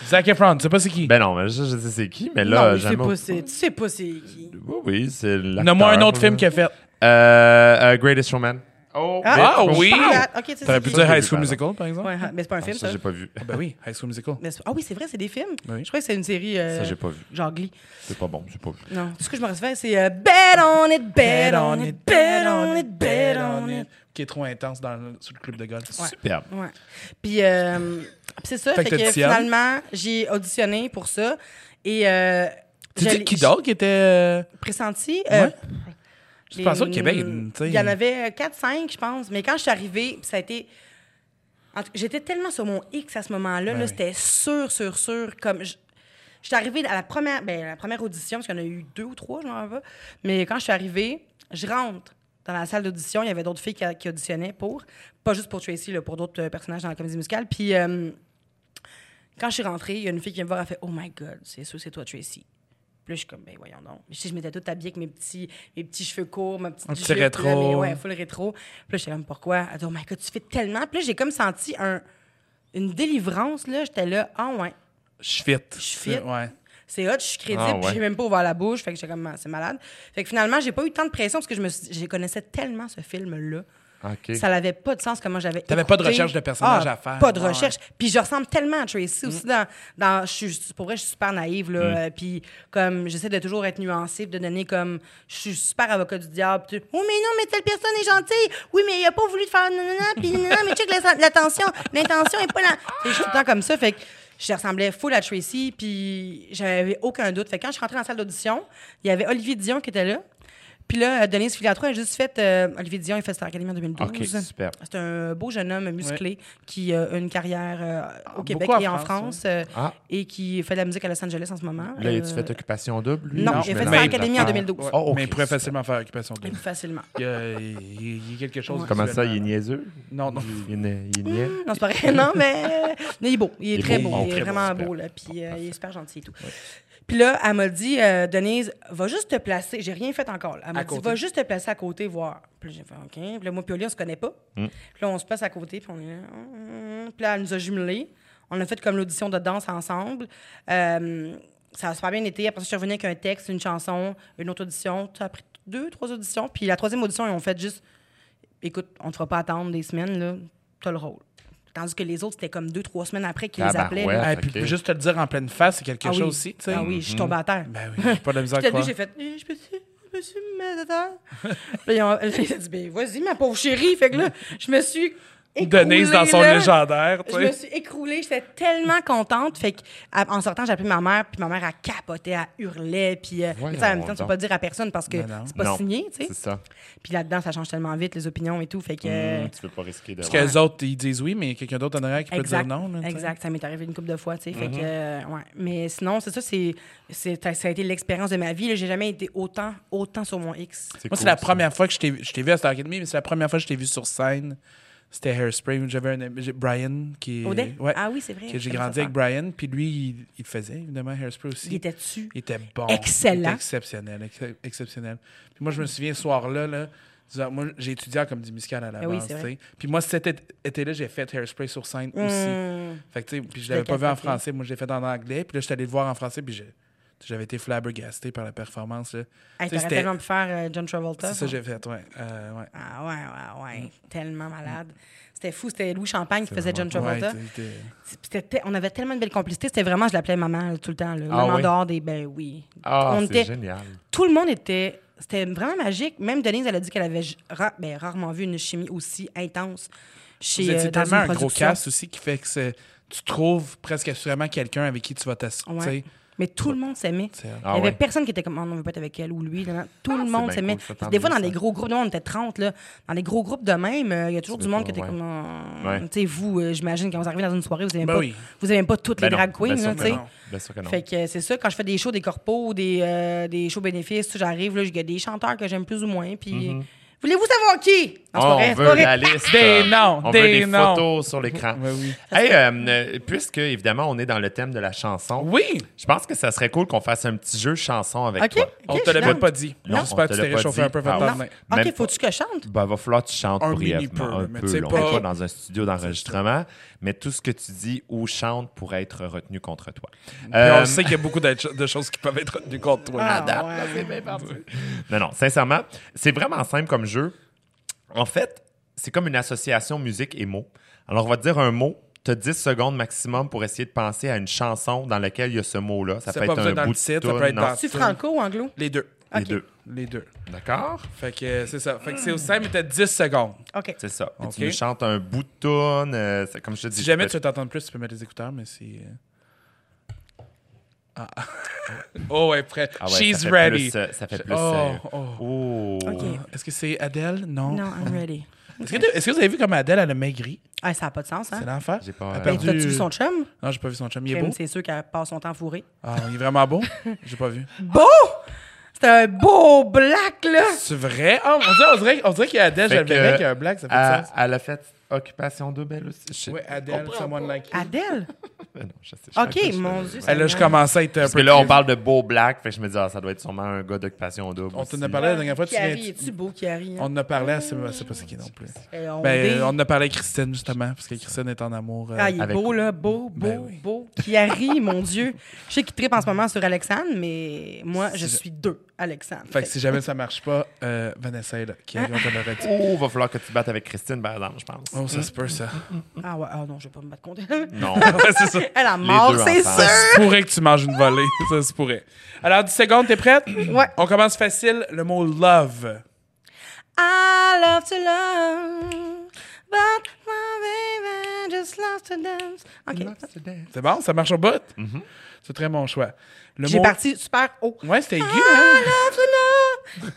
Speaker 2: Zac Efron, tu sais pas c'est qui?
Speaker 1: ben non, mais je, je sais c'est qui, mais là,
Speaker 3: non, mais tu sais
Speaker 1: jamais.
Speaker 3: pas c'est- tu sais pas c'est qui.
Speaker 1: Oui, oui, c'est l'acteur.
Speaker 2: Nomme-moi un autre film qu'il a fait.
Speaker 1: Euh, euh, Greatest Showman. Oh,
Speaker 2: Ah,
Speaker 1: Greatest
Speaker 2: oui!
Speaker 1: Showman.
Speaker 3: Ok, tu sais
Speaker 2: T'aurais
Speaker 3: c'est
Speaker 2: pu
Speaker 3: qui.
Speaker 2: dire
Speaker 1: Ça,
Speaker 2: High
Speaker 1: j'ai
Speaker 2: School
Speaker 1: vu,
Speaker 2: Musical, par exemple?
Speaker 3: Ouais, hein, mais c'est pas un film, ça.
Speaker 1: Ah, Ça, j'ai pas vu. [LAUGHS]
Speaker 2: Ben oui, High School Musical.
Speaker 3: Mais c'est- ah oui, c'est vrai, c'est des films.
Speaker 2: Oui.
Speaker 3: Je crois que c'est une série. euh,
Speaker 1: Ça, j'ai pas vu.
Speaker 3: Genre Glee.
Speaker 1: C'est pas bon, c'est pas vu.
Speaker 3: Non. Ce que je me refais, c'est euh, Bet on it, bet on it, bet on it, bet on it.
Speaker 2: Qui est trop intense dans le- sur le club de golf.
Speaker 1: Superbe.
Speaker 3: Ouais. Puis, euh, puis c'est ça.
Speaker 2: Fait que
Speaker 3: Fait, que,
Speaker 2: t'auditionnes.
Speaker 3: finalement, j'ai auditionné pour ça. Et euh,
Speaker 2: Tu
Speaker 3: je
Speaker 2: dis
Speaker 3: l'ai-
Speaker 2: qui d'autre qui était. euh,
Speaker 3: j'ai Pressenti.
Speaker 2: Ouais.
Speaker 3: euh,
Speaker 2: Je pensais au
Speaker 3: les- euh,
Speaker 2: Québec, tu sais.
Speaker 3: Il y en avait 4-5, je pense. Mais quand je suis arrivée, puis ça a été. en tout- J'étais tellement sur mon X à ce moment-là.
Speaker 2: Ben
Speaker 3: là,
Speaker 2: oui.
Speaker 3: C'était sûr, sûr, sûr. Comme je, je suis arrivée à la première, ben, la première audition, parce qu'il y en a eu deux ou trois, je m'en rappelle pas. Mais quand je suis arrivée, je rentre dans la salle d'audition. Il y avait d'autres filles qui, qui auditionnaient pour. Pas juste pour Tracy, là, pour d'autres euh, personnages dans la comédie musicale. Puis euh, quand je suis rentrée, il y a une fille qui vient me voir, elle fait Oh my God, c'est sûr, c'est toi, Tracy. Puis là, je suis comme, ben voyons donc. Je sais, je m'étais toute habillée avec mes petits, mes petits cheveux courts, ma petite
Speaker 2: Un petit
Speaker 3: jupe, là,
Speaker 2: rétro.
Speaker 3: mais ouais, full rétro. Puis là, j'étais comme, pourquoi? Elle dit, oh my God, tu fais tellement. Puis là, j'ai comme senti un, une délivrance, là. J'étais là, ah ouais,
Speaker 2: Je fit.
Speaker 3: Je fit.
Speaker 2: Ouais.
Speaker 3: c'est hot, je suis crédible,
Speaker 1: Ah ouais.
Speaker 3: puis j'ai même pas ouvert la bouche, fait que j'étais comme Ah, c'est malade. Fait que finalement, j'ai pas eu tant de pression parce que je me suis- je connaissais tellement ce film là.
Speaker 1: OK.
Speaker 3: Ça n'avait pas de sens comment j'avais
Speaker 2: T'avais pas de
Speaker 3: écouté.
Speaker 2: recherche de personnage
Speaker 3: Ah,
Speaker 2: à faire.
Speaker 3: Pas de
Speaker 2: Ouais, Mm.
Speaker 3: recherche. Puis je ressemble tellement à Tracy aussi dans, dans je suis pour vrai, je suis super naïve là, euh, puis comme j'essaie de toujours être nuancée, puis de donner comme je suis super avocat du diable. puis tu- oui, mais non, mais telle personne est gentille. Oui, mais il a pas voulu te faire nanana, puis nanana, mais check la- l'attention, l'intention est pas là. Tu sais, Je suis tout le temps comme ça, fait que je ressemblais full à Tracy, puis j'avais aucun doute. Fait que quand je suis rentrée dans la salle d'audition, il y avait Olivier Dion qui était là. Puis là, euh, Denise Filatro a juste fait. euh, Olivier Dion, il fait Star Academy en 2012.
Speaker 1: OK, super.
Speaker 3: C'est un beau jeune homme musclé qui a une carrière euh, au Québec
Speaker 2: Ah, beaucoup en
Speaker 3: et en
Speaker 2: France,
Speaker 3: France euh,
Speaker 1: Ah.
Speaker 3: et qui fait de la musique à Los Angeles en ce moment.
Speaker 1: Là,
Speaker 3: Euh,
Speaker 1: as-tu
Speaker 3: [LAUGHS]
Speaker 1: fait Occupation Double, lui?
Speaker 3: non,
Speaker 2: Non,
Speaker 3: j'ai
Speaker 1: je
Speaker 3: fait
Speaker 1: mélange,
Speaker 3: Star Academy en
Speaker 1: d'accord.
Speaker 3: 2012.
Speaker 1: Oh, ok,
Speaker 2: Mais il pourrait
Speaker 1: super.
Speaker 2: facilement faire Occupation 2.
Speaker 3: Facilement.
Speaker 2: Il y a, il y a quelque chose.
Speaker 1: Comment ça, il est
Speaker 2: visuellement.
Speaker 1: niaiseux?
Speaker 2: Oh, Non, non.
Speaker 1: Il est né- il est niais?
Speaker 3: Non, c'est pas vrai. Non, mais euh, mais il est beau. Il est, très beau.
Speaker 1: Oh,
Speaker 3: Il est
Speaker 1: très beau,
Speaker 3: vraiment
Speaker 1: super. Ah,
Speaker 3: beau. Là. Puis euh, il est super gentil et tout. Puis là, elle m'a dit, euh, Denise, va juste te placer. J'ai rien fait encore. là. Elle
Speaker 2: À
Speaker 3: m'a dit,
Speaker 2: côté.
Speaker 3: va juste te placer à côté, voir. Puis là, j'ai fait, OK. Puis là, moi, puis Oli, on se connaît pas. Puis là, on se place à côté, puis on est là. Hum, hum. Puis là, elle nous a jumelés. On a fait comme l'audition de danse ensemble. Euh, ça a super bien été. Après ça, je suis revenue avec un texte, une chanson, une autre audition. Tu as pris deux, trois auditions. Puis la troisième audition, ils ont fait juste écoute, on ne te fera pas attendre des semaines, là, t'as le rôle. Tandis que les autres, c'était comme deux, trois semaines après qu'ils les appelaient.
Speaker 1: Tabarouette.
Speaker 2: Ah,
Speaker 3: là.
Speaker 2: puis
Speaker 1: Ok.
Speaker 2: juste te le dire en pleine face, c'est quelque
Speaker 3: Ah oui.
Speaker 2: chose aussi, tu sais.
Speaker 3: Ah oui, je suis tombée à terre.
Speaker 2: Ben oui, j'ai pas de la misère à
Speaker 3: J'étais
Speaker 2: croire.
Speaker 3: j'ai fait, Eh, [LAUGHS] je peux-tu je peux-tu me mettre à terre? Puis ils ont- ils ont dit, ben vas-y, ma pauvre chérie. Fait que là, je me suis. écroulée,
Speaker 2: Denise dans son
Speaker 3: là.
Speaker 2: légendaire, tu
Speaker 3: Je me
Speaker 2: sais.
Speaker 3: suis écroulée, j'étais tellement contente. Fait que, à- en sortant, j'ai appelé ma mère, puis ma mère, elle capotait, elle hurlait. Puis, euh, mais tu sais, en même temps, tu peux
Speaker 1: donc.
Speaker 3: pas le dire à personne parce que
Speaker 2: Ben non.
Speaker 3: c'est pas
Speaker 1: Non,
Speaker 3: signé, tu
Speaker 1: C'est
Speaker 3: sais.
Speaker 1: ça.
Speaker 3: Puis là-dedans, ça change tellement vite, les opinions et tout. Fait que.
Speaker 2: Mmh.
Speaker 3: euh,
Speaker 1: Tu veux pas risquer de...
Speaker 2: Parce que les autres, ils disent oui, mais il y a quelqu'un d'autre en arrière qui peut
Speaker 3: Exact.
Speaker 2: dire non. là, tu sais. Mmh.
Speaker 3: exact. Ça m'est arrivé une couple de fois, tu sais. Fait que, euh, ouais. Mais sinon, c'est ça, c'est, c'est- ça a été l'expérience de ma vie. là. J'ai jamais été autant, autant sur mon X.
Speaker 1: C'est
Speaker 2: Moi, c'est
Speaker 1: cool,
Speaker 2: la
Speaker 1: ça.
Speaker 2: première fois que je t'ai je t'ai vu à Star Academy, mais c'est la première fois que je t'ai vu sur scène. C'était Hairspray. J'avais un ami- j'ai- Brian qui. est-
Speaker 3: Audet?
Speaker 2: Ouais.
Speaker 3: Ah oui, c'est vrai.
Speaker 2: Que j'ai
Speaker 3: Je connais
Speaker 2: grandi
Speaker 3: ça,
Speaker 2: avec Brian, puis lui, il, il faisait évidemment Hairspray aussi.
Speaker 3: Il était dessus.
Speaker 2: Il était bon.
Speaker 3: Excellent.
Speaker 2: Il était exceptionnel. ex- exceptionnel. Puis moi, je me souviens ce soir-là, là, disant, moi, j'ai étudié en comédie musicale à la
Speaker 3: Ah oui,
Speaker 2: base.
Speaker 3: c'est
Speaker 2: tu
Speaker 3: vrai. Mmh.
Speaker 2: sais. Puis moi, cet été- été-là, j'ai fait Hairspray sur
Speaker 3: Hmm.
Speaker 2: scène aussi. Fait que, tu sais, puis je l'avais pas vu en
Speaker 3: capoté.
Speaker 2: français. Moi, je l'ai fait en anglais. Puis là, je suis allé le voir en français, puis j'ai. J'avais été flabbergasté par la performance. là.
Speaker 3: Hey,
Speaker 2: Tu sais,
Speaker 3: T'aurais
Speaker 2: c'était-
Speaker 3: tellement pu faire euh, John Travolta.
Speaker 2: C'est ça que j'ai Hmm. fait, ouais. Euh, ouais.
Speaker 3: Ah ouais, ouais, ouais. Tellement malade. C'était fou. C'était Louis Champagne qui faisait John
Speaker 2: Ouais,
Speaker 3: Travolta.
Speaker 2: t'es- t'es-
Speaker 3: C'était te- on avait tellement de belles complicités. C'était vraiment, je l'appelais maman là, tout le temps. là. Même
Speaker 1: Ah
Speaker 3: en
Speaker 1: oui?
Speaker 3: dehors des. Ben oui.
Speaker 1: Ah,
Speaker 3: on
Speaker 1: c'est
Speaker 3: était,
Speaker 1: génial.
Speaker 3: Tout le monde était. C'était vraiment magique. Même Denise, elle a dit qu'elle avait j- ra- ben, rarement vu une chimie aussi intense chez.
Speaker 2: Vous
Speaker 3: euh,
Speaker 2: étiez
Speaker 3: dans
Speaker 2: tellement un
Speaker 3: une
Speaker 2: gros
Speaker 3: production.
Speaker 2: cast aussi qui fait que c'est- tu trouves presque assurément quelqu'un avec qui tu vas t'assister.
Speaker 3: Ouais. Mais tout le monde s'aimait.
Speaker 2: C'est-
Speaker 3: Il
Speaker 1: Ah
Speaker 3: n'y avait
Speaker 1: ouais. Ah,
Speaker 3: personne qui était comme, Oh, on veut pas être avec elle ou lui. Non, non. Tout le
Speaker 1: c'est
Speaker 3: monde
Speaker 1: bien
Speaker 3: s'aimait.
Speaker 1: cool, ça,
Speaker 3: Puis
Speaker 1: tant
Speaker 3: des fois,
Speaker 1: mieux,
Speaker 3: dans des
Speaker 1: ça.
Speaker 3: gros groupes, nous, on était 30, là. Dans des gros groupes de même, euh, il y a toujours
Speaker 1: Tu
Speaker 3: du
Speaker 1: veux pas,
Speaker 3: monde qui était
Speaker 1: ouais.
Speaker 3: comme, Oh,
Speaker 1: Ouais.
Speaker 3: tu sais, vous, euh, j'imagine, quand vous arrivez dans une soirée, vous n'aimez
Speaker 2: Ben
Speaker 3: pas,
Speaker 2: oui.
Speaker 3: vous aimez pas toutes les
Speaker 1: Ben non,
Speaker 3: drag
Speaker 1: bien
Speaker 3: queens,
Speaker 1: sûr
Speaker 3: là,
Speaker 1: que
Speaker 3: tu sais.
Speaker 1: non. Bien sûr que non.
Speaker 3: Fait que euh, c'est ça, quand je fais des shows, des corpos, des, euh, des shows bénéfices, tout, j'arrive, là, il y a des chanteurs que j'aime plus ou moins, puis... Voulez-vous savoir qui? Non, c'est
Speaker 1: Mm-hmm.
Speaker 3: pas
Speaker 1: Oh, on
Speaker 3: vrai, c'est
Speaker 1: veut
Speaker 3: pas vrai.
Speaker 1: la liste.
Speaker 2: Des noms,
Speaker 1: on
Speaker 2: des
Speaker 1: veut des
Speaker 2: noms.
Speaker 1: photos sur l'écran.
Speaker 2: ben Ouais, oui.
Speaker 1: Hey, euh, euh, puisque, évidemment, on est dans le thème de la chanson,
Speaker 2: Oui!
Speaker 1: je pense que ça serait cool qu'on fasse un petit jeu chanson avec
Speaker 3: OK.
Speaker 1: toi.
Speaker 2: On
Speaker 3: Ok,
Speaker 2: te
Speaker 3: je
Speaker 2: l'avait
Speaker 3: suis
Speaker 2: pas dit.
Speaker 1: Non, on
Speaker 2: J'espère
Speaker 1: te
Speaker 2: que tu
Speaker 1: l'a
Speaker 2: t'es
Speaker 1: pas
Speaker 2: réchauffé
Speaker 1: dit.
Speaker 2: un peu
Speaker 1: Ah
Speaker 2: votre
Speaker 1: ouais.
Speaker 2: temps de main.
Speaker 3: OK,
Speaker 1: Même pas-
Speaker 3: faut-tu que je chante?
Speaker 1: Ben, va falloir que tu chantes
Speaker 2: Un
Speaker 1: brièvement
Speaker 2: mini peu,
Speaker 1: un
Speaker 2: mais
Speaker 1: peu.
Speaker 2: tu sais
Speaker 1: là. On
Speaker 2: pas-
Speaker 1: n'est pas dans un studio d'enregistrement, mais tout ce que tu dis ou chantes pourrait être retenu contre toi.
Speaker 2: Puis
Speaker 1: Euh,
Speaker 2: on sait qu'il y a beaucoup de de choses qui peuvent être retenues contre toi.
Speaker 3: Ah,
Speaker 2: madame.
Speaker 3: ouais.
Speaker 1: [LAUGHS] Non, non, sincèrement, c'est vraiment simple comme jeu. En fait, c'est comme une association musique et mots. Alors, on va te dire un mot. Tu as 10 secondes maximum pour essayer de penser à une chanson dans laquelle il y a ce mot-là. Ça
Speaker 2: C'est
Speaker 1: peut
Speaker 2: pas
Speaker 1: être
Speaker 2: besoin
Speaker 1: un
Speaker 2: dans le
Speaker 1: bout de
Speaker 2: titre, ça
Speaker 1: toune,
Speaker 2: peut être
Speaker 1: non?
Speaker 2: dans-
Speaker 3: Tu franco ou anglo?
Speaker 2: Les deux.
Speaker 1: Les deux.
Speaker 2: Les deux.
Speaker 1: D'accord?
Speaker 2: Fait que euh, c'est ça. Fait que c'est aussi simple, mais t'as 10 secondes.
Speaker 3: OK.
Speaker 1: C'est ça. Puis
Speaker 2: Ok.
Speaker 1: Tu nous chantes un bout de toune. euh, c'est comme je te dis.
Speaker 2: Si jamais tu
Speaker 1: tu
Speaker 2: veux t'entendre plus, tu peux mettre les écouteurs, mais c'est. euh, Ah. [LAUGHS] oh, ouais, prêt.
Speaker 1: Ah ouais,
Speaker 2: She's
Speaker 1: ça fait
Speaker 2: ready.
Speaker 1: plus, euh, ça fait plus
Speaker 2: Oh,
Speaker 1: sérieux.
Speaker 2: oh.
Speaker 1: Oh.
Speaker 3: OK.
Speaker 2: Est-ce que c'est Adèle? Non.
Speaker 3: Non, I'm ready.
Speaker 2: Est-ce que, t'as- est-ce que vous avez vu comme Adèle, elle a maigri?
Speaker 3: Ah, ça n'a pas de sens,
Speaker 2: C'est
Speaker 3: hein?
Speaker 2: l'enfer.
Speaker 1: J'ai pas,
Speaker 2: Elle a
Speaker 1: euh,
Speaker 3: Mais
Speaker 2: perdu-
Speaker 3: T'as-tu vu son chum?
Speaker 2: Non, j'ai pas vu son chum. Il est
Speaker 3: Crème,
Speaker 2: beau.
Speaker 3: C'est sûr qu'elle passe son temps fourré.
Speaker 2: Ah, il est vraiment beau. J'ai pas vu.
Speaker 3: Beau! C'est un beau black, là!
Speaker 2: C'est vrai? Ah, on dirait, on dirait, on dirait qu'il y a Adèle,
Speaker 1: Fait
Speaker 2: j'avais
Speaker 1: que, euh,
Speaker 2: le mec, il y a un black, ça fait
Speaker 1: à-
Speaker 2: du sens.
Speaker 1: Elle a fait Occupation Double aussi. Je sais-
Speaker 2: Oui, Adèle, someone like you.
Speaker 3: Adèle?
Speaker 1: Non, je sais- je-
Speaker 3: OK,
Speaker 1: je-
Speaker 3: mon Dieu.
Speaker 2: Ah, là, je commençais à être un
Speaker 1: euh, Parce que
Speaker 2: peu.
Speaker 1: là, on parle de beau black, fait que je me dis, ah, ça doit être sûrement un gars d'occupation double.
Speaker 2: On t'en
Speaker 1: aussi.
Speaker 2: a parlé la dernière fois, tu te
Speaker 3: Carrie,
Speaker 2: souviens-
Speaker 3: es-tu beau, Carrie?
Speaker 2: On en a parlé, à- c'est c'est pas ce qui non plus.
Speaker 3: on
Speaker 2: Ben,
Speaker 3: dit-
Speaker 2: euh, on en a parlé à Christine, justement, parce que Christine est en amour. euh,
Speaker 3: Ah, il est
Speaker 1: avec-
Speaker 3: beau, là. Beau, beau,
Speaker 2: Ben oui.
Speaker 3: beau. Chiari, mon Dieu. Je sais qu'il tripe en ce moment sur Alexandre, mais moi, je
Speaker 2: C'est-
Speaker 3: suis deux, Alexandre.
Speaker 2: Fait que si jamais ça marche pas, euh, Vanessa est là, qui arrive, on te l'aurait [LAUGHS] dit.
Speaker 1: Oh, va falloir que tu battes avec Christine, par exemple, je pense.
Speaker 2: Oh, ça se peut, ça.
Speaker 3: Ah, ouais. Ah, non, je vais pas me battre contre
Speaker 2: [LAUGHS]
Speaker 1: Non.
Speaker 2: Ouais, c'est ça.
Speaker 3: [LAUGHS] Elle a
Speaker 1: Les
Speaker 3: mort,
Speaker 1: deux
Speaker 3: c'est
Speaker 1: ensemble.
Speaker 3: sûr!
Speaker 2: Ça se pourrait que tu manges une volée. [LAUGHS] Ça se pourrait. Alors, 10 secondes, t'es prête?
Speaker 3: Ouais.
Speaker 2: On commence facile. Le mot love.
Speaker 3: I love to love, but my baby just loves to dance. OK.
Speaker 1: Ah
Speaker 2: C'est bon? Ça marche au bout?
Speaker 1: Mm-hmm.
Speaker 2: C'est très bon choix. Le
Speaker 3: J'ai
Speaker 2: mot-
Speaker 3: parti super haut.
Speaker 2: Ouais, c'était aigu,
Speaker 3: I
Speaker 2: hein?
Speaker 3: Ah, love to love.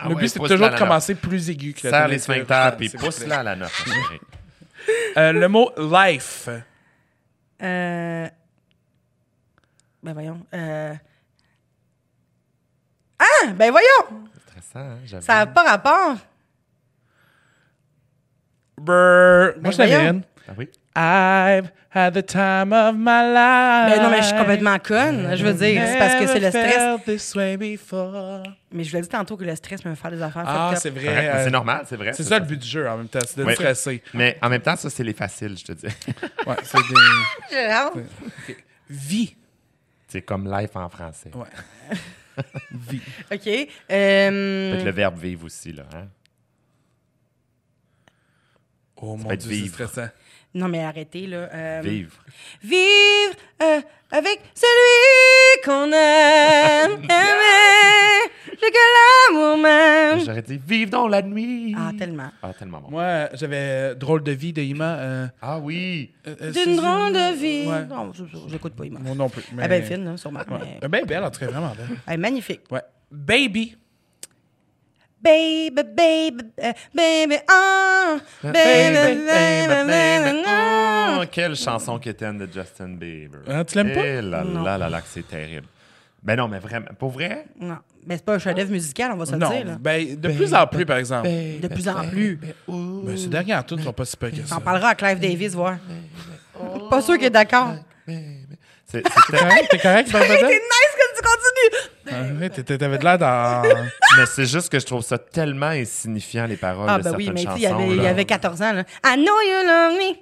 Speaker 1: Ah
Speaker 2: Le
Speaker 1: ouais,
Speaker 2: but, c'est
Speaker 1: pousse-la
Speaker 2: toujours
Speaker 1: à
Speaker 2: de
Speaker 1: la
Speaker 2: commencer plus aigu que
Speaker 1: note.
Speaker 2: la
Speaker 1: Serre les
Speaker 2: tonalité
Speaker 1: sphincters,
Speaker 2: originale,
Speaker 1: puis
Speaker 2: s'il vous plaît.
Speaker 1: pousse-la à la note. ma
Speaker 2: [LAUGHS]
Speaker 1: chérie.
Speaker 2: Euh, le mot life.
Speaker 3: Euh... Ben voyons. Euh... Ah! Ben voyons!
Speaker 1: Stressant, hein, j'avoue.
Speaker 3: Ça n'a pas rapport.
Speaker 2: Brrr. Moi, je
Speaker 3: Ben voyons.
Speaker 2: t'avais une.
Speaker 1: Ah oui?
Speaker 2: I've had the time of my life.
Speaker 3: Ben non, mais je suis complètement conne. Je veux dire, c'est parce que c'est le stress.
Speaker 2: Never felt this way before.
Speaker 3: Mais je vous l'ai dit tantôt que le stress me fait faire des affaires.
Speaker 2: Ah,
Speaker 3: fucked up.
Speaker 2: c'est vrai.
Speaker 1: Correct, mais
Speaker 2: euh,
Speaker 1: C'est normal, c'est vrai.
Speaker 2: C'est ça le but du jeu en même temps, c'est de te
Speaker 1: Ouais.
Speaker 2: stresser.
Speaker 1: Mais en même temps, ça, c'est les faciles, je te dis. [LAUGHS]
Speaker 2: Ouais, [LAUGHS] c'est des.
Speaker 3: J'ai hâte.
Speaker 2: Vie.
Speaker 1: C'est comme life en français.
Speaker 2: Ouais.
Speaker 3: OK.
Speaker 1: Peut-être
Speaker 3: Euh...
Speaker 1: le verbe vivre aussi, là. hein.
Speaker 2: Oh mon
Speaker 1: va être
Speaker 2: dieu, c'est
Speaker 1: vivre.
Speaker 2: stressant.
Speaker 3: Non, mais arrêtez, là. Euh...
Speaker 1: Vivre.
Speaker 3: Vivre euh, avec celui qu'on
Speaker 2: [LAUGHS]
Speaker 3: aime, aimer, j'ai que l'amour même.
Speaker 1: J'aurais dit vivre dans la nuit.
Speaker 3: Ah, tellement.
Speaker 1: Ah, tellement bon.
Speaker 2: Moi, euh, j'avais euh, drôle de vie de Ima. euh,
Speaker 1: Ah oui!
Speaker 2: euh, euh,
Speaker 3: D'une
Speaker 2: Suzy-
Speaker 3: drôle de vie.
Speaker 2: Ouais.
Speaker 3: Non, je- je- j'écoute pas, il
Speaker 2: Moi non plus. Mais...
Speaker 3: Elle est bien fine, là, sûrement. mais-
Speaker 2: Ouais. Elle est bien belle, en tout cas, vraiment belle.
Speaker 3: Elle est magnifique.
Speaker 2: Ouais. Baby.
Speaker 3: Baby, baby, euh, baby, oh, baby, baby, baby, baby, oh.
Speaker 1: Oh, quelle chanson qu'étaine de Justin Bieber.
Speaker 2: Ah, tu l'aimes pas?
Speaker 1: Eh là
Speaker 3: Non.
Speaker 1: là là là, que c'est terrible. Ben non, mais vraiment, pour vrai?
Speaker 3: Non, mais c'est pas un chef-d'œuvre musical, on va se le dire.
Speaker 2: Non,
Speaker 3: Là.
Speaker 2: ben, de plus en plus, par exemple.
Speaker 3: De plus en plus.
Speaker 2: Mais ces dernières toutes sont pas si pires que ça.
Speaker 3: T'en parleras à Clive Davis, voir. Oh! Pas sûr qu'il est d'accord.
Speaker 1: C'est c'est
Speaker 2: T'es correct, t'es correct, Barbada?
Speaker 3: C'est nice que tu continues.
Speaker 2: Ah, ouais, t'étais- T'avais de l'air dans.
Speaker 1: Mais c'est juste que je trouve ça tellement insignifiant, les paroles
Speaker 3: Ah,
Speaker 1: de
Speaker 3: ben oui,
Speaker 1: certaines
Speaker 3: mais tu sais,
Speaker 1: chansons.
Speaker 3: il y avait- il y
Speaker 1: là.
Speaker 3: avait 14 ans. Là. I know you love me.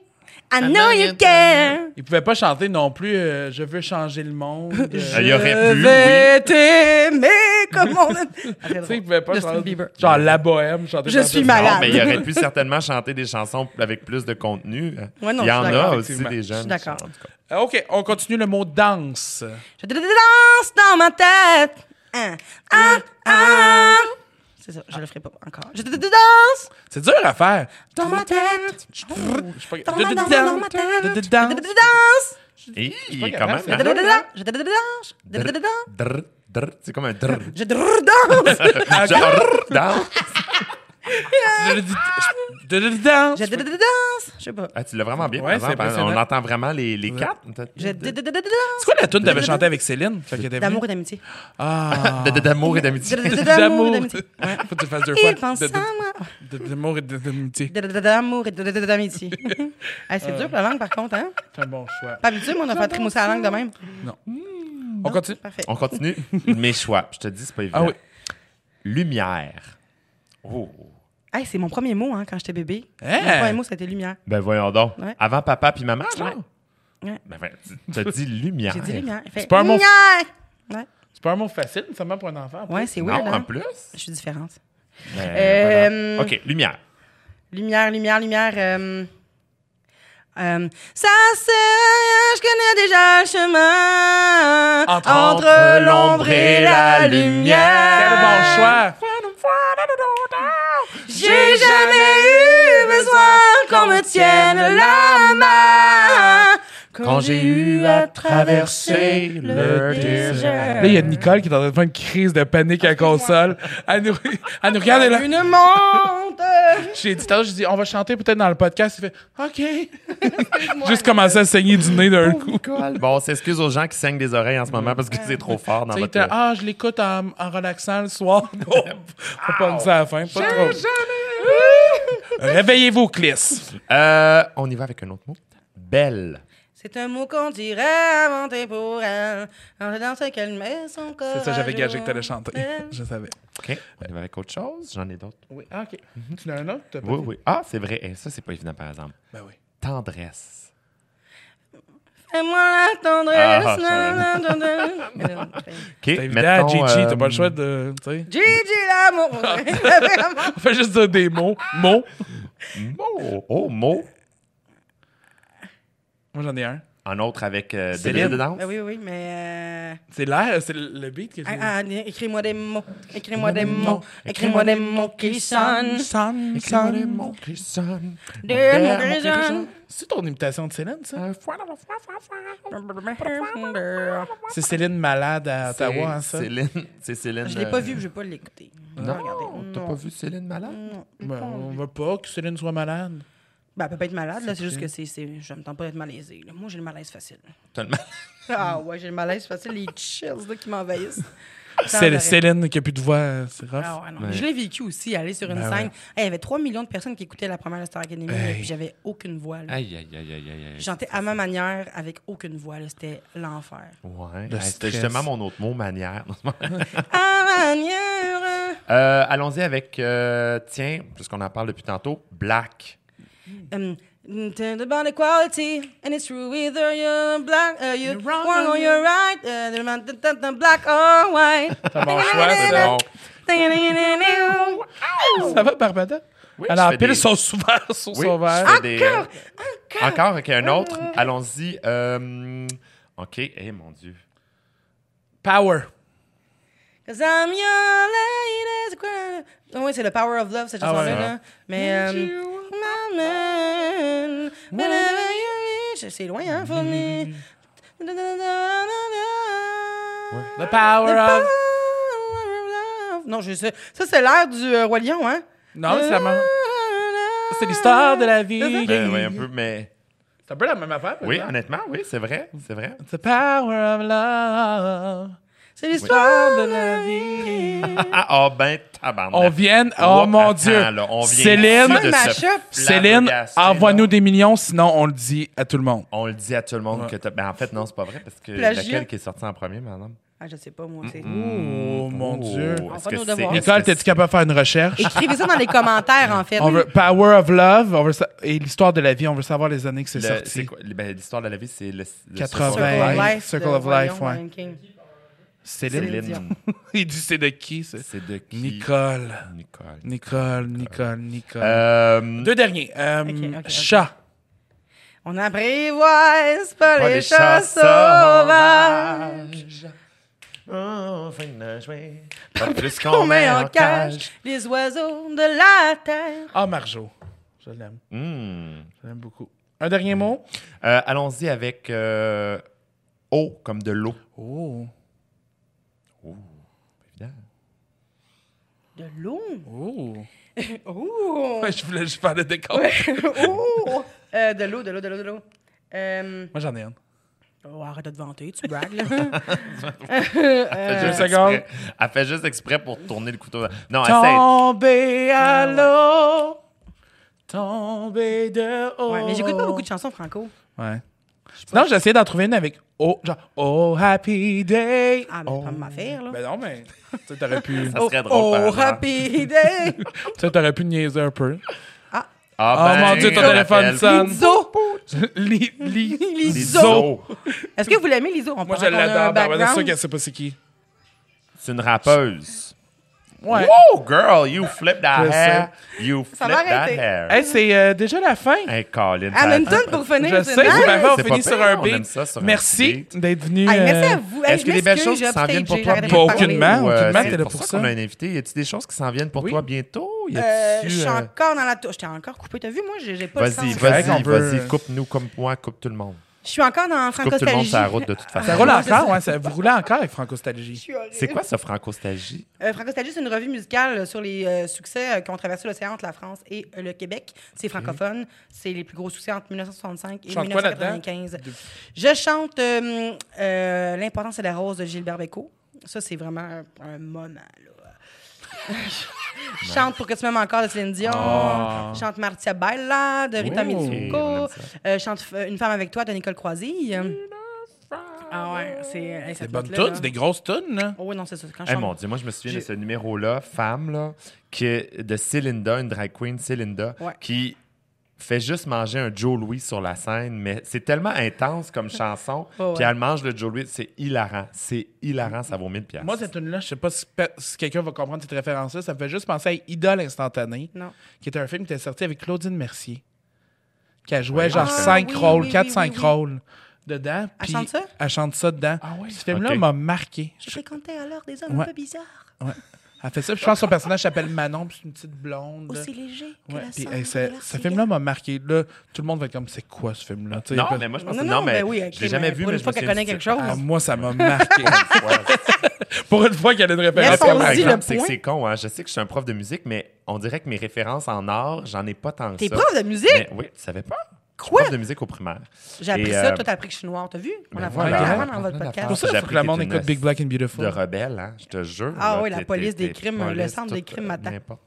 Speaker 3: I know you care.
Speaker 2: Il pouvait pas chanter non plus euh, Je veux changer le [LAUGHS] monde. euh,
Speaker 1: Il y aurait
Speaker 3: Je
Speaker 1: pu,
Speaker 3: vais t'aimer comme on...
Speaker 2: [LAUGHS] tu sais, il pouvait pas
Speaker 3: Justin
Speaker 2: chanter.
Speaker 3: Bieber.
Speaker 2: Genre la bohème, chanter
Speaker 3: Je
Speaker 2: dans
Speaker 3: suis
Speaker 2: une-
Speaker 3: malade.
Speaker 1: Non, mais il aurait pu certainement chanter des chansons avec plus de contenu.
Speaker 3: Ouais, non,
Speaker 1: il y
Speaker 3: je suis
Speaker 1: en
Speaker 3: d'accord,
Speaker 1: a aussi
Speaker 2: effectivement.
Speaker 1: des jeunes.
Speaker 3: Je suis d'accord.
Speaker 1: qui chantent, en tout cas.
Speaker 2: Euh, OK, on continue le mot danse.
Speaker 3: Je te danse dans ma tête. Hein. Ah, ah. C'est ça, je le ferai pas encore. Je te danse
Speaker 2: C'est dur à faire.
Speaker 3: dans ma tête.
Speaker 2: Je sais pas-
Speaker 3: Dans ma danse, dans ma tête.
Speaker 2: De- de-
Speaker 3: Je te
Speaker 2: danse.
Speaker 3: danse.
Speaker 1: Hi,
Speaker 2: pas
Speaker 1: quand
Speaker 2: capable,
Speaker 3: Je te
Speaker 1: même. hein?
Speaker 3: danse. Je te danse. Je te danse.
Speaker 1: Drr, drr, C'est comme un drr.
Speaker 3: Je
Speaker 2: [LAUGHS]
Speaker 3: te danse.
Speaker 1: Genre, dans-
Speaker 2: De- de- de- de- de- de- danse.
Speaker 3: Je te danse. Je sais pas.
Speaker 1: Ah, tu l'as vraiment bien.
Speaker 2: Ouais,
Speaker 1: par
Speaker 2: c'est
Speaker 1: exemple, hein? on
Speaker 2: impressionnant.
Speaker 1: entend vraiment les, les quatre.
Speaker 3: Je te danse.
Speaker 2: C'est quoi la tune que t'avais chantée avec Céline? Fait qu'elle était venue?
Speaker 3: D'amour et d'amitié.
Speaker 2: Ah.
Speaker 1: [LAUGHS] De- de- D'amour et
Speaker 3: Je
Speaker 1: d'amitié.
Speaker 3: te danse D'amour et
Speaker 2: [LAUGHS] D'amour.
Speaker 3: d'amitié.
Speaker 2: Faut que tu le fasses deux fois.
Speaker 3: Il pense
Speaker 2: De-
Speaker 3: à
Speaker 2: de-
Speaker 3: moi.
Speaker 2: de- de- D'amour et de- d'amitié.
Speaker 3: De- de- de- D'amour et de- de-
Speaker 2: [LAUGHS]
Speaker 3: de- d'amitié. Ah, C'est dur la langue, par contre. hein?
Speaker 2: C'est un bon choix.
Speaker 3: Pas habitué, moi, on a fait trémousser la langue de même.
Speaker 2: On continue.
Speaker 3: Parfait.
Speaker 1: On
Speaker 3: [LAUGHS]
Speaker 1: continue. Mes choix. Je te dis, c'est pas évident.
Speaker 2: Ah oui.
Speaker 1: Lumière. Oh.
Speaker 3: Hey, c'est mon premier mot hein, quand j'étais bébé.
Speaker 2: Hein?
Speaker 3: Mon premier mot, c'était lumière.
Speaker 1: Ben voyons donc.
Speaker 3: Ouais.
Speaker 1: Avant papa puis maman, genre?
Speaker 3: Ouais.
Speaker 1: Ben, ben, tu as dit lumière.
Speaker 3: J'ai dit lumière.
Speaker 2: C'est pas un mot.
Speaker 3: Ouais,
Speaker 2: C'est pas un mot facile, seulement pour un enfant.
Speaker 3: ouais c'est
Speaker 1: Non,
Speaker 3: weird.
Speaker 1: en
Speaker 3: hein?
Speaker 1: plus.
Speaker 3: Je suis différente.
Speaker 1: Ben,
Speaker 3: Euh,
Speaker 1: voilà. OK, lumière.
Speaker 3: Lumière, lumière, lumière. euh, euh, ça c'est, je connais déjà le chemin
Speaker 2: Entre-
Speaker 3: l'ombre et la
Speaker 2: Quel bon
Speaker 3: lumière.
Speaker 2: choix!
Speaker 3: J'ai jamais eu besoin qu'on me tienne la main
Speaker 1: Quand j'ai eu à traverser le désert.
Speaker 2: Là, il y a Nicole qui est en train de faire une crise de panique à la console. Elle nous, elle nous regarde, elle est là.
Speaker 3: Une monte.
Speaker 2: J'ai dit, tantôt, j'ai dit, on va chanter peut-être dans le podcast. Il fait, OK. Juste commencer à saigner du nez d'un coup.
Speaker 1: Bon, on s'excuse aux gens qui saignent des oreilles en ce moment parce que c'est trop fort dans
Speaker 2: Tu sais,
Speaker 1: votre...
Speaker 2: t'as- ah, je l'écoute en, en relaxant le soir. [LAUGHS] Bon, on pas ça à la fin, pas trop. Réveillez-vous, Clis.
Speaker 1: Euh, on y va avec un autre mot. Belle.
Speaker 3: C'est un mot qu'on dirait inventé pour elle. Quand je dansais qu'elle met son corps.
Speaker 2: C'est ça, j'avais
Speaker 3: à
Speaker 2: gagé que
Speaker 3: jour.
Speaker 2: t'allais chanter. Je savais.
Speaker 1: OK. On y va avec autre chose. J'en ai d'autres.
Speaker 2: Oui, ah, OK. Tu en as un autre? t'as pas
Speaker 1: Oui,
Speaker 2: dit?
Speaker 1: oui. Ah, c'est vrai. Eh, Ça, c'est pas évident, par exemple.
Speaker 2: Ben oui.
Speaker 1: Tendresse.
Speaker 3: Fais-moi la
Speaker 1: Ah,
Speaker 3: tendresse.
Speaker 1: ça-
Speaker 3: la tendresse. Mais là, on fait-
Speaker 1: OK,
Speaker 2: T'as invité à
Speaker 1: mettons...
Speaker 2: Gigi,
Speaker 1: euh,
Speaker 2: t'as pas le choix de. Tu sais.
Speaker 3: Gigi l'amour. [LAUGHS] Ah,
Speaker 2: [LAUGHS] On fait juste dire des mots. Mots.
Speaker 1: Mot. Oh, mot.
Speaker 2: Moi, j'en ai un.
Speaker 1: Un autre avec euh, des
Speaker 2: Céline.
Speaker 1: lignes de danse.
Speaker 3: Ben oui, oui, mais. euh,
Speaker 2: C'est l'air, c'est le le beat que j'ai.
Speaker 3: ah, ah, écris-moi des mots. Écris-moi des mots. Écris-moi des mots qui sonnent.
Speaker 1: Sonne
Speaker 2: Sonne, sonne.
Speaker 1: mon Christian.
Speaker 3: Des mots
Speaker 1: Mon Euh,
Speaker 3: qui sonnent.
Speaker 2: C'est ton imitation de Céline, ça?
Speaker 1: Un
Speaker 2: C'est Céline malade à Ottawa, hein, ça?
Speaker 1: Céline. C'est Céline. euh,
Speaker 3: Je l'ai pas vu, je vais pas l'écouter.
Speaker 1: Non,
Speaker 3: Regardez, Mm.
Speaker 1: t'as
Speaker 3: non.
Speaker 1: pas vu Céline malade?
Speaker 2: Ben, on veut pas que Céline soit malade.
Speaker 3: Ben, elle peut pas être malade, là. C'est juste que c'est. c'est- Je me tente pas d'être malaisée. là. Moi, j'ai le malaise facile.
Speaker 1: Tellement.
Speaker 3: Ah ouais, j'ai le malaise facile, les chills là, qui m'envahissent.
Speaker 2: C'est
Speaker 3: c'est
Speaker 2: Céline qui a plus de voix, euh, c'est rough.
Speaker 3: Ah ouais, non. Je l'ai vécu aussi, aller sur une
Speaker 2: Ben
Speaker 3: scène.
Speaker 2: ouais.
Speaker 3: Hey, Il y avait 3 millions de personnes qui écoutaient la première de Star Academy, là, puis j'avais aucune voix. là.
Speaker 1: Aïe, aïe, aïe, aïe, aïe. aïe.
Speaker 3: J'antais à ma manière avec aucune voix. là. C'était l'enfer.
Speaker 1: Ouais.
Speaker 2: Le
Speaker 1: Hey, C'était
Speaker 2: stress.
Speaker 1: justement mon autre mot, manière.
Speaker 3: à ma manière.
Speaker 1: Euh, Allons-y avec, euh, tiens, puisqu'on en parle depuis tantôt, black.
Speaker 3: Um, Tell about equality, and it's true either you're black, uh, you're,
Speaker 2: wrong
Speaker 3: wrong
Speaker 2: or
Speaker 3: or you're right, uh, they're not- they're not- they're black or white.
Speaker 2: C'est Ah, bon choix,
Speaker 1: C'est
Speaker 2: ça.
Speaker 1: bon.
Speaker 2: Ça va, Barbada?
Speaker 1: Oui,
Speaker 2: Elle
Speaker 1: je
Speaker 2: empile
Speaker 1: fais des-
Speaker 2: son souverain sur
Speaker 1: Oui,
Speaker 2: son verre.
Speaker 1: je fais des, euh, Encore, OK, un autre.
Speaker 2: Ah.
Speaker 1: Allons-y. euh, OK, eh mon Dieu.
Speaker 2: Power.
Speaker 3: 'Cause I'm your lady. girl. Oh, oui, c'est le Power of Love, cette
Speaker 2: Ah ouais.
Speaker 3: chanson-là. là. Mais. euh, my man, whenever you reach- C'est loin, hein, for me.
Speaker 2: Mm-hmm. The
Speaker 3: The
Speaker 2: power
Speaker 3: power
Speaker 2: of...
Speaker 3: of love. Non, je sais. Ça, c'est l'air du euh, Roi Lion, hein?
Speaker 2: Non, c'est la même- C'est l'histoire de la
Speaker 3: Ben,
Speaker 2: vie.
Speaker 1: Euh, oui, un peu, mais...
Speaker 2: C'est un peu la même affaire. hein? par
Speaker 1: Oui,
Speaker 2: exemple.
Speaker 1: honnêtement, oui, c'est vrai, c'est vrai.
Speaker 2: The power of love.
Speaker 3: C'est l'histoire
Speaker 2: Oui.
Speaker 3: de la
Speaker 2: [LAUGHS]
Speaker 3: vie.
Speaker 1: Ah, ah, ben, tabarnak.
Speaker 2: On vient...
Speaker 1: Trois
Speaker 2: Oh, mon
Speaker 1: attends,
Speaker 2: Dieu.
Speaker 1: là, on vient
Speaker 2: Céline...
Speaker 1: ici de
Speaker 3: Mash-up.
Speaker 1: se
Speaker 2: Céline,
Speaker 1: flabbergaster,
Speaker 2: envoie-nous
Speaker 1: là.
Speaker 2: des millions, sinon on le dit à tout le monde.
Speaker 1: On le dit à tout le monde
Speaker 2: Ouais.
Speaker 1: que t'as... Ben, en fait, non, c'est pas vrai, parce que
Speaker 3: Plagiat.
Speaker 1: laquelle qui est sortie en premier, madame?
Speaker 3: Ah, je sais pas, moi. c'est-
Speaker 2: Oh mon Dieu.
Speaker 1: Oh, est-ce
Speaker 3: On va
Speaker 1: que
Speaker 3: nos
Speaker 1: c'est-
Speaker 3: devoirs.
Speaker 1: est-ce
Speaker 2: Nicole,
Speaker 1: que
Speaker 2: t'es-tu capable de faire une recherche?
Speaker 3: Écrivez ça dans les commentaires, en fait.
Speaker 2: On veut Power of Love on veut sa- et l'histoire de la vie. On veut savoir les années que c'est
Speaker 1: Le-
Speaker 2: sorti.
Speaker 1: c'est quoi- ben, L'histoire de la vie, c'est le. le
Speaker 2: 80.
Speaker 3: Circle
Speaker 1: Circle of Life.
Speaker 3: of Life.
Speaker 2: Circle
Speaker 3: de-
Speaker 2: of Life,
Speaker 3: voyons,
Speaker 2: ouais.
Speaker 3: Lion King.
Speaker 2: Céline.
Speaker 1: Céline.
Speaker 2: Il dit c'est de qui? c'est-
Speaker 1: C'est de qui?
Speaker 2: Nicole.
Speaker 1: Nicole.
Speaker 2: Nicole, Nicole, Nicole.
Speaker 1: Euh,
Speaker 2: Deux derniers. Euh,
Speaker 3: ok, ok.
Speaker 2: Chat.
Speaker 3: On apprivoise pas,
Speaker 1: Pas
Speaker 3: les
Speaker 1: oh, les
Speaker 3: chats
Speaker 1: chats
Speaker 3: sauvages.
Speaker 1: Pas plus
Speaker 3: Qu'on met en cage les oiseaux de la terre.
Speaker 2: Ah, Marjo. Je l'aime.
Speaker 1: Hmm.
Speaker 2: Je l'aime beaucoup. Un dernier mot.
Speaker 1: Euh, Allons-y avec euh, eau, comme de l'eau.
Speaker 2: Oh.
Speaker 1: Évidemment.
Speaker 3: De l'eau.
Speaker 2: Oh. [LAUGHS]
Speaker 3: Oh.
Speaker 2: je voulais juste faire le décor.
Speaker 3: oh. Euh, de l'eau, de l'eau, de l'eau, de l'eau. Euh,
Speaker 2: Moi, j'en ai un.
Speaker 3: oh, arrête de te vanter, tu bragues. là.
Speaker 1: Elle fait juste
Speaker 2: Deux secondes.
Speaker 1: exprès. Elle fait juste exprès pour tourner le couteau. Non, essaye.
Speaker 2: Tomber
Speaker 3: Ah,
Speaker 2: à l'eau. Tomber de haut.
Speaker 3: ouais, mais j'écoute pas beaucoup de chansons franco.
Speaker 2: Ouais. Non, j'essayais d'en trouver une avec Oh, genre Oh Happy Day.
Speaker 3: Ah, ben,
Speaker 2: oh.
Speaker 3: pas me m'affaire, là.
Speaker 2: Ben non, mais. Tu sais, t'aurais [LAUGHS] pu.
Speaker 1: Ça serait drôle.
Speaker 3: oh,
Speaker 1: par
Speaker 3: oh
Speaker 1: exemple.
Speaker 3: happy day!
Speaker 2: tu sais, t'aurais pu niaiser un [LAUGHS] peu.
Speaker 1: Ah,
Speaker 2: Oh,
Speaker 1: ben,
Speaker 2: mon Dieu, ton
Speaker 1: on
Speaker 2: téléphone
Speaker 1: appelle.
Speaker 2: sonne.
Speaker 3: [LAUGHS] Lizzo!
Speaker 2: Li- li-
Speaker 3: Lizzo!
Speaker 1: Lizzo.
Speaker 3: Est-ce que vous l'aimez, Lizzo? On
Speaker 2: Moi, je
Speaker 3: parle qu'on a un
Speaker 2: l'adore. Ben, C'est
Speaker 3: background.
Speaker 2: sûr qu'elle sait pas c'est qui.
Speaker 1: C'est une rappeuse.
Speaker 2: Ouais.
Speaker 1: Whoa, girl, you flip that
Speaker 2: Je
Speaker 1: hair. You
Speaker 3: Ça
Speaker 1: flip
Speaker 3: va
Speaker 1: that
Speaker 3: arrêter.
Speaker 1: hair.
Speaker 2: Hey, c'est euh, déjà la fin.
Speaker 1: Hey, Colin. ça-
Speaker 3: Hamilton pour finir.
Speaker 2: Je
Speaker 3: c'est
Speaker 2: sais,
Speaker 3: nice.
Speaker 2: c'est pas grave, on
Speaker 1: Ah, C'est
Speaker 2: finit
Speaker 1: pas
Speaker 2: sur
Speaker 1: pire,
Speaker 2: un
Speaker 1: on
Speaker 2: beat.
Speaker 1: aime ça sur un
Speaker 2: Merci
Speaker 1: beat.
Speaker 2: d'être venu.
Speaker 3: Hey, merci
Speaker 2: euh,
Speaker 3: à vous. Hey,
Speaker 1: Est-ce
Speaker 3: je
Speaker 1: qu'il y a des belles
Speaker 3: m'excuse,
Speaker 1: choses
Speaker 3: j'ai
Speaker 1: qui s'en viennent pour
Speaker 3: upstagé,
Speaker 1: toi?
Speaker 3: j'arrêtais de
Speaker 2: Pas
Speaker 3: parler.
Speaker 2: aucunement.
Speaker 1: Ou,
Speaker 2: aucunement,
Speaker 1: c'est
Speaker 2: t'es là
Speaker 1: pour
Speaker 2: pour
Speaker 1: ça qu'on
Speaker 2: ça.
Speaker 1: a un invité. Y a-t-il des choses qui s'en viennent pour
Speaker 2: Oui.
Speaker 1: toi bientôt? Y
Speaker 3: Euh,
Speaker 1: a-t-il,
Speaker 3: je suis
Speaker 1: euh,
Speaker 3: encore dans la touche. J'étais encore coupée. T'as vu, moi, j'ai j'ai pas le
Speaker 1: Vas-y,
Speaker 3: sens.
Speaker 2: correct, on
Speaker 1: vas-y,
Speaker 2: peut-
Speaker 1: vas-y, coupe-nous comme moi, coupe tout le monde.
Speaker 3: Je suis encore dans
Speaker 1: Coupe tout le monde
Speaker 3: Francostalgie.
Speaker 1: sur la route de toute façon.
Speaker 2: Ça roule encore, ouais. Ça, vous roulez encore avec Francostalgie.
Speaker 1: C'est quoi ça, Francostalgie?
Speaker 3: Euh, Francostalgie, c'est une revue musicale sur les euh, succès euh, qui ont traversé l'océan entre la France et euh, le Québec. C'est francophone. C'est les plus gros succès entre 1965 et
Speaker 2: Tu chantes quoi là-dedans?
Speaker 3: 1995. Je chante euh, euh, L'importance de la rose de Gilbert Bécaud. Ça, c'est vraiment un, un moment. là. Je chante Pour que tu m'aimes encore de Céline Dion.
Speaker 2: Ah.
Speaker 3: Je chante Martia Baila de Rita
Speaker 1: Oh.
Speaker 3: Mitsuko.
Speaker 1: Ok, on aime
Speaker 3: Euh, je chante euh, Une femme avec toi de Nicole Croisille. Ah ouais, c'est... hey, cette
Speaker 2: Des bonnes
Speaker 3: note-là,
Speaker 2: tunes,
Speaker 3: là.
Speaker 2: des grosses tunes, là.
Speaker 3: Oh oui, non, c'est ça. Quand je
Speaker 1: Eh
Speaker 3: chante-
Speaker 1: mon Dieu, moi, je me souviens de
Speaker 3: J'ai-
Speaker 1: ce numéro-là, femme, là, qui est de Cylinda, une drag queen, Cylinda,
Speaker 3: Ouais.
Speaker 1: qui fait juste manger un Joe Louis sur la scène, mais c'est tellement intense comme chanson.
Speaker 3: Ouais, ouais.
Speaker 1: Puis elle mange le Joe Louis, c'est hilarant. C'est hilarant, ça vaut 1000 piastres.
Speaker 2: Moi, cette tune-là, je sais pas si, pe- si quelqu'un va comprendre cette référence-là. Ça me fait juste penser à Idole instantanée,
Speaker 3: Non.
Speaker 2: qui était un film qui était sorti avec Claudine Mercier, qui a joué genre
Speaker 3: Ah,
Speaker 2: 5
Speaker 3: oui,
Speaker 2: rôles,
Speaker 3: oui,
Speaker 2: 4-5
Speaker 3: oui, oui, oui.
Speaker 2: rôles dedans.
Speaker 3: Elle
Speaker 2: puis
Speaker 3: chante ça? Ah
Speaker 2: Elle chante ça dedans. Ce film-là
Speaker 1: Ok.
Speaker 2: m'a marqué.
Speaker 3: Je fréquentais alors des hommes
Speaker 2: Ouais.
Speaker 3: un peu bizarres,
Speaker 2: Ouais. Elle fait ça. puis Je pense que son personnage s'appelle Manon, puis c'est une petite blonde.
Speaker 3: aussi légers que
Speaker 2: Ouais,
Speaker 3: la
Speaker 2: puis
Speaker 3: cendre
Speaker 2: hey,
Speaker 3: de
Speaker 2: ça-
Speaker 3: leur
Speaker 2: ce
Speaker 3: cigare.
Speaker 2: film-là m'a marqué. Là, tout le monde va être comme, c'est quoi ce film-là? Tu sais,
Speaker 1: Non,
Speaker 2: parce-
Speaker 1: mais moi, je pense
Speaker 3: Non,
Speaker 1: que
Speaker 3: non,
Speaker 1: non,
Speaker 3: non,
Speaker 1: mais
Speaker 3: ben oui, ok,
Speaker 1: je l'ai jamais
Speaker 3: mais
Speaker 1: vu,
Speaker 3: pour
Speaker 1: mais
Speaker 3: une
Speaker 1: je
Speaker 3: fois
Speaker 1: me
Speaker 3: qu'elle
Speaker 1: souviens
Speaker 3: connaît
Speaker 1: de
Speaker 3: quelque
Speaker 1: ça.
Speaker 3: chose.
Speaker 2: Ah, moi, ça m'a
Speaker 3: [LAUGHS]
Speaker 2: marqué. [LAUGHS] Pour une fois qu'il y a une référence
Speaker 3: Laisse on
Speaker 1: Après,
Speaker 2: comme
Speaker 1: par
Speaker 3: dit le
Speaker 1: exemple, ah, c'est que
Speaker 3: point.
Speaker 1: c'est con, hein. Je sais que je suis un prof de musique, mais on dirait que mes références en art, j'en ai pas tant que
Speaker 3: T'es
Speaker 1: ça.
Speaker 3: prof de musique?
Speaker 1: Mais oui, tu savais pas? Je suis
Speaker 3: Quoi?
Speaker 1: prof de musique au primaire.
Speaker 3: J'ai appris
Speaker 1: Et,
Speaker 3: ça,
Speaker 1: euh,
Speaker 3: toi, t'as appris que je suis noire, t'as vu? On
Speaker 1: ben
Speaker 3: apprend
Speaker 1: voilà.
Speaker 3: clairement
Speaker 1: On
Speaker 3: dans votre
Speaker 1: apprend
Speaker 3: podcast.
Speaker 1: d'affaires.
Speaker 2: Pour ça, il
Speaker 1: J'ai
Speaker 2: faut que
Speaker 1: appris
Speaker 2: le
Speaker 1: que
Speaker 2: monde
Speaker 1: t'es une
Speaker 2: écoute Big Black and
Speaker 1: de
Speaker 2: Beautiful.
Speaker 1: rebelle, hein, je te jure.
Speaker 3: Ah
Speaker 1: là,
Speaker 3: oui, la
Speaker 1: t'es-
Speaker 3: police
Speaker 1: t'es-
Speaker 3: des
Speaker 1: t'es
Speaker 3: crimes, le
Speaker 1: police,
Speaker 3: centre des
Speaker 1: tout,
Speaker 3: crimes
Speaker 1: euh,
Speaker 3: m'attend.
Speaker 1: n'importe.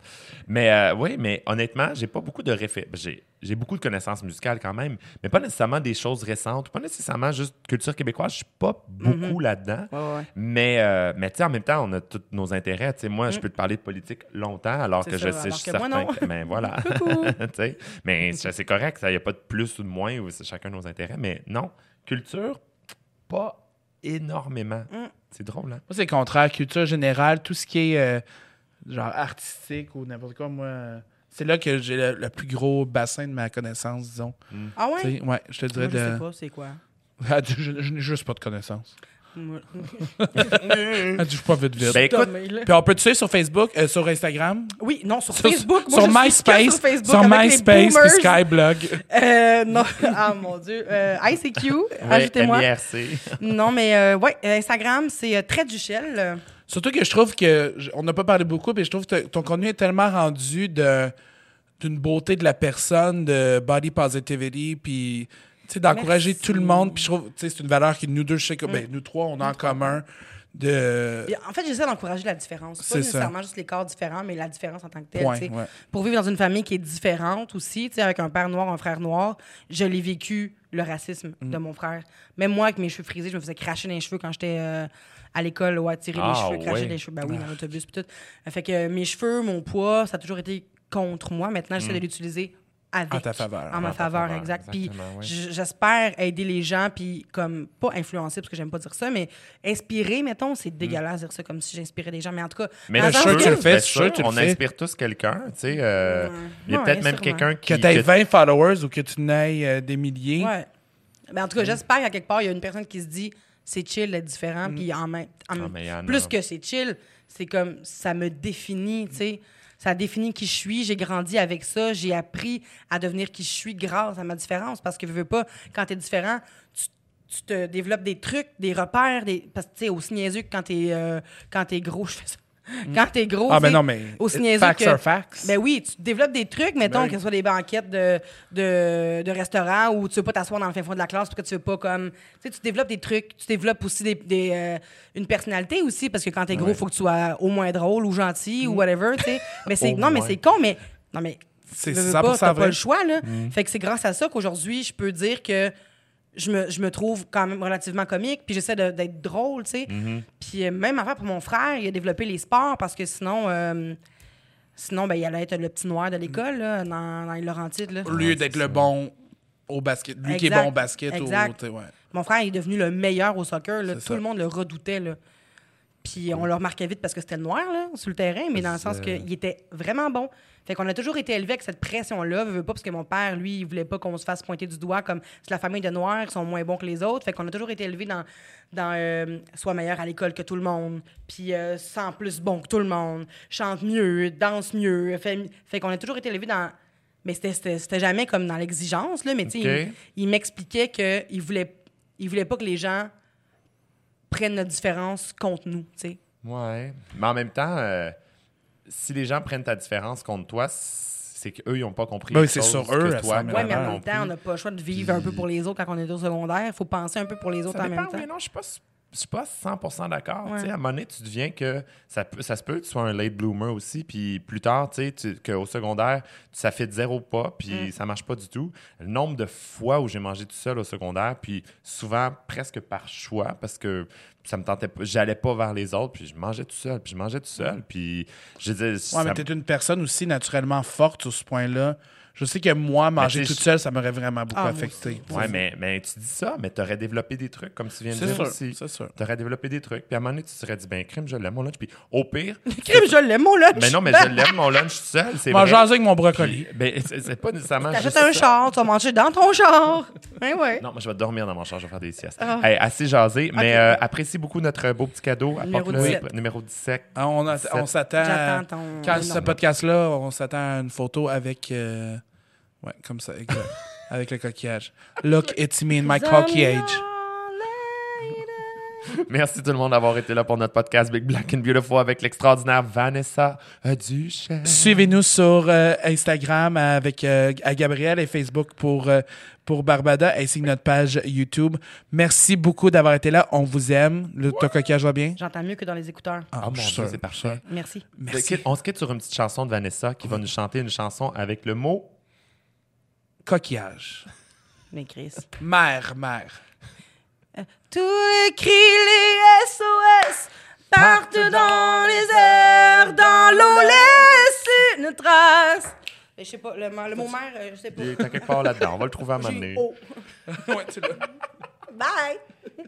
Speaker 1: Mais euh, oui, mais honnêtement, j'ai pas beaucoup de réfé- ben, J'ai, j'ai beaucoup de connaissances musicales quand même, mais pas nécessairement des choses récentes, pas nécessairement juste culture québécoise. Je suis pas
Speaker 3: Mhm.
Speaker 1: beaucoup là-dedans.
Speaker 3: Ouais, ouais.
Speaker 1: Mais, euh, mais tu sais, en même temps, on a tous nos intérêts. Tu sais, moi, je peux te parler de politique longtemps, alors
Speaker 3: Mm. C'est
Speaker 1: que
Speaker 3: ça,
Speaker 1: je sais,
Speaker 3: alors
Speaker 1: je suis
Speaker 3: que moi,
Speaker 1: certain
Speaker 3: non.
Speaker 1: que- Mais
Speaker 3: [LAUGHS]
Speaker 1: voilà. [LAUGHS] Tu sais, mais c'est c'est correct, il n'y a pas de plus ou de moins, ou c'est chacun nos intérêts. Mais non, culture, pas énormément.
Speaker 3: Mm.
Speaker 1: C'est drôle, hein?
Speaker 2: Moi, c'est le contraire. Culture générale, tout ce qui est euh, genre artistique ou n'importe quoi, moi, euh, c'est là que j'ai le, le plus gros bassin de ma connaissance, disons.
Speaker 3: Ah
Speaker 2: Tu
Speaker 3: ouais?
Speaker 2: sais, Ouais, je te dirais
Speaker 3: Moi, je sais
Speaker 2: de.
Speaker 3: pas, c'est quoi?
Speaker 2: [LAUGHS] Ah, tu- je je n'ai juste pas de connaissance. [LAUGHS]
Speaker 3: Moi- Mm.
Speaker 2: Ah, tu joues pas vite vite.
Speaker 1: Ben, écoute,
Speaker 3: Tom, il est-
Speaker 2: Puis on peut te suivre sur Facebook, euh, sur Instagram,
Speaker 3: Oui, non, sur
Speaker 2: sur,
Speaker 3: Facebook. Moi,
Speaker 2: sur
Speaker 3: je suis que
Speaker 2: MySpace,
Speaker 3: sur Facebook.
Speaker 2: sur
Speaker 3: avec les
Speaker 2: MySpace, puis
Speaker 3: boomers.
Speaker 2: Skyblog.
Speaker 3: Euh, non, [LAUGHS] ah mon Dieu. Euh, ICQ, ajoutez-moi. [LAUGHS]
Speaker 1: MIRC.
Speaker 3: Non, mais euh, ouais, euh, Instagram, c'est euh, Trait du Shell. euh,
Speaker 2: Surtout que je trouve que je- on n'a pas parlé beaucoup, mais je trouve que ton contenu est tellement rendu de d'une beauté de la personne, de body positivity, puis tu sais d'encourager
Speaker 3: Merci. Mm.
Speaker 2: tout le monde. Puis je trouve, tu sais, c'est une valeur que nous deux, je sais que ben, nous trois, on a en commun de.
Speaker 3: Et En fait, j'essaie d'encourager la différence.
Speaker 2: C'est
Speaker 3: Pas
Speaker 2: ça.
Speaker 3: nécessairement juste les corps différents, mais la différence en tant que telle.
Speaker 2: Point,
Speaker 3: tu sais.
Speaker 2: ouais.
Speaker 3: Pour vivre dans une famille qui est différente aussi, tu sais, avec un père noir, un frère noir, je l'ai vécu, le racisme de mon frère. Même moi, avec mes cheveux frisés, je me faisais cracher les cheveux quand j'étais euh, à l'école, ouais, tirer
Speaker 1: Ah,
Speaker 3: les cheveux, cracher
Speaker 1: ouais.
Speaker 3: les cheveux. Ben oui, dans l'autobus, puis tout. Euh, Fait que euh, mes cheveux, mon poids, ça a toujours été contre moi. Maintenant, j'essaie de l'utiliser avec.
Speaker 2: En ta faveur.
Speaker 3: En ma
Speaker 1: En ta
Speaker 3: faveur,
Speaker 1: faveur,
Speaker 3: exact. Puis
Speaker 1: exactement, ouais.
Speaker 3: j- j'espère aider les gens, puis comme, pas influencer, parce que j'aime pas dire ça, mais inspirer, mettons, c'est dégueulasse de dire ça comme si j'inspirais les gens, mais en tout cas...
Speaker 1: Mm. Mais je
Speaker 3: dans le
Speaker 1: suis
Speaker 3: sens
Speaker 1: sûr que tu le fais,
Speaker 2: Ben,
Speaker 1: je suis sûr,
Speaker 2: sûr, tu le
Speaker 1: on
Speaker 2: fais.
Speaker 1: inspire tous quelqu'un, tu sais. euh, Il y a
Speaker 3: Ouais,
Speaker 1: peut-être même
Speaker 3: sûrement.
Speaker 1: quelqu'un qui...
Speaker 2: Que t'aies
Speaker 1: que-
Speaker 2: 20 followers ou que tu n'aies euh, des milliers.
Speaker 3: Ouais. Ben, en tout cas,
Speaker 2: Hmm.
Speaker 3: j'espère qu'à quelque part, il y a une personne qui se dit c'est chill d'être différent,
Speaker 2: Hmm.
Speaker 3: puis en même
Speaker 2: Ah,
Speaker 3: en même-
Speaker 1: mais il y en a.
Speaker 3: plus que c'est chill, c'est comme ça me définit, tu sais. Ça définit qui je suis, j'ai grandi avec ça, j'ai appris à devenir qui je suis grâce à ma différence parce que je veux pas quand tu es différent, tu tu te développes des trucs, des repères, des... parce que tu sais, aussi niaiseux que quand t'es euh, quand t'es gros, je fais ça. Quand t'es gros,
Speaker 2: Ah,
Speaker 3: tu sais,
Speaker 2: ben non, mais.
Speaker 3: aussi niaiseux
Speaker 2: facts
Speaker 3: que-
Speaker 2: are facts.
Speaker 3: ben oui, tu développes des trucs,
Speaker 1: Ben
Speaker 3: mettons,
Speaker 2: oui.
Speaker 3: que ce soit des banquettes de, de, de restaurants où tu veux pas t'asseoir dans le fin fond de la classe parce que tu veux pas comme. Tu sais, tu développes des trucs, tu développes aussi des, des, euh, une personnalité aussi parce que quand
Speaker 1: Ben
Speaker 3: t'es gros, faut que tu sois au moins drôle ou gentil ou whatever, tu sais. Mais c'est.
Speaker 1: Mm. [LAUGHS] Au
Speaker 3: non, mais
Speaker 1: moins.
Speaker 3: c'est con, mais. Non, mais.
Speaker 2: C'est
Speaker 3: veux, veux
Speaker 2: 100%
Speaker 3: pas,
Speaker 2: vrai.
Speaker 3: t'as
Speaker 2: Mm.
Speaker 3: pas le choix, là. Fait que c'est grâce à ça qu'aujourd'hui, je peux dire que. Je me, je me trouve quand même relativement comique, puis j'essaie de- d'être drôle, tu sais.
Speaker 2: Mm-hmm.
Speaker 3: Puis euh, même avant, pour mon frère, il a développé les sports parce que sinon, euh, Sinon, ben, il allait être le petit noir de l'école, là, dans, dans les Laurentides. Là.
Speaker 2: Au lieu d'être le bon au basket. Lui qui est
Speaker 3: Exact.
Speaker 2: bon au basket. Au,
Speaker 3: Exact.
Speaker 2: t'sais, ouais.
Speaker 3: Mon frère il est devenu le meilleur au soccer. Là. Tout
Speaker 2: C'est ça.
Speaker 3: le monde le redoutait. Là. Puis on le remarquait vite parce que c'était le noir là, sur le terrain, mais dans le sens qu'il était vraiment bon. Fait qu'on a toujours été élevé avec cette pression-là. Veux, veux pas, parce que mon père, lui, il voulait pas qu'on se fasse pointer du doigt comme c'est la famille de noirs, ils sont moins bons que les autres. Fait qu'on a toujours été élevé dans, dans euh, sois meilleur à l'école que tout le monde, puis euh, sens plus bon que tout le monde, chante mieux, danse mieux. Fait, fait qu'on a toujours été élevé dans. Mais c'était- c'était c'était jamais comme dans l'exigence, là, mais tu sais,
Speaker 1: Ok.
Speaker 3: il, il m'expliquait qu'il voulait, il voulait pas que les gens prennent notre différence contre nous, tu sais.
Speaker 1: Ouais. Mais en même temps, euh, si les gens prennent ta différence contre toi, c'est qu'eux, ils n'ont pas compris
Speaker 2: Ben
Speaker 1: les
Speaker 2: oui, c'est
Speaker 1: choses
Speaker 2: sur
Speaker 1: que
Speaker 2: eux, à
Speaker 1: toi,
Speaker 2: 100 000
Speaker 3: Ouais, mais
Speaker 2: non
Speaker 3: en même temps, on n'a pas le choix de vivre un peu pour les autres quand on est au secondaire. faut penser un peu pour les autres
Speaker 1: Ça
Speaker 3: en
Speaker 1: dépend,
Speaker 3: même temps.
Speaker 1: oui, non, je suis pas, je suis pas 100% d'accord.
Speaker 3: Ouais.
Speaker 1: Tu sais, À un moment donné, tu deviens que ça, peut- ça se peut que tu sois un late bloomer aussi, puis plus tard, tu sais, tu- qu'au secondaire, ça fait zéro pas,
Speaker 3: Mm.
Speaker 1: puis ça marche pas du tout. Le nombre de fois où j'ai mangé tout seul au secondaire, puis souvent presque par choix, parce que ça me tentait pas, j'allais pas vers les autres, puis je mangeais tout seul, puis je mangeais tout seul, puis je disais...
Speaker 2: Ouais,
Speaker 1: ça
Speaker 2: mais
Speaker 1: me-
Speaker 2: t'es une personne aussi naturellement forte sur ce point-là. Je sais que moi, manger
Speaker 1: t'sais,
Speaker 2: toute
Speaker 1: je-
Speaker 2: seule, ça m'aurait vraiment beaucoup
Speaker 3: Ah, moi
Speaker 2: affecté.
Speaker 1: Ouais, mais, mais tu dis ça, mais tu aurais développé des trucs, comme tu viens de
Speaker 2: C'est
Speaker 1: dire
Speaker 2: sûr,
Speaker 1: aussi.
Speaker 2: c'est sûr.
Speaker 1: Tu aurais développé des trucs, puis à un moment donné, tu te serais dit, ben, crime, je l'aime, mon lunch. Puis au pire,
Speaker 3: [LAUGHS] Crime, je l'aime, Ben, mon lunch!
Speaker 1: Mais non, mais je l'aime, mon lunch seul, c'est
Speaker 2: Moi,
Speaker 1: vrai.
Speaker 2: jaser avec mon brocoli.
Speaker 1: Puis, ben, c'est c'est pas nécessairement
Speaker 3: T'achètes
Speaker 1: juste
Speaker 3: un
Speaker 1: ça.
Speaker 3: char, tu vas manger dans ton [LAUGHS] char! Hein, ouais.
Speaker 1: Non, moi, je vais dormir dans mon char, je vais faire des siestes. Hey, assez jasé, mais
Speaker 3: Ah. Ok.
Speaker 1: euh, apprécie beaucoup notre beau petit cadeau.
Speaker 3: Numéro
Speaker 1: Apporte-le.
Speaker 3: 17.
Speaker 1: Numéro 17.
Speaker 2: Ah, on a- on s'attend. à-
Speaker 3: J'attends ton-
Speaker 2: Quand
Speaker 3: ton
Speaker 2: ce
Speaker 3: nom.
Speaker 2: podcast-là, on s'attend à une photo avec. euh, Ouais, comme ça,
Speaker 1: [LAUGHS]
Speaker 2: exact. avec le coquillage. Look, it's me in my coquillage.
Speaker 1: Merci tout le monde d'avoir été là pour notre podcast Big Black and Beautiful avec l'extraordinaire Vanessa euh, Duchesne.
Speaker 2: Suivez-nous sur euh, Instagram avec euh, à Gabriel et Facebook pour, euh, pour Barbada ainsi que notre page YouTube. Merci beaucoup d'avoir été là. On vous aime. Le ton coquillage va bien?
Speaker 3: J'entends mieux que dans les écouteurs.
Speaker 2: Ah,
Speaker 1: Oh mon
Speaker 2: je suis
Speaker 1: Dieu,
Speaker 2: sûr.
Speaker 1: c'est parfait.
Speaker 3: Merci.
Speaker 2: Merci.
Speaker 1: On se quitte sur une petite chanson de Vanessa qui va nous chanter une chanson avec le mot
Speaker 2: Coquillage.
Speaker 3: Mais Chris.
Speaker 2: Mère, mère.
Speaker 3: Tous les cris, les SOS partent dans les airs, dans l'eau laisse une trace. Je sais pas, le, le mot mère, euh, je sais pas.
Speaker 1: [LAUGHS] Il est à quelque part là-dedans. On va le trouver à un moment
Speaker 3: J'ai
Speaker 1: donné.
Speaker 3: eu O.
Speaker 2: Ouais, tu l'as.
Speaker 3: Bye!